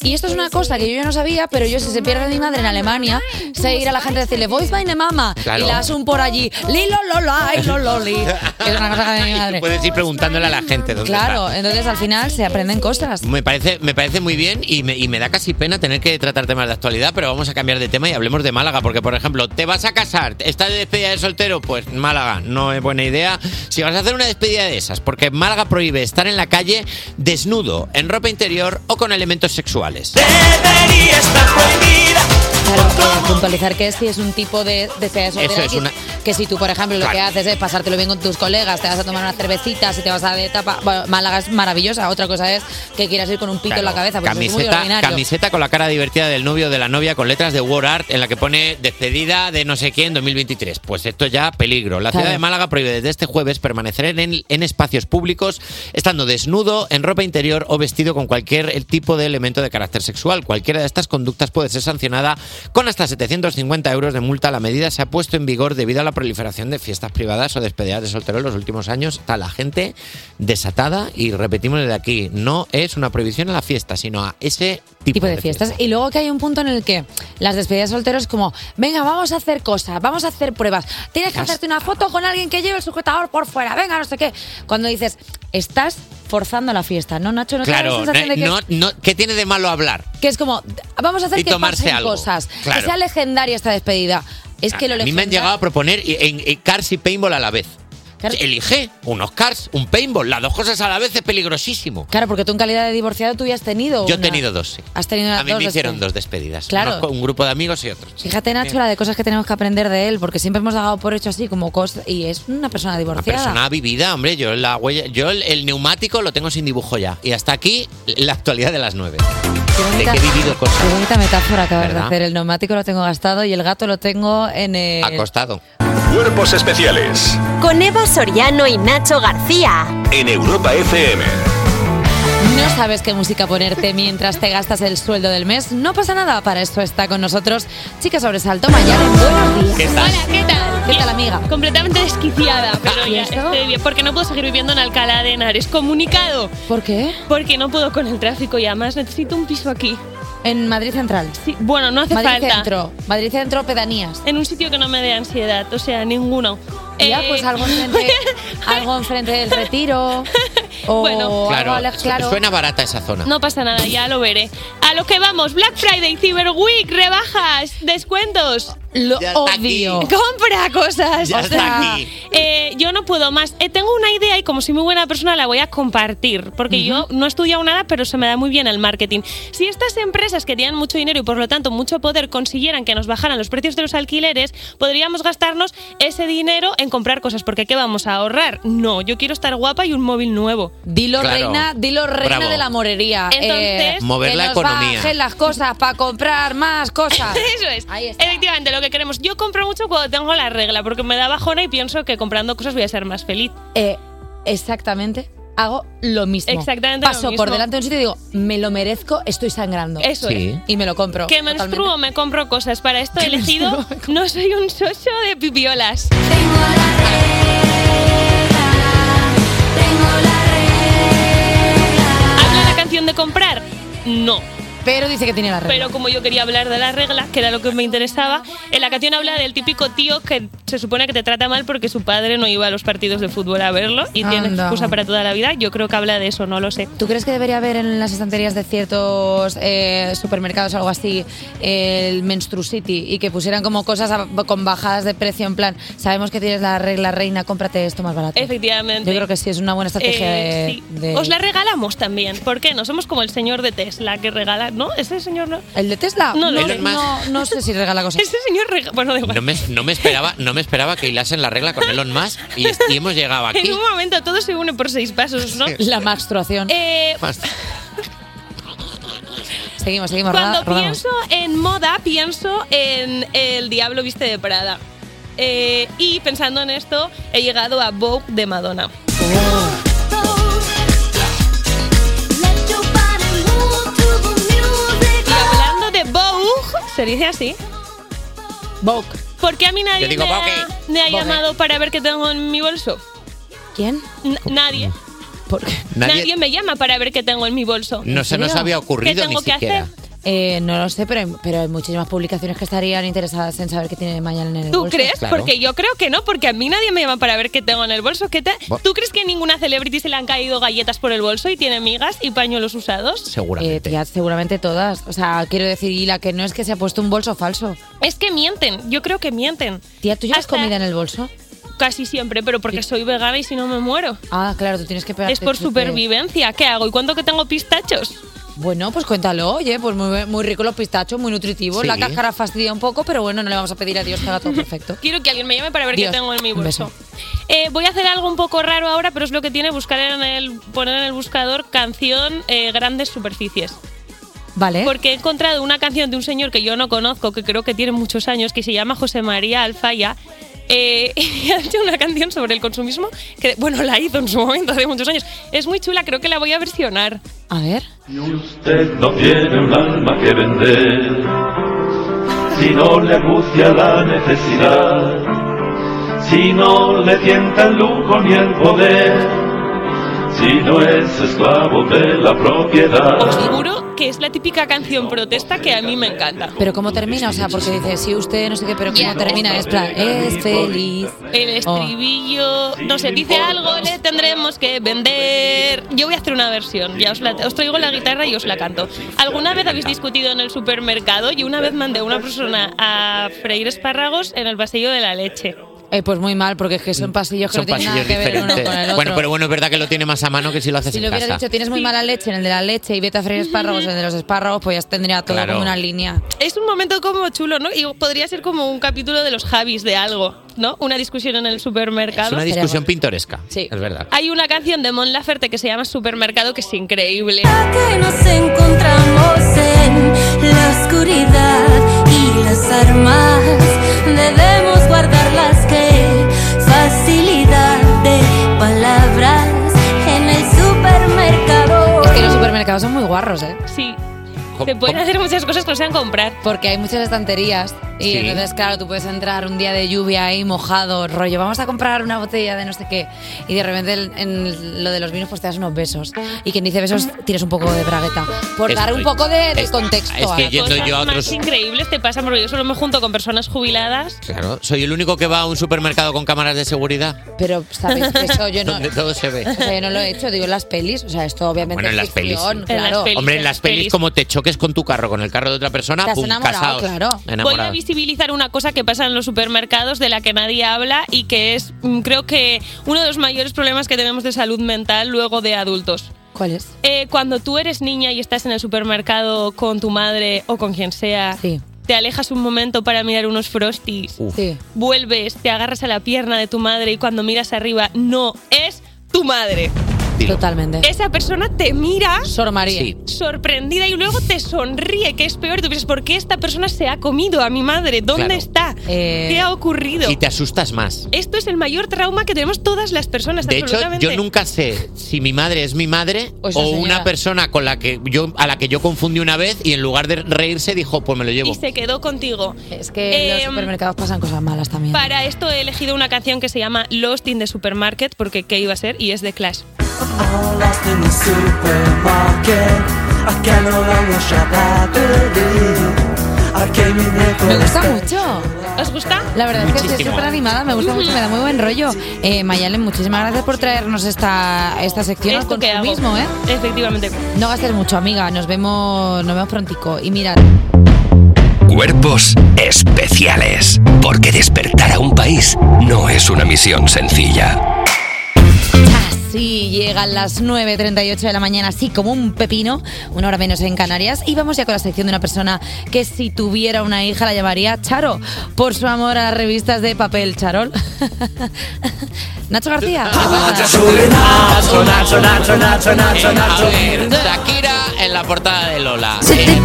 [SPEAKER 2] Y esto es una cosa que yo ya no sabía, pero yo si se pierde mi madre en Alemania, sé ir a la gente a decirle, voice by mama,
[SPEAKER 3] Claro.
[SPEAKER 2] y la asun por allí, li lo lo la, y lo lo li. Es una cosa que mi madre.
[SPEAKER 3] Puedes ir preguntándole a la gente dónde
[SPEAKER 2] Claro,
[SPEAKER 3] está.
[SPEAKER 2] entonces al final se aprenden cosas.
[SPEAKER 3] Me parece, me parece muy bien y me, y me da casi pena tener que tratar temas de actualidad, pero vamos a cambiar de tema y hablemos de Málaga, porque por ejemplo, ¿te vas a casar? ¿Estás de despedida de soltero? Pues Málaga, no es buena idea. Si vas a hacer una despedida de esas, porque Málaga prohíbe estar en la calle desnudo, en ropa interior o con elementos sexuales.
[SPEAKER 2] Claro, eh, puntualizar que si es un tipo de despedida de soltero,
[SPEAKER 3] Eso es
[SPEAKER 2] que-
[SPEAKER 3] una-
[SPEAKER 2] Que si tú, por ejemplo, lo
[SPEAKER 3] Claro.
[SPEAKER 2] que haces es pasártelo bien con tus colegas, te vas a tomar una cervecita, si te vas a de tapa. bueno, Málaga es maravillosa. Otra cosa es que quieras ir con un pito en la
[SPEAKER 3] Claro,
[SPEAKER 2] cabeza, porque eso es muy
[SPEAKER 3] camiseta,
[SPEAKER 2] ordinario.
[SPEAKER 3] camiseta con la cara divertida del novio o de la novia con letras de War Art en la que pone despedida de no sé quién 2023. Pues esto ya peligro. La
[SPEAKER 2] Claro.
[SPEAKER 3] ciudad de Málaga prohíbe desde este jueves permanecer en, en espacios públicos estando desnudo, en ropa interior o vestido con cualquier eh, tipo de elemento de carácter sexual. Cualquiera de estas conductas puede ser sancionada con hasta 750 euros de multa. La medida se ha puesto en vigor debido a la proliferación de fiestas privadas o despedidas de soltero en los últimos años. Está la gente desatada y repetimos desde aquí, no es una prohibición a la fiesta, sino a ese tipo,
[SPEAKER 2] tipo de fiestas. Y luego que hay un punto en el que las despedidas solteros es como, venga, vamos a hacer cosas, vamos a hacer pruebas, tienes que
[SPEAKER 3] Has-
[SPEAKER 2] hacerte una foto con alguien que lleve el sujetador por fuera, venga, no sé qué. Cuando dices, estás forzando la fiesta, ¿no, Nacho? ¿No te da la
[SPEAKER 3] claro, no,
[SPEAKER 2] sensación de que es-
[SPEAKER 3] no, no- ¿qué tiene de malo hablar?
[SPEAKER 2] Que es como, vamos a hacer
[SPEAKER 3] Y
[SPEAKER 2] que
[SPEAKER 3] tomarse
[SPEAKER 2] pasen
[SPEAKER 3] algo.
[SPEAKER 2] cosas.
[SPEAKER 3] Claro.
[SPEAKER 2] Que sea legendaria esta despedida. Es que lo
[SPEAKER 3] a mí me han
[SPEAKER 2] legendario.
[SPEAKER 3] llegado a proponer y- en, en Cars y Paintball a la vez.
[SPEAKER 2] Claro.
[SPEAKER 3] Elige unos Cars, un Paintball, las dos cosas a la vez es peligrosísimo.
[SPEAKER 2] Claro, porque tú en calidad de divorciado tú ya has tenido.
[SPEAKER 3] Yo he
[SPEAKER 2] Oh, una-
[SPEAKER 3] tenido dos, sí.
[SPEAKER 2] Has tenido
[SPEAKER 3] A mí
[SPEAKER 2] dos
[SPEAKER 3] me hicieron
[SPEAKER 2] despedidas.
[SPEAKER 3] dos despedidas.
[SPEAKER 2] Claro.
[SPEAKER 3] Unos con Un grupo de amigos y otros.
[SPEAKER 2] Fíjate, Nacho, la de cosas que tenemos que aprender de él, porque siempre hemos dado por hecho así como cosas. Y es una persona
[SPEAKER 3] Una
[SPEAKER 2] divorciada.
[SPEAKER 3] persona vivida, hombre. Yo, la huella, yo el, el neumático lo tengo sin dibujo ya. Y hasta aquí la actualidad de las nueve. De que he vivido cosas.
[SPEAKER 2] Qué bonita metáfora acabas
[SPEAKER 3] ¿Verdad?
[SPEAKER 2] de hacer. El neumático lo tengo gastado y el gato lo tengo en. eh,
[SPEAKER 3] Acostado.
[SPEAKER 7] Cuerpos especiales
[SPEAKER 5] Con Eva Soriano y Nacho García.
[SPEAKER 7] en Europa FM.
[SPEAKER 2] No sabes qué música ponerte mientras te gastas el sueldo del mes. No pasa nada. Para esto está con nosotros Chica Sobresalto Mayalen. Buenos días.
[SPEAKER 3] ¿Qué tal?
[SPEAKER 18] ¿Qué tal?
[SPEAKER 2] ¿Qué tal, amiga?
[SPEAKER 18] Completamente desquiciada, pero
[SPEAKER 2] ¿Y
[SPEAKER 18] ya
[SPEAKER 2] esto?
[SPEAKER 18] estoy bien. Porque no puedo seguir viviendo en Alcalá de Henares. Comunicado.
[SPEAKER 2] ¿Por qué?
[SPEAKER 18] Porque no puedo con el tráfico y además necesito un piso aquí.
[SPEAKER 2] En Madrid Central.
[SPEAKER 18] Sí, bueno, no hace
[SPEAKER 2] Madrid
[SPEAKER 18] falta.
[SPEAKER 2] Centro. Madrid Centro, pedanías.
[SPEAKER 18] En un sitio que no me dé ansiedad, o sea, ninguno. Eh,
[SPEAKER 2] Ya, pues algo enfrente, algo enfrente del retiro. O algo
[SPEAKER 3] Claro,
[SPEAKER 2] ale- Oh, claro.
[SPEAKER 3] Suena barata esa zona.
[SPEAKER 18] No pasa nada, ya lo veré. A lo que vamos, Black Friday, Cyber Week, rebajas, descuentos.
[SPEAKER 2] Lo Ya está odio. aquí.
[SPEAKER 18] Compra cosas.
[SPEAKER 2] Ya está aquí.
[SPEAKER 18] eh, yo no puedo más. Eh, tengo una idea y como soy muy buena persona la voy a compartir, porque yo no he estudiado nada, pero se me da muy bien el marketing. Si estas empresas que tienen mucho dinero y por lo tanto mucho poder consiguieran que nos bajaran los precios de los alquileres, podríamos gastarnos ese dinero en comprar cosas, porque ¿qué vamos a ahorrar? No, yo quiero estar guapa y un móvil nuevo.
[SPEAKER 2] Dilo,
[SPEAKER 3] Claro.
[SPEAKER 2] reina, dilo, reina
[SPEAKER 3] Bravo.
[SPEAKER 2] de la morería.
[SPEAKER 18] Entonces-
[SPEAKER 3] Eh, Mover
[SPEAKER 2] que
[SPEAKER 3] la
[SPEAKER 2] nos
[SPEAKER 3] economía.
[SPEAKER 2] bajen las cosas para comprar más cosas.
[SPEAKER 18] Eso es. Efectivamente, lo que queremos. Yo compro mucho cuando tengo la regla, porque me da bajona y pienso que comprando cosas voy a ser más feliz.
[SPEAKER 2] Eh, exactamente. Hago lo mismo.
[SPEAKER 18] Exactamente lo
[SPEAKER 2] Paso por
[SPEAKER 18] mismo.
[SPEAKER 2] delante de un sitio y digo, me lo merezco, estoy sangrando.
[SPEAKER 18] Eso Sí. es.
[SPEAKER 2] Y me lo compro.
[SPEAKER 18] que menstruo, me compro cosas. Para esto he elegido, no soy un socio de pipiolas. Habla la canción de comprar. No.
[SPEAKER 2] Pero dice que tiene la regla.
[SPEAKER 18] Pero como yo quería hablar de las reglas, que era lo que me interesaba, en la canción habla del típico tío que se supone que te trata mal porque su padre no iba a los partidos de fútbol a verlo y tiene
[SPEAKER 2] Anda.
[SPEAKER 18] excusa para toda la vida. Yo creo que habla de eso, no lo sé.
[SPEAKER 2] ¿Tú crees que debería haber en las estanterías de ciertos eh, supermercados algo así, el Menstru City, y que pusieran como cosas a- con bajadas de precio en plan, sabemos que tienes la regla reina, cómprate esto más barato?
[SPEAKER 18] Efectivamente.
[SPEAKER 2] Yo creo que sí, es una buena estrategia
[SPEAKER 18] Eh,
[SPEAKER 2] de-
[SPEAKER 18] sí.
[SPEAKER 2] de...
[SPEAKER 18] Os la regalamos también. ¿Por qué no? Somos como el señor de Tesla que regala. ¿No? Ese señor no.
[SPEAKER 2] ¿El de Tesla?
[SPEAKER 18] No, no,
[SPEAKER 2] no, no, no sé si regala cosas.
[SPEAKER 18] Ese señor regala. Bueno, da igual.
[SPEAKER 3] No me, no me esperaba, no me esperaba que hilasen la regla con Elon Musk y, y hemos llegado
[SPEAKER 18] En
[SPEAKER 3] aquí.
[SPEAKER 18] un momento todo se une por seis pasos, ¿no?
[SPEAKER 2] La menstruación.
[SPEAKER 18] Eh,
[SPEAKER 2] Seguimos, seguimos. roda-
[SPEAKER 18] Cuando
[SPEAKER 2] rodamos.
[SPEAKER 18] pienso en moda, pienso en El Diablo Viste de Prada. Eh, y pensando en esto, he llegado a Vogue de Madonna. Y hablando de Vogue, se dice así.
[SPEAKER 2] Vogue.
[SPEAKER 18] ¿Por qué a mí nadie
[SPEAKER 2] Yo digo
[SPEAKER 18] me, ha,
[SPEAKER 2] Vogue.
[SPEAKER 18] me ha
[SPEAKER 2] Vogue.
[SPEAKER 18] llamado para ver qué tengo en mi bolso?
[SPEAKER 2] ¿Quién?
[SPEAKER 18] nadie.
[SPEAKER 3] Nadie-
[SPEAKER 18] nadie. me llama para ver qué tengo en mi bolso.
[SPEAKER 3] No se nos había ocurrido
[SPEAKER 18] ¿Qué tengo
[SPEAKER 3] ni
[SPEAKER 18] que
[SPEAKER 3] siquiera.
[SPEAKER 18] hacer?
[SPEAKER 2] Eh, no lo sé, pero hay, pero hay muchísimas publicaciones que estarían interesadas en saber qué tiene mañana en el
[SPEAKER 18] ¿Tú
[SPEAKER 2] bolso.
[SPEAKER 18] crees? Porque yo creo que no, porque a mí nadie me llama para ver qué tengo en el bolso. ¿Qué te-
[SPEAKER 2] Bu-
[SPEAKER 18] ¿Tú crees que a ninguna celebrity se le han caído galletas por el bolso y tiene migas y pañuelos usados?
[SPEAKER 2] Seguramente. Eh, seguramente todas. O sea, quiero decir, y la que no es que se ha puesto un bolso falso.
[SPEAKER 18] Es que mienten, yo creo que mienten.
[SPEAKER 2] Tía, ¿tú llevas comida en el bolso?
[SPEAKER 18] Casi siempre, pero porque soy vegana y si no me muero.
[SPEAKER 2] Ah, claro, tú tienes que pegarte
[SPEAKER 18] Es por
[SPEAKER 2] chutes.
[SPEAKER 18] supervivencia. ¿Qué hago? ¿Y cuánto que tengo pistachos?
[SPEAKER 2] Bueno, pues cuéntalo, oye, pues muy, muy rico los pistachos, muy nutritivos.
[SPEAKER 18] Sí.
[SPEAKER 2] La cáscara fastidia un poco, pero bueno, no le vamos a pedir a Dios que haga todo perfecto.
[SPEAKER 18] Quiero que alguien me llame para ver
[SPEAKER 2] Dios,
[SPEAKER 18] qué tengo en mi
[SPEAKER 2] un
[SPEAKER 18] bolso. Eh, voy a hacer algo un poco raro ahora, pero es lo que tiene buscar en el, poner en el buscador canción eh, grandes superficies.
[SPEAKER 2] Vale.
[SPEAKER 18] Porque he encontrado una canción de un señor que yo no conozco, que creo que tiene muchos años, que se llama José María Alfaya. eh, y ha hecho una canción sobre el consumismo que, bueno, la hizo en su momento hace muchos años. Es muy chula, creo que la voy a versionar.
[SPEAKER 2] A ver.
[SPEAKER 19] Usted no tiene un alma que vender, si no le angustia la necesidad, si no le tienta el lujo ni el poder, si no es esclavo de la propiedad.
[SPEAKER 18] Seguro que es la típica canción protesta que a mí me encanta.
[SPEAKER 2] Pero ¿cómo termina? O sea, porque dice, si usted no sé qué, pero ¿cómo termina? Es plan, es feliz.
[SPEAKER 18] El
[SPEAKER 3] Oh.
[SPEAKER 18] estribillo, no sé, dice algo, le tendremos que vender. Yo voy a hacer una versión, ya os, la- os traigo la guitarra y os la canto. ¿Alguna vez habéis discutido en el supermercado? Yo una vez mandé a una persona a freír espárragos en el pasillo de la leche.
[SPEAKER 2] Eh, pues muy mal, porque es que son pasillos que
[SPEAKER 3] Son
[SPEAKER 2] no tienen nada
[SPEAKER 3] pasillos
[SPEAKER 2] que ver el uno
[SPEAKER 3] diferentes.
[SPEAKER 2] con el otro.
[SPEAKER 3] Bueno, pero bueno, es verdad que lo tiene más a mano que si lo haces
[SPEAKER 2] Si
[SPEAKER 3] en
[SPEAKER 2] le hubieras
[SPEAKER 3] casa.
[SPEAKER 2] dicho, tienes muy mala leche en el de la leche y vete a freír espárragos en el de los espárragos, pues ya tendría todo
[SPEAKER 3] Claro.
[SPEAKER 2] como una línea.
[SPEAKER 18] Es un momento como chulo, ¿no? Y podría ser como un capítulo de los Javis de algo, ¿no? Una discusión en el supermercado.
[SPEAKER 3] Es una discusión pintoresca.
[SPEAKER 18] Sí.
[SPEAKER 3] Es verdad.
[SPEAKER 18] Hay una canción de Mon Laferte que se llama Supermercado que es increíble.
[SPEAKER 20] Nos encontramos en la oscuridad y las armas debemos guardarlas. Qué facilidad de palabras en el supermercado.
[SPEAKER 2] Es que los supermercados son muy guarros, ¿eh?
[SPEAKER 18] Sí. Se pueden hacer muchas cosas que no sean comprar.
[SPEAKER 2] Porque hay muchas estanterías y
[SPEAKER 18] Sí.
[SPEAKER 2] entonces, claro, tú puedes entrar un día de lluvia ahí mojado, rollo, vamos a comprar una botella de no sé qué y de repente el- en lo de los vinos pues te das unos besos y quien dice besos tienes un poco de bragueta por
[SPEAKER 3] Es-
[SPEAKER 2] dar un poco de, de
[SPEAKER 3] es-
[SPEAKER 2] contexto.
[SPEAKER 3] es que
[SPEAKER 2] a-
[SPEAKER 3] yendo yo a
[SPEAKER 18] más
[SPEAKER 3] otros...
[SPEAKER 18] increíbles te pasan porque yo solo me junto con personas jubiladas.
[SPEAKER 3] Claro, soy el único que va a un supermercado con cámaras de seguridad.
[SPEAKER 2] Pero sabéis que eso yo no...
[SPEAKER 3] Donde todo se ve.
[SPEAKER 2] O sea, yo no lo he hecho, digo en las pelis, o sea, esto obviamente
[SPEAKER 3] Bueno, en
[SPEAKER 2] es
[SPEAKER 3] las pelis.
[SPEAKER 2] ficción,
[SPEAKER 3] sí.
[SPEAKER 2] claro.
[SPEAKER 3] Hombre, en las pelis, como te choques con tu carro, con el carro de otra persona,
[SPEAKER 2] Te has
[SPEAKER 3] pum,
[SPEAKER 2] enamorado,
[SPEAKER 3] casaos.
[SPEAKER 2] claro.
[SPEAKER 18] Voy
[SPEAKER 3] Enamorados.
[SPEAKER 18] a visibilizar una cosa que pasa en los supermercados de la que nadie habla y que es, mm, creo que, uno de los mayores problemas que tenemos de salud mental luego de adultos.
[SPEAKER 2] ¿Cuál es?
[SPEAKER 18] Eh, cuando tú eres niña y estás en el supermercado con tu madre o con quien sea, te alejas un momento para mirar unos frosties,
[SPEAKER 2] Sí.
[SPEAKER 18] vuelves, te agarras a la pierna de tu madre y cuando miras arriba no es tu madre.
[SPEAKER 2] Totalmente.
[SPEAKER 18] Esa persona te mira
[SPEAKER 2] Sor María. Sí.
[SPEAKER 18] sorprendida y luego te sonríe, que es peor. Tú piensas, ¿por qué esta persona se ha comido a mi madre? ¿Dónde
[SPEAKER 3] Claro.
[SPEAKER 18] está?
[SPEAKER 2] Eh,
[SPEAKER 18] ¿Qué ha ocurrido?
[SPEAKER 3] Y te asustas más.
[SPEAKER 18] Esto es el mayor trauma que tenemos todas las personas,
[SPEAKER 3] De hecho,
[SPEAKER 18] absolutamente.
[SPEAKER 3] yo nunca sé si mi madre es mi madre
[SPEAKER 18] O
[SPEAKER 3] o,
[SPEAKER 18] esa señora.
[SPEAKER 3] una persona con la que yo a la que yo confundí una vez y en lugar de reírse dijo, pues me lo
[SPEAKER 18] Y
[SPEAKER 3] llevo.
[SPEAKER 18] se quedó contigo. Em,
[SPEAKER 2] Es que en los supermercados pasan cosas malas también.
[SPEAKER 18] Para esto he elegido una canción que se llama Lost in the Supermarket, porque qué iba a ser, y es de Clash.
[SPEAKER 21] lost in the supermarket.
[SPEAKER 6] I cannot understand that baby. I came in here for
[SPEAKER 2] Me gusta
[SPEAKER 6] respect.
[SPEAKER 2] mucho.
[SPEAKER 18] ¿Os gusta?
[SPEAKER 2] La verdad es que estoy
[SPEAKER 6] Muchísimo.
[SPEAKER 2] súper animada, me gusta mucho, me da muy buen rollo. Eh, Mayalen, muchísimas gracias por traernos esta, esta sección al
[SPEAKER 18] ¿Esto qué hago?
[SPEAKER 2] consumismo, ¿eh?
[SPEAKER 18] Efectivamente.
[SPEAKER 2] No gastes mucho, amiga. Nos vemos, nos vemos prontico. Y mirad,
[SPEAKER 4] Cuerpos especiales. Porque despertar a un país no es una misión sencilla.
[SPEAKER 2] Sí, llegan las 9.38 de la mañana, así como un pepino, una hora menos en Canarias. Y vamos ya con la sección de una persona que si tuviera una hija la llamaría Charo, por su amor a las revistas de papel, Charol. Nacho García. ¿qué pasa?
[SPEAKER 3] Nacho, Nacho, Nacho, Nacho, Nacho, Nacho. Shakira en la portada de Lola. Eh,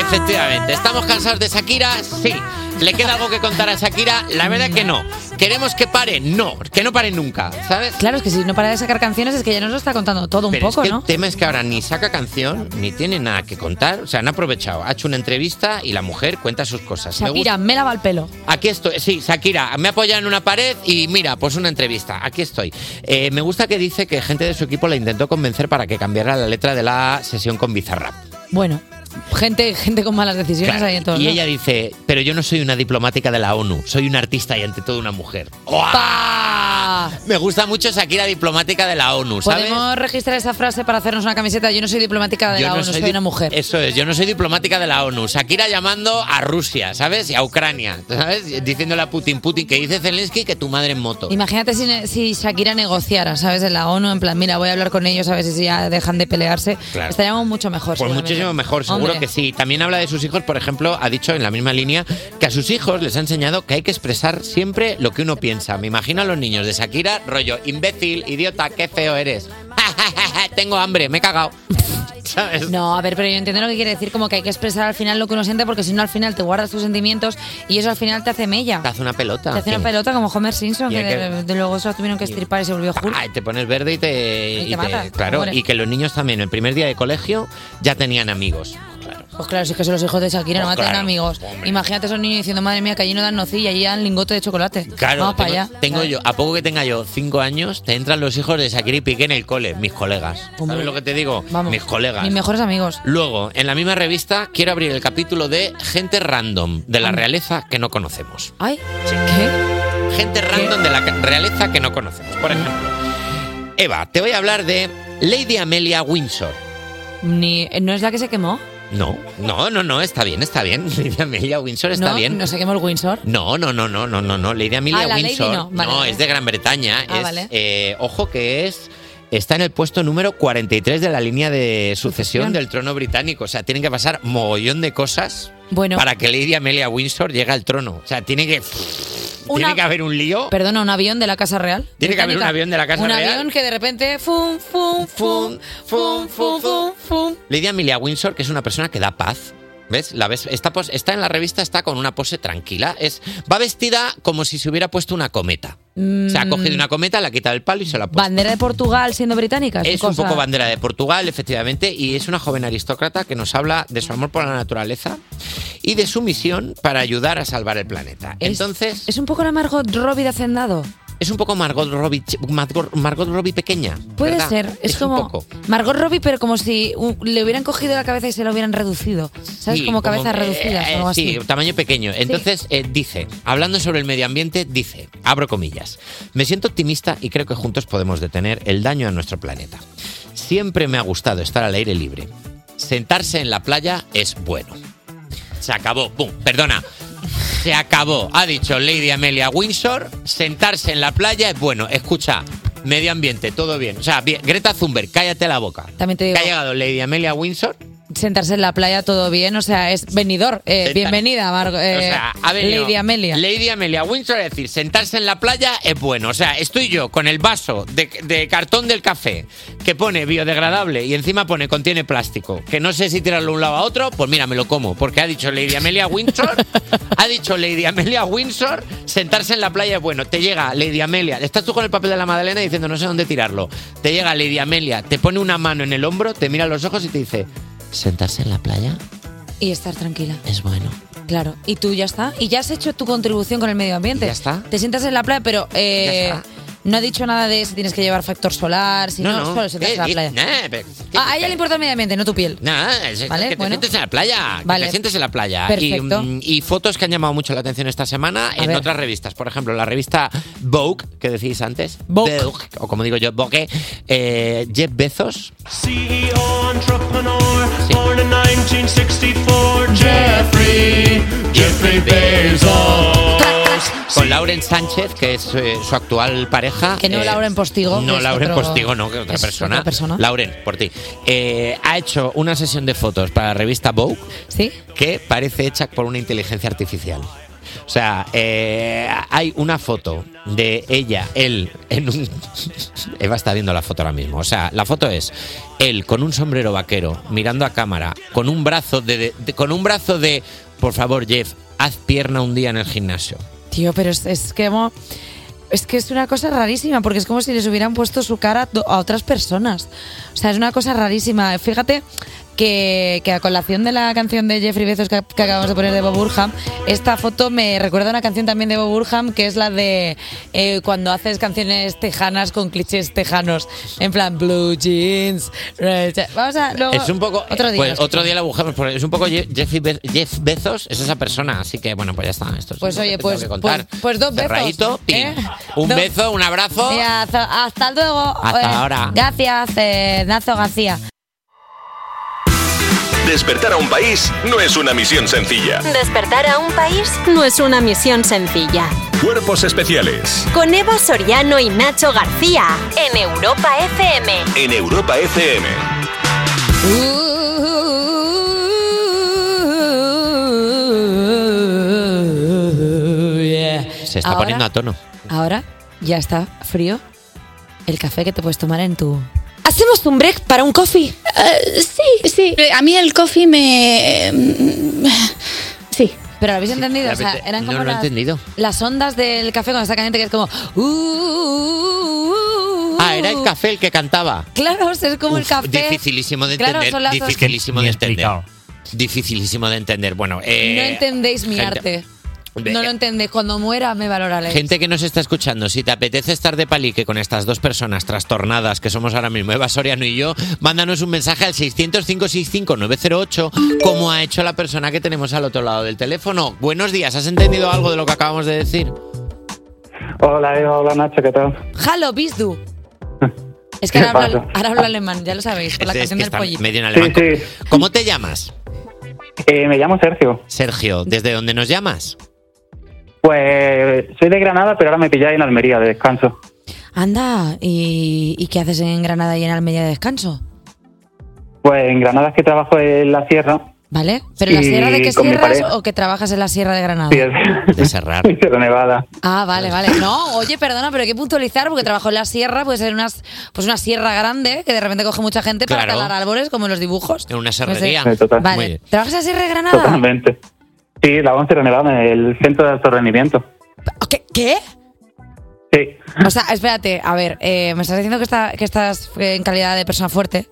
[SPEAKER 3] Efectivamente, ¿estamos cansados de Shakira? Sí. ¿Le queda algo que contar a Shakira? La verdad que no. ¿Queremos que pare? No, que no pare nunca, ¿sabes?
[SPEAKER 2] Claro, es que si no para de sacar canciones es que ya nos lo está contando todo un
[SPEAKER 3] Pero
[SPEAKER 2] poco,
[SPEAKER 3] es que
[SPEAKER 2] ¿no?
[SPEAKER 3] el tema es que ahora ni saca canción, ni tiene nada que contar. O sea, han aprovechado. Ha hecho una entrevista y la mujer cuenta sus cosas. Me gusta-
[SPEAKER 2] Shakira, me lava el pelo.
[SPEAKER 3] Aquí estoy, sí, Shakira, me apoya en una pared y mira, pues una entrevista, aquí estoy. Eh, me gusta que dice que gente de su equipo la intentó convencer para que cambiara la letra de la sesión con Bizarrap.
[SPEAKER 2] Bueno, gente, gente con malas decisiones
[SPEAKER 3] Claro,
[SPEAKER 2] ahí en todo.
[SPEAKER 3] y
[SPEAKER 2] ¿no?
[SPEAKER 3] ella dice, pero yo no soy una diplomática de la ONU, soy una artista y ante todo una mujer. ¡Guau! Me gusta mucho Shakira diplomática de la ONU, "Ah, ¿sabes?
[SPEAKER 2] Ah, Podemos registrar esa frase para hacernos una camiseta. Yo no soy diplomática de
[SPEAKER 3] Yo
[SPEAKER 2] la
[SPEAKER 3] no
[SPEAKER 2] ONU, soy
[SPEAKER 3] di-
[SPEAKER 2] una mujer.
[SPEAKER 3] Eso es, yo no soy diplomática de la ONU. Shakira llamando a Rusia, ¿sabes? Y a Ucrania, ¿sabes? Diciéndole a Putin, Putin, que dice Zelensky que tu madre en moto.
[SPEAKER 2] Imagínate si, ne- si Shakira negociara, ¿sabes? En la ONU, en plan, mira, voy a hablar con ellos a ver si ya dejan de pelearse.
[SPEAKER 3] Claro.
[SPEAKER 2] Estaríamos mucho mejor.
[SPEAKER 3] Pues
[SPEAKER 2] seguramente.
[SPEAKER 3] muchísimo mejor, seguro
[SPEAKER 2] Hombre.
[SPEAKER 3] que sí. También habla de sus hijos, por ejemplo, ha dicho en la misma línea que a sus hijos les ha enseñado que hay que expresar siempre lo que uno piensa. Me imagino a los niños de Shakira, rollo, imbécil, idiota, qué feo eres. Tengo hambre, me he cagado. ¿Sabes?
[SPEAKER 2] No, a ver, pero yo entiendo lo que quiere decir, como que hay que expresar al final lo que uno siente, porque si no, al final te guardas tus sentimientos y eso al final te hace mella.
[SPEAKER 3] Te hace una pelota.
[SPEAKER 2] Te hace una pelota como Homer Simpson,
[SPEAKER 3] Ah, Y
[SPEAKER 2] que,
[SPEAKER 3] hay que-
[SPEAKER 2] de- de luego eso tuvieron que estirpar y se volvió Hulk.
[SPEAKER 3] Ah, te pones verde y te.
[SPEAKER 2] Y te matas,
[SPEAKER 3] claro,
[SPEAKER 2] pobre.
[SPEAKER 3] y que los niños también, el primer día de colegio, ya tenían amigos.
[SPEAKER 2] Pues claro, si es que son los hijos de Shakira, no
[SPEAKER 3] Pues
[SPEAKER 2] van a tener
[SPEAKER 3] claro,
[SPEAKER 2] amigos. Imagínate a esos niños diciendo, madre mía, que allí no dan nocilla, allí dan lingote de chocolate.
[SPEAKER 3] Claro,
[SPEAKER 2] Vamos
[SPEAKER 3] tengo,
[SPEAKER 2] para allá.
[SPEAKER 3] tengo
[SPEAKER 2] ¿sabes?
[SPEAKER 3] yo, a poco que tenga yo cinco años, te entran los hijos de Shakira y Piqué en el cole, mis colegas. ¿Sabes lo que te digo? mis colegas.
[SPEAKER 2] Mis mejores amigos.
[SPEAKER 3] Luego, en la misma revista, quiero abrir el capítulo de gente random de la realeza que no conocemos.
[SPEAKER 2] Ay, ¿qué?
[SPEAKER 3] Gente random de la ca- realeza que no conocemos. Por ejemplo, Eva, te voy a hablar de Lady Amelia Windsor.
[SPEAKER 2] Ni, ¿No es la que se quemó?
[SPEAKER 3] No, no, no, no, está bien, está bien. Lady Amelia Windsor está
[SPEAKER 2] ¿No?
[SPEAKER 3] bien.
[SPEAKER 2] ¿No se quemó el Windsor?
[SPEAKER 3] No, no, no, no, no, no, no. Lady Amelia
[SPEAKER 2] Ah, la Lady
[SPEAKER 3] Windsor.
[SPEAKER 2] no. Vale, vale.
[SPEAKER 3] es de Gran Bretaña.
[SPEAKER 2] Ah,
[SPEAKER 3] es,
[SPEAKER 2] vale.
[SPEAKER 3] eh, ojo que es. Está en el puesto número 43 de la línea de sucesión
[SPEAKER 2] Sucesión.
[SPEAKER 3] del trono británico. O sea, tienen que pasar mogollón de cosas
[SPEAKER 2] Bueno.
[SPEAKER 3] para que Lady Amelia Windsor llegue al trono. O sea, tiene que. Tiene
[SPEAKER 2] Una-
[SPEAKER 3] que haber un lío.
[SPEAKER 2] Perdona, un avión de la Casa Real.
[SPEAKER 3] Tiene que haber un
[SPEAKER 2] británica.
[SPEAKER 3] avión de la Casa
[SPEAKER 2] Un
[SPEAKER 3] Real.
[SPEAKER 2] avión que de repente. Fum, fum, fum, fum, fum, fum, fum.
[SPEAKER 3] Lady Amelia Windsor, que es una persona que da paz. ¿Ves? La ves está, pos- está en la revista, está con una pose tranquila. Es, va vestida como si se hubiera puesto una cometa. Se ha
[SPEAKER 2] Mm,
[SPEAKER 3] cogido una cometa, la ha quitado el palo y se la ha puesto.
[SPEAKER 2] Bandera de Portugal siendo británica.
[SPEAKER 3] Es un poco bandera de Portugal, efectivamente, y es una joven aristócrata que nos habla de su amor por la naturaleza y de su misión para ayudar a salvar el planeta. Entonces,
[SPEAKER 2] Es un poco la Margot Robbie de Hacendado.
[SPEAKER 3] es un poco Margot Robbie, ch- Margot, Margot Robbie pequeña.
[SPEAKER 2] Puede
[SPEAKER 3] ¿verdad?
[SPEAKER 2] ser. Es,
[SPEAKER 3] un
[SPEAKER 2] como.
[SPEAKER 3] poco.
[SPEAKER 2] Margot Robbie, pero como si uh, le hubieran cogido la cabeza y se la hubieran reducido. ¿Sabes?
[SPEAKER 3] Sí,
[SPEAKER 2] como cabezas
[SPEAKER 3] eh,
[SPEAKER 2] reducidas o
[SPEAKER 3] eh,
[SPEAKER 2] algo así.
[SPEAKER 3] Sí, tamaño pequeño. Entonces, eh, dice, hablando sobre el medio ambiente, dice, abro comillas, me siento optimista y creo que juntos podemos detener el daño a nuestro planeta. Siempre me ha gustado estar al aire libre. Sentarse en la playa es bueno. Se acabó. ¡Pum! Perdona. Se acabó. Ha dicho Lady Amelia Windsor, sentarse en la playa es bueno. Escucha, medio ambiente, todo bien. O sea, bien. Greta Thunberg, cállate la boca.
[SPEAKER 2] También te
[SPEAKER 3] Que
[SPEAKER 2] digo,
[SPEAKER 3] ha llegado Lady Amelia Windsor
[SPEAKER 2] sentarse en la playa todo bien, o sea, es venidor. Eh,
[SPEAKER 3] Sentar-
[SPEAKER 2] bienvenida, Margot. eh,
[SPEAKER 3] O sea, ha venido
[SPEAKER 2] Lady Amelia.
[SPEAKER 3] Lady Amelia Windsor es decir, sentarse en la playa es bueno. O sea, estoy yo con el vaso de, de cartón del café que pone biodegradable y encima pone contiene plástico, que no sé si tirarlo de un lado a otro, pues mira, me lo como. Porque ha dicho Lady Amelia Windsor, ha dicho Lady Amelia Windsor, sentarse en la playa es bueno. Te llega Lady Amelia, estás tú con el papel de la Madalena diciendo no sé dónde tirarlo. Te llega Lady Amelia, te pone una mano en el hombro, te mira a los ojos y te dice, sentarse en la playa
[SPEAKER 2] Y estar tranquila.
[SPEAKER 3] es bueno.
[SPEAKER 2] Claro, y tú ya está. Y ya has hecho tu contribución con el medio ambiente.
[SPEAKER 3] Ya está.
[SPEAKER 2] Te sientas en la playa, pero eh, No ha dicho nada de si tienes que llevar factor solar, si no, solo se te hace
[SPEAKER 3] ¿Qué
[SPEAKER 2] la
[SPEAKER 3] di-
[SPEAKER 2] playa.
[SPEAKER 3] Eh, nah, pero-
[SPEAKER 2] A a ella le importa el medio ambiente, no tu piel.
[SPEAKER 3] Nada, es-
[SPEAKER 2] Vale,
[SPEAKER 3] que te
[SPEAKER 2] bueno.
[SPEAKER 3] sientes en la playa. que
[SPEAKER 2] Vale.
[SPEAKER 3] te sientes en la playa.
[SPEAKER 2] Perfecto.
[SPEAKER 3] Y, mm, Y, fotos que han llamado mucho la atención esta semana en
[SPEAKER 2] ver.
[SPEAKER 3] otras revistas. Por ejemplo, la revista Vogue, que decís antes.
[SPEAKER 2] Vogue.
[SPEAKER 3] o como digo yo, Vogue. eh, Jeff Bezos.
[SPEAKER 10] CEO, E entrepreneur, born in 1964, Jeffrey, Jeffrey Bezos.
[SPEAKER 3] Con Lauren Sánchez, que es eh, su actual pareja.
[SPEAKER 2] Que no
[SPEAKER 3] eh,
[SPEAKER 2] Lauren Postigo.
[SPEAKER 3] No,
[SPEAKER 2] que es
[SPEAKER 3] Lauren
[SPEAKER 2] otro-
[SPEAKER 3] Postigo, no, que otra
[SPEAKER 2] es
[SPEAKER 3] persona.
[SPEAKER 2] otra persona.
[SPEAKER 3] Lauren, por ti. Eh, ha hecho una sesión de fotos para la revista Vogue que parece hecha por una inteligencia artificial. O sea, eh, hay una foto de ella, él, en un... Eva está viendo la foto ahora mismo. O sea, la foto es él con un sombrero vaquero, mirando a cámara, con un brazo de... de- de- con un brazo de... Por favor, Jeff, haz pierna un día en el gimnasio.
[SPEAKER 2] Tío, pero es, es que como- Es que es una cosa rarísima, porque es como si les hubieran puesto su cara do- a otras personas. O sea, es una cosa rarísima. Fíjate que, que a colación de la canción de Jeffrey Bezos que, que acabamos de poner de Bob Burham, esta foto me recuerda a una canción también de Bob Burham, que es la de eh, cuando haces canciones tejanas con clichés tejanos. En plan, blue jeans, red je- Vamos a... luego-
[SPEAKER 3] Es un poco.
[SPEAKER 2] Otro día.
[SPEAKER 3] pues,
[SPEAKER 2] lo escuchamos.
[SPEAKER 3] otro día la buscamos. porque es un poco Ye- Jeff, Be- Jeff Bezos, es esa persona. Así que bueno, pues ya está. Esto es
[SPEAKER 2] Pues
[SPEAKER 3] lo
[SPEAKER 2] oye,
[SPEAKER 3] que tengo
[SPEAKER 2] pues,
[SPEAKER 3] que
[SPEAKER 2] pues,
[SPEAKER 3] contar.
[SPEAKER 2] pues dos
[SPEAKER 3] Cerradito,
[SPEAKER 2] besos.
[SPEAKER 3] pim.
[SPEAKER 2] ¿eh?
[SPEAKER 3] Un
[SPEAKER 2] Dos-
[SPEAKER 3] bezo, un abrazo.
[SPEAKER 2] Sí, hasta, hasta luego. Eh,
[SPEAKER 3] Hasta ahora.
[SPEAKER 2] Gracias, eh, Nazo García.
[SPEAKER 7] Despertar a un país no es una misión sencilla.
[SPEAKER 5] Despertar a un país no es una misión sencilla.
[SPEAKER 7] Cuerpos especiales
[SPEAKER 5] Con Eva Soriano y Nacho García en Europa FM.
[SPEAKER 7] en Europa FM.
[SPEAKER 3] Se está
[SPEAKER 2] Ahora-
[SPEAKER 3] poniendo a tono.
[SPEAKER 2] Ahora ya está frío el café que te puedes tomar en tu. Eh, ¿Hacemos un break para un coffee?
[SPEAKER 21] sí, sí. A mí el coffee me. Sí.
[SPEAKER 2] Pero lo habéis entendido,
[SPEAKER 3] La
[SPEAKER 2] o sea,
[SPEAKER 3] verdad,
[SPEAKER 2] eran
[SPEAKER 3] no
[SPEAKER 2] como
[SPEAKER 3] lo he
[SPEAKER 2] las,
[SPEAKER 3] entendido.
[SPEAKER 2] las ondas del café cuando está caliente que es como. uh,
[SPEAKER 3] Ah, era el café el que cantaba.
[SPEAKER 2] Claro, o sea, es como Uh. el
[SPEAKER 3] Uf,
[SPEAKER 2] café.
[SPEAKER 3] Dificilísimo de
[SPEAKER 2] Claro,
[SPEAKER 3] entender.
[SPEAKER 2] son las-
[SPEAKER 3] dificilísimo de entender. Dificilísimo de entender. Bueno, eh,
[SPEAKER 2] no entendéis mi
[SPEAKER 3] gente-
[SPEAKER 2] arte.
[SPEAKER 3] de-
[SPEAKER 2] No lo entendéis. Cuando muera me valoraréis.
[SPEAKER 3] Gente que nos está escuchando, si te apetece estar de palique con estas dos personas trastornadas que somos ahora mismo, Eva Soriano y yo, mándanos un mensaje al 600-565-908, como ha hecho la persona que tenemos al otro lado del teléfono. Buenos días, ¿has entendido algo de lo que acabamos de decir?
[SPEAKER 22] Hola Eva, hola Nacho, ¿qué tal?
[SPEAKER 2] Halo, bisdu. Es que ahora
[SPEAKER 22] ¿Qué
[SPEAKER 2] hablo,
[SPEAKER 22] pasa?
[SPEAKER 2] ahora hablo alemán, ya lo sabéis, por la
[SPEAKER 3] Este Es
[SPEAKER 2] canción
[SPEAKER 3] que
[SPEAKER 2] del
[SPEAKER 3] está
[SPEAKER 2] pollito.
[SPEAKER 3] medio en alemán. ¿Cómo te llamas?
[SPEAKER 22] Eh, me llamo Sergio.
[SPEAKER 3] Sergio, ¿desde dónde nos llamas?
[SPEAKER 22] Pues soy de Granada, pero ahora me pilláis en Almería de descanso.
[SPEAKER 2] Anda, ¿y, y qué haces en Granada y en Almería de descanso?
[SPEAKER 22] Pues en Granada es que trabajo en la sierra.
[SPEAKER 2] ¿Vale? ¿Pero en la
[SPEAKER 22] Y
[SPEAKER 2] sierra de qué
[SPEAKER 22] con mi
[SPEAKER 2] sierras
[SPEAKER 22] pareja.
[SPEAKER 2] o que trabajas en la sierra de Granada?
[SPEAKER 3] De Serrar.
[SPEAKER 22] Sierra Nevada.
[SPEAKER 2] Ah, vale, vale. No, oye, perdona, pero hay que puntualizar porque trabajo en la sierra, puede ser unas, pues una sierra grande que de repente coge mucha gente para
[SPEAKER 3] Claro.
[SPEAKER 2] talar árboles, como en los dibujos.
[SPEAKER 3] En una
[SPEAKER 2] No sé.
[SPEAKER 3] serrería. Muy
[SPEAKER 2] Vale.
[SPEAKER 3] bien.
[SPEAKER 2] ¿Trabajas en la sierra de Granada?
[SPEAKER 22] Totalmente. Sí, la 11 de Nevada, el centro de alto rendimiento.
[SPEAKER 2] ¿Qué? ¿Qué?
[SPEAKER 22] Sí.
[SPEAKER 2] O sea, espérate, a ver, eh, me estás diciendo que, está- que estás eh, en calidad de persona fuerte.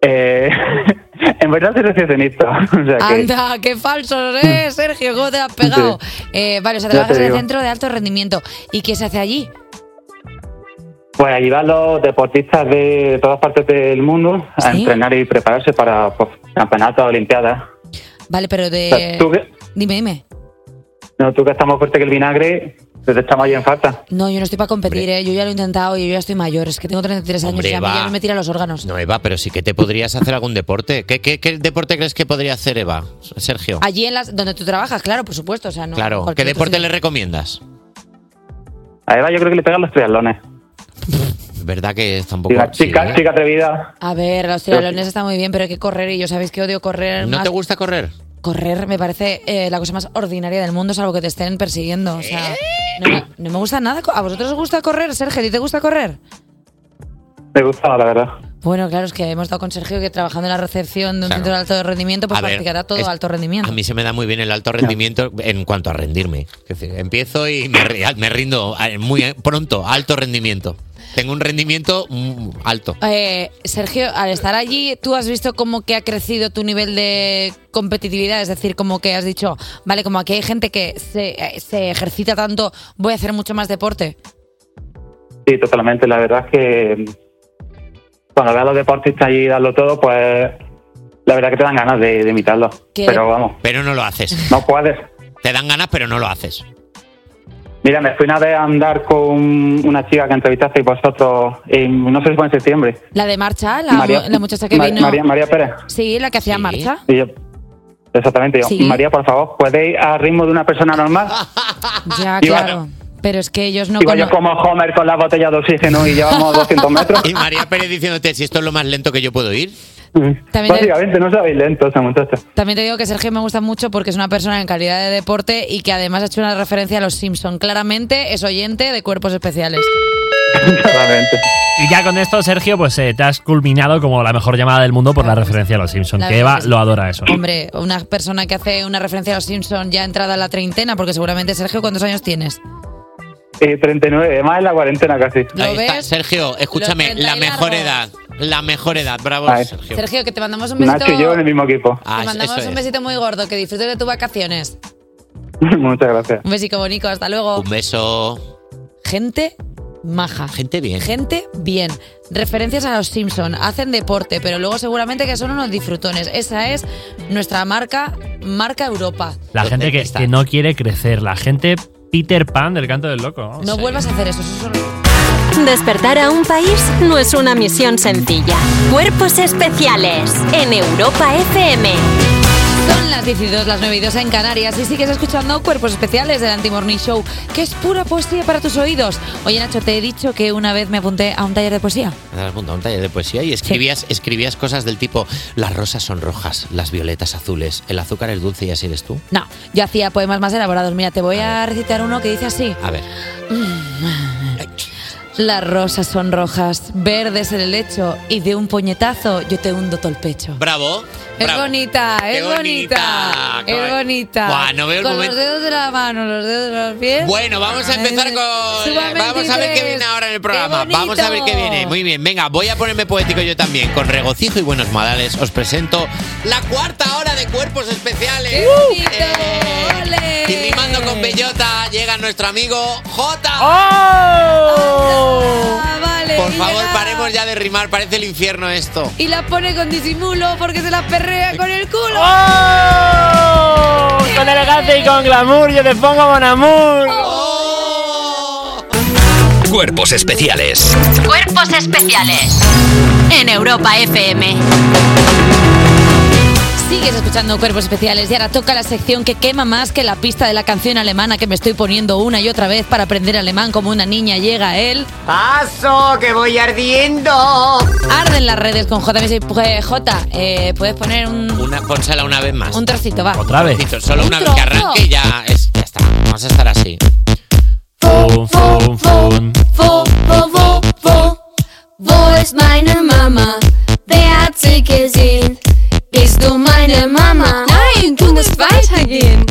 [SPEAKER 22] Eh, en verdad soy recesionista. O sea que,
[SPEAKER 2] Anda, qué falso eres, Sergio, ¿cómo te has pegado? Eh, vale, o sea,
[SPEAKER 22] Ya te
[SPEAKER 2] trabajas en el
[SPEAKER 22] digo.
[SPEAKER 2] centro de alto rendimiento. ¿Y qué se hace allí?
[SPEAKER 22] pues allí van los deportistas de todas partes del mundo a entrenar y prepararse para pues, campeonatos, olimpiadas.
[SPEAKER 2] Vale, pero
[SPEAKER 22] O sea,
[SPEAKER 2] de...
[SPEAKER 22] tú, que,
[SPEAKER 2] Dime, dime.
[SPEAKER 22] no, tú que estás más fuerte que el vinagre, te estamos ahí en falta.
[SPEAKER 2] No, yo no estoy para competir, ¿eh? Yo ya lo he intentado y yo ya estoy mayor. Es que tengo 33 años
[SPEAKER 3] Hombre,
[SPEAKER 2] y a mí
[SPEAKER 3] va.
[SPEAKER 2] ya no me tiran los órganos.
[SPEAKER 3] No, Eva, pero sí que te podrías hacer algún deporte. ¿Qué, qué- qué deporte crees que podría hacer Eva, Sergio?
[SPEAKER 2] Allí en las, donde tú trabajas, claro, por supuesto. O sea, no,
[SPEAKER 3] claro. ¿Qué
[SPEAKER 2] cualquier otro
[SPEAKER 3] deporte
[SPEAKER 2] sitio.
[SPEAKER 3] le recomiendas?
[SPEAKER 22] A Eva yo creo que le pegan los triatlones.
[SPEAKER 3] Verdad que está un poco...
[SPEAKER 22] Chica- chica-
[SPEAKER 3] ¿eh?
[SPEAKER 22] chica atrevida.
[SPEAKER 2] A ver, los triatlones está muy bien, pero hay que correr y yo sabéis que odio correr.
[SPEAKER 3] ¿No
[SPEAKER 2] más-
[SPEAKER 3] te gusta correr?
[SPEAKER 2] Correr me parece eh, la cosa más ordinaria del mundo, salvo que te estén persiguiendo. O sea, no, me- no me gusta nada. co- ¿A vosotros os gusta correr, Sergio? ¿A ti te gusta correr?
[SPEAKER 22] Me gustaba, la verdad.
[SPEAKER 2] Bueno, claro, es que hemos estado con Sergio que trabajando en la recepción de un
[SPEAKER 3] Claro.
[SPEAKER 2] centro de alto rendimiento, pues
[SPEAKER 3] A ver,
[SPEAKER 2] practicará todo
[SPEAKER 3] es-
[SPEAKER 2] alto rendimiento.
[SPEAKER 3] A mí se me da muy bien el alto rendimiento en cuanto a rendirme. Es decir, empiezo y me, ri- me rindo eh, muy pronto, alto rendimiento. Tengo un rendimiento mm, alto.
[SPEAKER 2] Eh, Sergio, al estar allí, ¿tú has visto como que ha crecido tu nivel de competitividad? Es decir, como que has dicho, vale, como aquí hay gente que se, eh, se ejercita tanto, voy a hacer mucho más deporte.
[SPEAKER 22] Sí, totalmente. La verdad es que cuando veo a los deportistas y darlo todo, pues la verdad es que te dan ganas de, de imitarlos.
[SPEAKER 3] ¿Qué?
[SPEAKER 22] Pero vamos.
[SPEAKER 3] Pero no lo haces.
[SPEAKER 22] No puedes.
[SPEAKER 3] Te dan ganas, pero no lo haces.
[SPEAKER 22] Mira, me fui una vez a andar con una chica que entrevistasteis vosotros, en, no sé si fue en septiembre.
[SPEAKER 2] La de marcha, la,
[SPEAKER 22] María-
[SPEAKER 2] la muchacha que
[SPEAKER 22] Ma-
[SPEAKER 2] vino.
[SPEAKER 22] María, María Pérez.
[SPEAKER 2] Sí, la que hacía marcha.
[SPEAKER 22] Y yo, exactamente, yo,
[SPEAKER 2] Sí.
[SPEAKER 22] María, por favor, ¿puedes ir al ritmo de una persona normal?
[SPEAKER 2] Ya,
[SPEAKER 22] Iba-
[SPEAKER 2] Ah, claro. Pero es que ellos no
[SPEAKER 22] Digo, yo
[SPEAKER 2] cono-
[SPEAKER 22] como Homer con la botella de oxígeno y llevamos 200 metros.
[SPEAKER 3] Y María Pérez diciéndote si esto es lo más lento que yo puedo ir.
[SPEAKER 2] También te-
[SPEAKER 22] Básicamente, no sabéis lento esa muchacha.
[SPEAKER 2] También te digo que Sergio me gusta mucho porque es una persona en calidad de deporte y que además ha hecho una referencia a los Simpson. Claramente es oyente de cuerpos especiales.
[SPEAKER 1] Y ya con esto, Sergio, pues eh, te has culminado como la mejor llamada del mundo por la referencia a los Simpsons.
[SPEAKER 2] La
[SPEAKER 1] Que
[SPEAKER 2] verdad
[SPEAKER 1] Eva
[SPEAKER 2] que sí.
[SPEAKER 1] lo adora eso.
[SPEAKER 2] Hombre, una persona que hace una referencia a los Simpson ya entrada a la treintena, porque seguramente Sergio, ¿cuántos años tienes?
[SPEAKER 22] Eh, 39, más en la cuarentena casi.
[SPEAKER 3] Ahí está, Sergio, escúchame, la mejor edad. La mejor edad, bravo,
[SPEAKER 22] Ahí.
[SPEAKER 3] Sergio. Ah,
[SPEAKER 2] Sergio, que te mandamos un besito.
[SPEAKER 22] Nacho y yo en el mismo equipo.
[SPEAKER 2] Te mandamos un besito muy gordo, que disfrutes de tus vacaciones.
[SPEAKER 22] Muchas gracias.
[SPEAKER 2] Un besico bonito, hasta luego.
[SPEAKER 3] Un beso.
[SPEAKER 2] Gente maja.
[SPEAKER 3] Gente bien.
[SPEAKER 2] Gente bien. Referencias a los Simpson, hacen deporte, pero luego seguramente que son unos disfrutones. Esa es nuestra marca, marca Europa.
[SPEAKER 1] La gente que, que no quiere crecer. La gente Peter Pan del canto del loco.
[SPEAKER 2] No vuelvas a hacer eso. eso es un-
[SPEAKER 5] Despertar a un país no es una misión sencilla. Cuerpos especiales en Europa FM.
[SPEAKER 2] Son las 12, las 9 y 2 en Canarias y sigues escuchando Cuerpos Especiales del Anti-Morning Show, que es pura poesía para tus oídos. Oye, Nacho, te he dicho que una vez me apunté a un taller de poesía.
[SPEAKER 3] Me das punto a un taller de poesía y escribías, escribías cosas del tipo las rosas son rojas, las violetas azules, el azúcar es dulce y así eres tú.
[SPEAKER 2] No, yo hacía poemas más elaborados. Mira, te voy a recitar uno que dice así.
[SPEAKER 3] A ver.
[SPEAKER 2] Las rosas son rojas, verdes en el lecho y de un puñetazo yo te hundo todo el pecho.
[SPEAKER 3] Bravo.
[SPEAKER 2] Es bonita, es bonita,
[SPEAKER 3] bonita,
[SPEAKER 2] es
[SPEAKER 3] cabrón.
[SPEAKER 2] bonita.
[SPEAKER 3] Buah, no veo el
[SPEAKER 2] Con
[SPEAKER 3] momento.
[SPEAKER 2] los dedos de la mano, los dedos de los pies.
[SPEAKER 3] Bueno, vamos a empezar con.
[SPEAKER 2] Sumamente
[SPEAKER 3] Vamos a ver qué viene
[SPEAKER 2] tres.
[SPEAKER 3] ahora en el programa. Vamos a ver qué viene. Muy bien, venga, voy a ponerme poético yo también. Con regocijo y buenos modales os presento la cuarta hora de cuerpos especiales. Eh, y rimando con bellota llega nuestro amigo J.
[SPEAKER 2] ¡Oh!
[SPEAKER 3] ¡Oh!
[SPEAKER 2] Ah, vale,
[SPEAKER 3] Por
[SPEAKER 2] y
[SPEAKER 3] favor,
[SPEAKER 2] llega-
[SPEAKER 3] paremos ya de rimar, parece el infierno esto.
[SPEAKER 2] Y la pone con disimulo porque se la perrea con el culo.
[SPEAKER 1] Con elegancia y con glamour, yo te pongo Mon Amour.
[SPEAKER 4] Cuerpos especiales.
[SPEAKER 5] Cuerpos especiales en Europa FM.
[SPEAKER 2] Sigues escuchando Cuerpos Especiales y ahora toca la sección que quema más que la pista de la canción alemana que me estoy poniendo una y otra vez para aprender alemán como una niña llega él.
[SPEAKER 9] Ah,
[SPEAKER 11] ¡Paso, que voy ardiendo!
[SPEAKER 2] Arden las redes con JMS J. Eh, puedes poner un,
[SPEAKER 3] Una, pónsela una vez más.
[SPEAKER 2] un trocito, va.
[SPEAKER 3] Otra vez. Solo
[SPEAKER 2] Un
[SPEAKER 3] una vez que
[SPEAKER 2] trozo.
[SPEAKER 3] arranque y ya, es- ya está. Vamos a estar así.
[SPEAKER 9] Wo, wo, wo, wo, wo ist meine Mama? Wer hat sie gesehen? Bist du meine Mama? Nein, du musst weitergehen.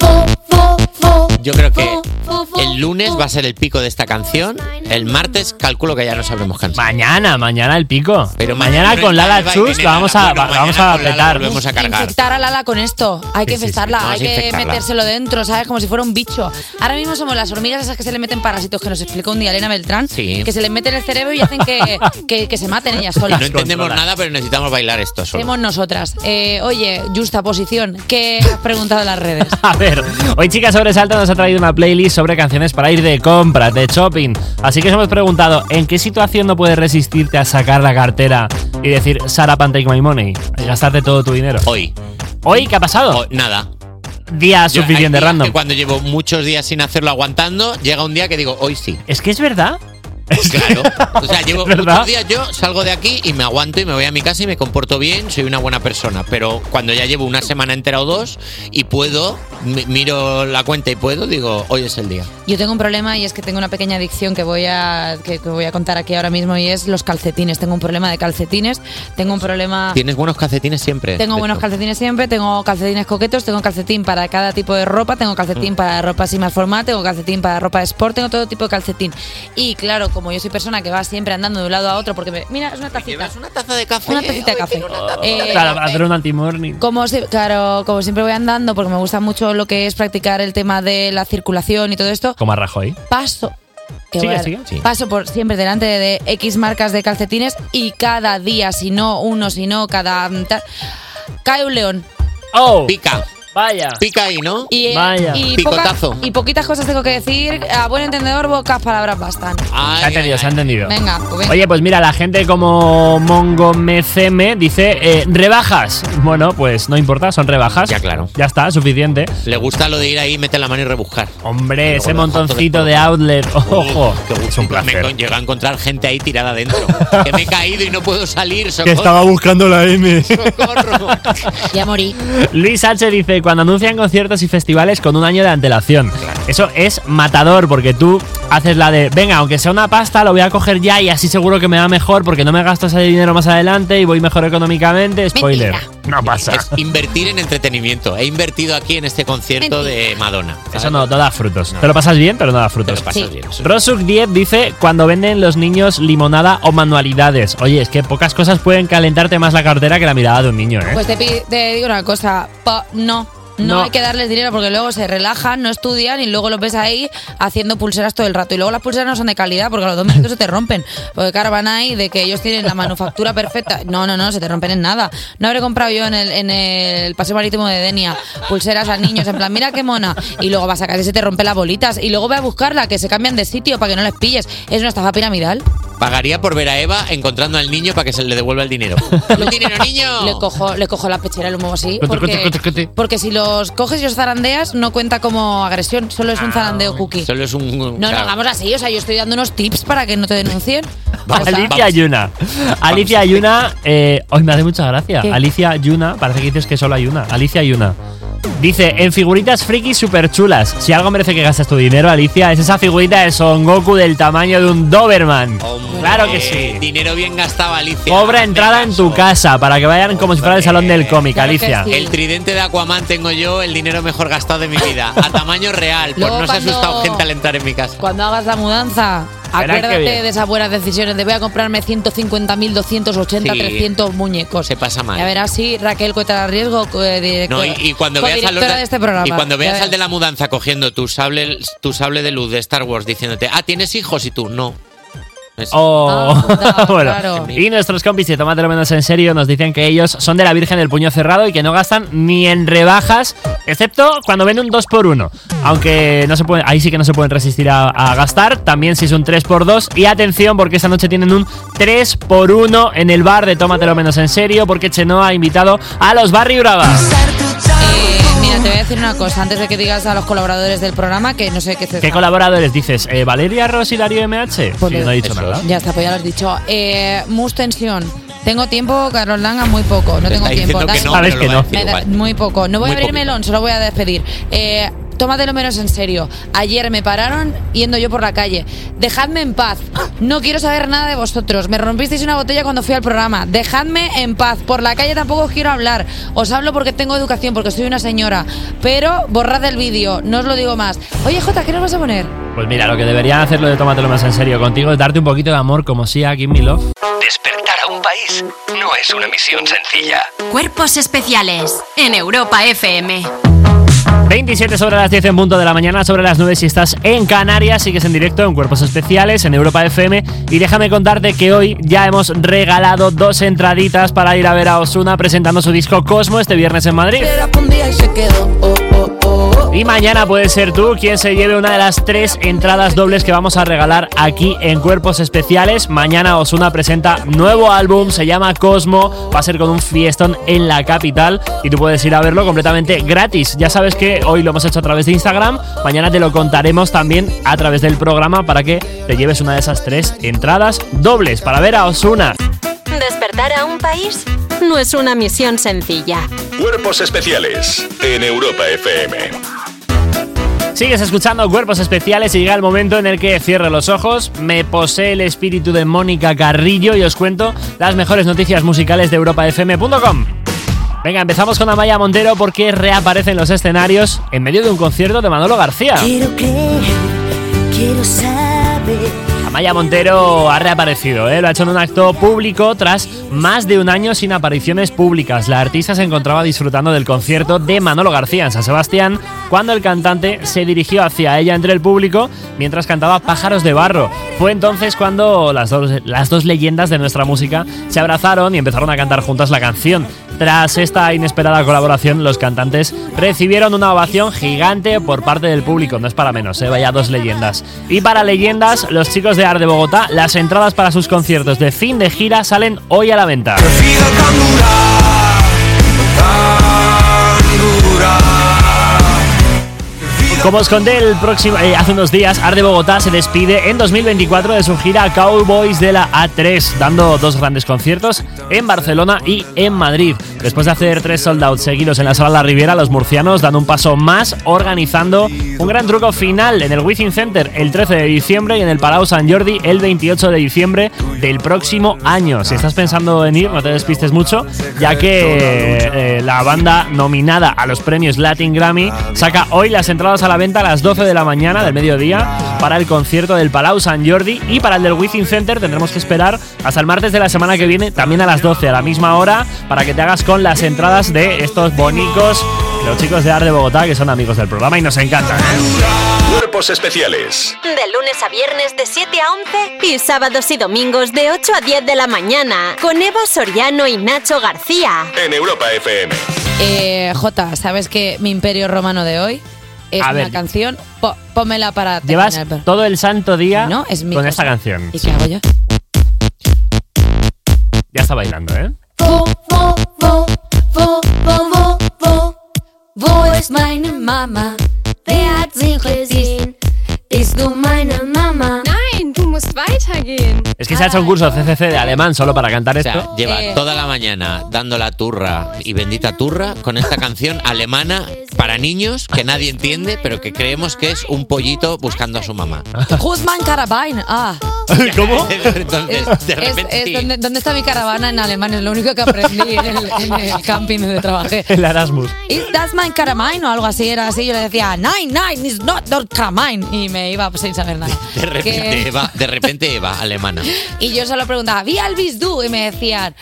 [SPEAKER 9] Wo, wo, wo,
[SPEAKER 3] Yo creo que
[SPEAKER 9] wo, wo.
[SPEAKER 3] el lunes va a ser el pico de esta canción. El martes calculo que ya nos habremos cansado.
[SPEAKER 1] Mañana, mañana el pico. Pero mañana,
[SPEAKER 3] no
[SPEAKER 1] con
[SPEAKER 3] está
[SPEAKER 1] Lala
[SPEAKER 3] Eva y
[SPEAKER 1] Chus
[SPEAKER 3] viene
[SPEAKER 1] la vamos a,
[SPEAKER 3] Lala. Bueno,
[SPEAKER 1] vamos
[SPEAKER 3] mañana
[SPEAKER 1] a
[SPEAKER 3] con Lala
[SPEAKER 1] petar.
[SPEAKER 3] volvemos a cargar.
[SPEAKER 2] Infectar a Lala con esto. Hay que
[SPEAKER 3] Sí, sí, sí.
[SPEAKER 2] infestarla,
[SPEAKER 3] Vamos
[SPEAKER 2] hay
[SPEAKER 3] a
[SPEAKER 2] que
[SPEAKER 3] infectarla.
[SPEAKER 2] metérselo dentro, ¿sabes? Como si fuera un bicho. Ahora mismo somos las hormigas esas que se le meten parásitos, que nos explicó un día Elena Beltrán,
[SPEAKER 3] Sí.
[SPEAKER 2] que se les meten en el cerebro y hacen que, que- que se maten ellas
[SPEAKER 3] No
[SPEAKER 2] solas.
[SPEAKER 3] entendemos nada, pero necesitamos bailar esto solo.
[SPEAKER 2] Hacemos nosotras. Eh, oye, justa posición, ¿qué has preguntado en las redes?
[SPEAKER 1] A ver, hoy Chica Sobresalto nos ha traído una playlist sobre canciones para ir de compras, de shopping. Así que os hemos preguntado, ¿en qué situación no puedes resistirte a sacar la cartera y decir, Sara, pan take my money? Y gastarte todo tu dinero.
[SPEAKER 3] Hoy.
[SPEAKER 1] ¿Hoy qué ha pasado?
[SPEAKER 3] Nada.
[SPEAKER 1] Día
[SPEAKER 3] Yo- hay
[SPEAKER 1] suficiente
[SPEAKER 3] días
[SPEAKER 1] random.
[SPEAKER 3] que cuando llevo muchos días sin hacerlo aguantando, llega un día que digo, hoy sí.
[SPEAKER 1] Es que es verdad.
[SPEAKER 3] Claro. O sea, llevo
[SPEAKER 1] ¿Verdad?
[SPEAKER 3] muchos días yo salgo de aquí y me aguanto y me voy a mi casa y me comporto bien, soy una buena persona. Pero cuando ya llevo una semana entera o dos y puedo, mi- miro la cuenta y puedo, digo, hoy es el día.
[SPEAKER 2] Yo tengo un problema y es que tengo una pequeña adicción que voy a que, que voy a contar aquí ahora mismo y es los calcetines. Tengo un problema de calcetines, tengo un problema
[SPEAKER 3] Tienes buenos calcetines siempre.
[SPEAKER 2] Ah. Tengo
[SPEAKER 3] de
[SPEAKER 2] buenos
[SPEAKER 3] hecho.
[SPEAKER 2] calcetines siempre, tengo calcetines coquetos, tengo calcetín para cada tipo de ropa, tengo calcetín para ropa así más formal, tengo calcetín para ropa de sport, tengo todo tipo de calcetín. Y claro, como yo soy persona que va siempre andando de un lado a otro porque me- mira, es una tacita.
[SPEAKER 3] una taza de café.
[SPEAKER 2] Una tacita de café. Eh,
[SPEAKER 1] Claro, hacer un anti-morning.
[SPEAKER 2] como, si- claro, como siempre voy andando porque me gusta mucho lo que es practicar el tema de la circulación y todo esto,
[SPEAKER 1] Como a Rajoy.
[SPEAKER 2] paso Qué
[SPEAKER 1] Sigue,
[SPEAKER 2] bueno.
[SPEAKER 1] sigue. Sí.
[SPEAKER 2] Paso por siempre delante de X marcas de calcetines y cada día, si no uno, si no cada... mm, tal, cae un león.
[SPEAKER 1] ¡Oh!
[SPEAKER 3] Pica.
[SPEAKER 1] Vaya.
[SPEAKER 3] Pica ahí, ¿no?
[SPEAKER 2] Y, eh, y
[SPEAKER 3] Picotazo.
[SPEAKER 2] poca- y poquitas cosas tengo que decir. A buen entendedor, pocas palabras bastan.
[SPEAKER 1] Se ha entendido, se ha entendido.
[SPEAKER 2] Venga, pues venga.
[SPEAKER 1] Oye, pues mira, la gente como MongoMCM dice eh, rebajas. Bueno, pues no importa, son rebajas. Ya claro. Ya está, suficiente.
[SPEAKER 3] Le gusta lo de ir ahí, meter la mano y rebuscar.
[SPEAKER 1] Hombre, ese
[SPEAKER 3] Luego de
[SPEAKER 1] montoncito de outlet, ojo.
[SPEAKER 3] es un placer. Me llega a encontrar gente ahí tirada dentro. que me he caído y no puedo salir.
[SPEAKER 1] Que
[SPEAKER 3] socorro.
[SPEAKER 1] estaba buscando la M.
[SPEAKER 2] Ya morí.
[SPEAKER 1] Luis H dice, cuando anuncian conciertos y festivales con un año de antelación. Eso es matador, porque tú haces la de, venga, aunque sea una pasta, lo voy a coger ya y así seguro que me va mejor porque no me gasto ese dinero más adelante y voy mejor económicamente. Spoiler. No pasa.
[SPEAKER 3] Es invertir en entretenimiento. He invertido aquí en este concierto de Madonna.
[SPEAKER 1] Eso no, no da frutos. Te lo pasas bien, pero no da frutos.
[SPEAKER 3] pasas Sí. bien, eso sí.
[SPEAKER 1] Rosuk 10 dice, cuando venden los niños limonada o manualidades. Oye, es que pocas cosas pueden calentarte más la cartera que la mirada de un niño, ¿eh?
[SPEAKER 2] Pues te, pi- te digo una cosa, pa- no. No, hay que darles dinero porque luego se relajan, no estudian y luego los ves ahí haciendo pulseras todo el rato. Y luego las pulseras no son de calidad porque a los dos minutos se te rompen. Porque claro, van ahí de que ellos tienen la manufactura perfecta. No, no, no, se te rompen en nada. No habré comprado yo en el, en el paseo marítimo de Denia pulseras a niños en plan, mira qué mona. Y luego vas a casa y se te rompen las bolitas. Y luego ve a buscarla, que se cambian de sitio para que no les pilles. Es una estafa piramidal.
[SPEAKER 3] Pagaría por ver a Eva encontrando al niño para que se le devuelva el dinero.
[SPEAKER 2] Le cojo, le cojo la pechera y lo muevo así. Porque, porque si los coges y los zarandeas, no cuenta como agresión, solo
[SPEAKER 3] Ah,
[SPEAKER 2] es un zarandeo cookie.
[SPEAKER 3] Solo es un.
[SPEAKER 2] No, no hagamos así, o sea, yo estoy dando unos tips para que no te denuncien. Ya está.
[SPEAKER 1] Alicia Yuna. Alicia Yuna, eh, hoy me hace mucha gracia.
[SPEAKER 2] ¿Qué?
[SPEAKER 1] Alicia Yuna, parece que dices que solo hay una. Alicia Yuna. Dice, en figuritas frikis super chulas. Si algo merece que gastes tu dinero, Alicia, es esa figurita de Son Goku del tamaño de un Doberman.
[SPEAKER 3] Oh,
[SPEAKER 1] Claro que sí.
[SPEAKER 3] Dinero bien gastado, Alicia.
[SPEAKER 1] Cobra entrada en tu casa para que vayan como si fuera el salón del cómic, Alicia.
[SPEAKER 3] El tridente de Aquaman tengo yo, el dinero mejor gastado de mi vida. A tamaño real, por
[SPEAKER 2] Luego
[SPEAKER 3] no se ha
[SPEAKER 2] cuando-
[SPEAKER 3] asustado gente al entrar en mi casa.
[SPEAKER 2] Cuando hagas la mudanza,
[SPEAKER 3] Verás qué
[SPEAKER 2] acuérdate
[SPEAKER 3] bien.
[SPEAKER 2] de esas buenas decisiones de voy a comprarme 150.000, 280,
[SPEAKER 3] Sí.
[SPEAKER 2] 300 muñecos.
[SPEAKER 3] Se pasa mal.
[SPEAKER 2] Ya verás si Raquel Cuesta riesgo eh, de-
[SPEAKER 3] No, y, y cuando veas al
[SPEAKER 2] codirectora de este programa.
[SPEAKER 3] y cuando
[SPEAKER 2] Ya
[SPEAKER 3] veas al
[SPEAKER 2] verás.
[SPEAKER 3] de la mudanza cogiendo tu sable, tu sable de luz de Star Wars diciéndote, ah, ¿tienes hijos? Y tú, no. Es-
[SPEAKER 1] Oh, bueno.
[SPEAKER 3] Ah, claro.
[SPEAKER 1] Y nuestros compis de Tómatelo Menos en Serio nos dicen que ellos son de la Virgen del Puño Cerrado y que no gastan ni en rebajas, excepto cuando ven un 2x1. Aunque no se pueden, ahí sí que no se pueden resistir a, a gastar. También si es un 3x2. Y atención, porque esta noche tienen un 3x1 en el bar de Tómatelo Menos en Serio, porque Chenoa ha invitado a los Barry Brava.
[SPEAKER 2] Eh, mira, te voy a decir una cosa antes de que digas a los colaboradores del programa que no sé qué
[SPEAKER 1] ¿Qué colaboradores dices? Eh, ¿Valeria Ross y Darío MH? Sí, no he
[SPEAKER 3] Pues
[SPEAKER 1] dicho
[SPEAKER 3] Eso
[SPEAKER 1] nada.
[SPEAKER 2] Ya está, pues ya lo has dicho. Eh, mus tensión. Tengo tiempo, Carlos Langa, muy poco. No tengo
[SPEAKER 1] está
[SPEAKER 2] tiempo.
[SPEAKER 1] diciendo que
[SPEAKER 2] Dani-
[SPEAKER 1] no, Sabes pero que lo va a no. decir
[SPEAKER 2] Me da-
[SPEAKER 1] igual.
[SPEAKER 2] Muy poco. No voy
[SPEAKER 1] Muy
[SPEAKER 2] a abrir
[SPEAKER 1] poquito.
[SPEAKER 2] melón, solo voy a despedir. Eh, tómatelo menos en serio. Ayer me pararon yendo yo por la calle. Dejadme en paz. No quiero saber nada de vosotros. Me rompisteis una botella cuando fui al programa. Dejadme en paz. Por la calle tampoco os quiero hablar. Os hablo porque tengo educación, porque soy una señora. Pero borrad el vídeo, no os lo digo más. Oye, Jota, ¿qué nos vas a poner?
[SPEAKER 1] Pues mira, lo que deberían hacerlo de Tómatelo Menos en Serio contigo es darte un poquito de amor, como sea, Kim Love.
[SPEAKER 4] Despertar a un país no es una misión sencilla.
[SPEAKER 12] Cuerpos especiales en Europa FM.
[SPEAKER 1] 27 sobre las 10 en punto de la mañana, sobre las 9 si estás en Canarias, sigues en directo en Cuerpos Especiales, en Europa FM. Y déjame contarte que hoy ya hemos regalado dos entraditas para ir a ver a Osuna presentando su disco Cosmo este viernes en Madrid. Y mañana puedes ser tú quien se lleve una de las tres entradas dobles que vamos a regalar aquí en Cuerpos Especiales. Mañana Osuna presenta nuevo álbum, se llama Cosmo, va a ser con un fiestón en la capital y tú puedes ir a verlo completamente gratis. Ya sabes que hoy lo hemos hecho a través de Instagram, mañana te lo contaremos también a través del programa para que te lleves una de esas tres entradas dobles para ver a Osuna.
[SPEAKER 5] Despertar a un país no es una misión sencilla.
[SPEAKER 7] Cuerpos especiales en Europa FM.
[SPEAKER 1] Sigues escuchando Cuerpos Especiales y llega el momento en el que cierro los ojos, me posee el espíritu de Mónica Carrillo y os cuento las mejores noticias musicales de europafm.com. Venga, empezamos con Amaya Montero porque reaparece en los escenarios en medio de un concierto de Manolo García.
[SPEAKER 13] Quiero creer, quiero saber.
[SPEAKER 1] Amaya Montero ha reaparecido, ¿eh? lo ha hecho en un acto público tras más de un año sin apariciones públicas. La artista se encontraba disfrutando del concierto de Manolo García en San Sebastián cuando el cantante se dirigió hacia ella entre el público mientras cantaba Pájaros de Barro. Fue entonces cuando las dos, las dos leyendas de nuestra música se abrazaron y empezaron a cantar juntas la canción. Tras esta inesperada colaboración, los cantantes recibieron una ovación gigante por parte del público. No es para menos, ¿eh? vaya dos leyendas. Y para leyendas, los chicos de Ar de Bogotá, las entradas para sus conciertos de fin de gira salen hoy a la venta. Como os conté el próximo, eh, hace unos días, Ar de Bogotá se despide en 2024 de su gira Cowboys de la A3, dando dos grandes conciertos en Barcelona y en Madrid. Después de hacer tres sold out seguidos en la Sala La Riviera, los murcianos dan un paso más organizando un gran truco final en el Wizzing Center el 13 de diciembre y en el Palau San Jordi el 28 de diciembre del próximo año. Si estás pensando en ir, no te despistes mucho, ya que eh, la banda nominada a los premios Latin Grammy saca hoy las entradas a la venta a las 12 de la mañana del mediodía para el concierto del Palau San Jordi y para el del Wizzing Center tendremos que esperar hasta el martes de la semana que viene, también a las 12, a la misma hora, para que te hagas con las entradas de estos bonicos, los chicos de Ar de Bogotá, que son amigos del programa y nos encantan. ¿eh?
[SPEAKER 7] Cuerpos especiales
[SPEAKER 5] De lunes a viernes de 7 a 11 y sábados y domingos de 8 a 10 de la mañana con Eva Soriano y Nacho García.
[SPEAKER 7] en Europa FM.
[SPEAKER 2] Eh, Jota, ¿sabes que mi imperio romano de hoy es
[SPEAKER 1] A
[SPEAKER 2] una
[SPEAKER 1] ver.
[SPEAKER 2] canción? Po- pónmela para terminar.
[SPEAKER 1] Llevas
[SPEAKER 2] pero-
[SPEAKER 1] todo el santo día
[SPEAKER 2] No, es mi
[SPEAKER 1] con
[SPEAKER 2] cosa.
[SPEAKER 1] esta canción.
[SPEAKER 2] ¿Y qué hago yo?
[SPEAKER 1] Ya está bailando, ¿eh?
[SPEAKER 9] Wo, wo, wo, wo, wo, wo, wo, wo ist meine Mama? Wer hat sie gesehen? Bist du meine Mama? Nein, du musst weitergehen.
[SPEAKER 1] Es que se ha hecho un curso CCC de alemán solo para cantar
[SPEAKER 3] O sea,
[SPEAKER 1] esto.
[SPEAKER 3] lleva
[SPEAKER 2] Eh.
[SPEAKER 3] toda la mañana dando la turra y bendita turra con esta canción alemana para niños que nadie entiende, pero que creemos que es un pollito buscando a su mamá.
[SPEAKER 2] Guzmán Carabain. Ah.
[SPEAKER 3] ¿Cómo? Entonces, de
[SPEAKER 2] Es-
[SPEAKER 3] repente.
[SPEAKER 2] es donde- ¿Dónde está mi caravana en alemán? Es lo único que aprendí en el, en el camping donde trabajé.
[SPEAKER 1] El Erasmus.
[SPEAKER 2] Is das mein Karamain? O algo así era así. Yo le decía, Nein, nein, it's not your Karamain. Y me iba pues, sin saber nada.
[SPEAKER 3] De repente
[SPEAKER 2] Que-
[SPEAKER 3] Eva, de repente Eva, alemana.
[SPEAKER 2] Y yo solo preguntaba, ¿vi Alvis Du? Y me decían,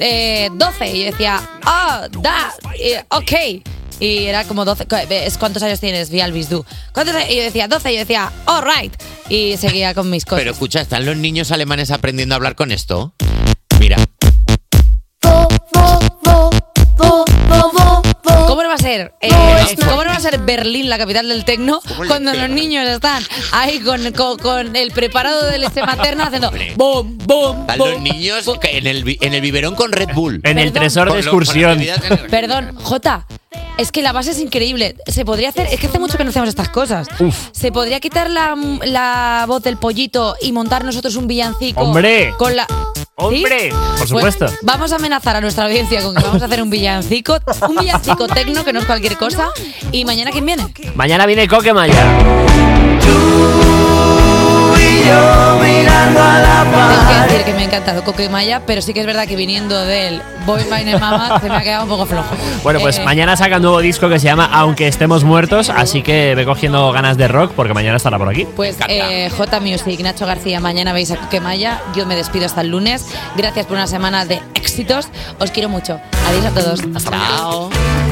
[SPEAKER 2] eh, 12. Y yo decía, ah, da, eh, ok. Y era como 12. co- es, ¿Cuántos años tienes, Vi Alvis Du? ¿Cuántos años? Y yo decía, 12. Y yo decía, all right. Y seguía con mis cosas.
[SPEAKER 3] Pero escucha, ¿están los niños alemanes aprendiendo a hablar con esto? Mira,
[SPEAKER 2] ¿Cómo no va a ser? eh, ¿Cómo no va a ser Berlín la capital del tecno cuando los niños están ahí con, con- con el preparado del este materno haciendo bom, bom,
[SPEAKER 3] están los
[SPEAKER 2] bom?
[SPEAKER 3] niños que en el, bi- en el biberón con Red Bull.
[SPEAKER 1] En el tresor de
[SPEAKER 3] Con lo- con la
[SPEAKER 1] excursión.
[SPEAKER 3] bebida que-
[SPEAKER 2] Perdón, Jota, es que la base es increíble. Se podría hacer, es que hace mucho que no hacemos estas cosas. Se podría quitar la, la voz del pollito y montar nosotros un villancico.
[SPEAKER 1] ¡Hombre!
[SPEAKER 2] Con la. ¿Sí?
[SPEAKER 1] ¡Hombre! Por
[SPEAKER 2] Pues
[SPEAKER 1] supuesto.
[SPEAKER 2] vamos a amenazar a nuestra audiencia con que vamos a hacer un villancico, un villancico tecno que no es cualquier cosa. Y mañana quién viene.
[SPEAKER 1] Mañana viene Coque Maya.
[SPEAKER 2] Tengo que decir que me ha encantado Coquemaya, pero sí que es verdad que viniendo del Boy by Name Mama se me ha quedado un poco flojo.
[SPEAKER 1] Bueno, pues
[SPEAKER 2] Eh,
[SPEAKER 1] mañana saca un nuevo disco que se llama Aunque estemos muertos, así que ve cogiendo ganas de rock porque mañana estará por aquí.
[SPEAKER 2] Pues eh, J Music, Nacho García, mañana veis a Coquemaya. Yo me despido hasta el lunes. Gracias por una semana de éxitos. Os quiero mucho. Adiós a todos. Hasta mañana.
[SPEAKER 3] Chao.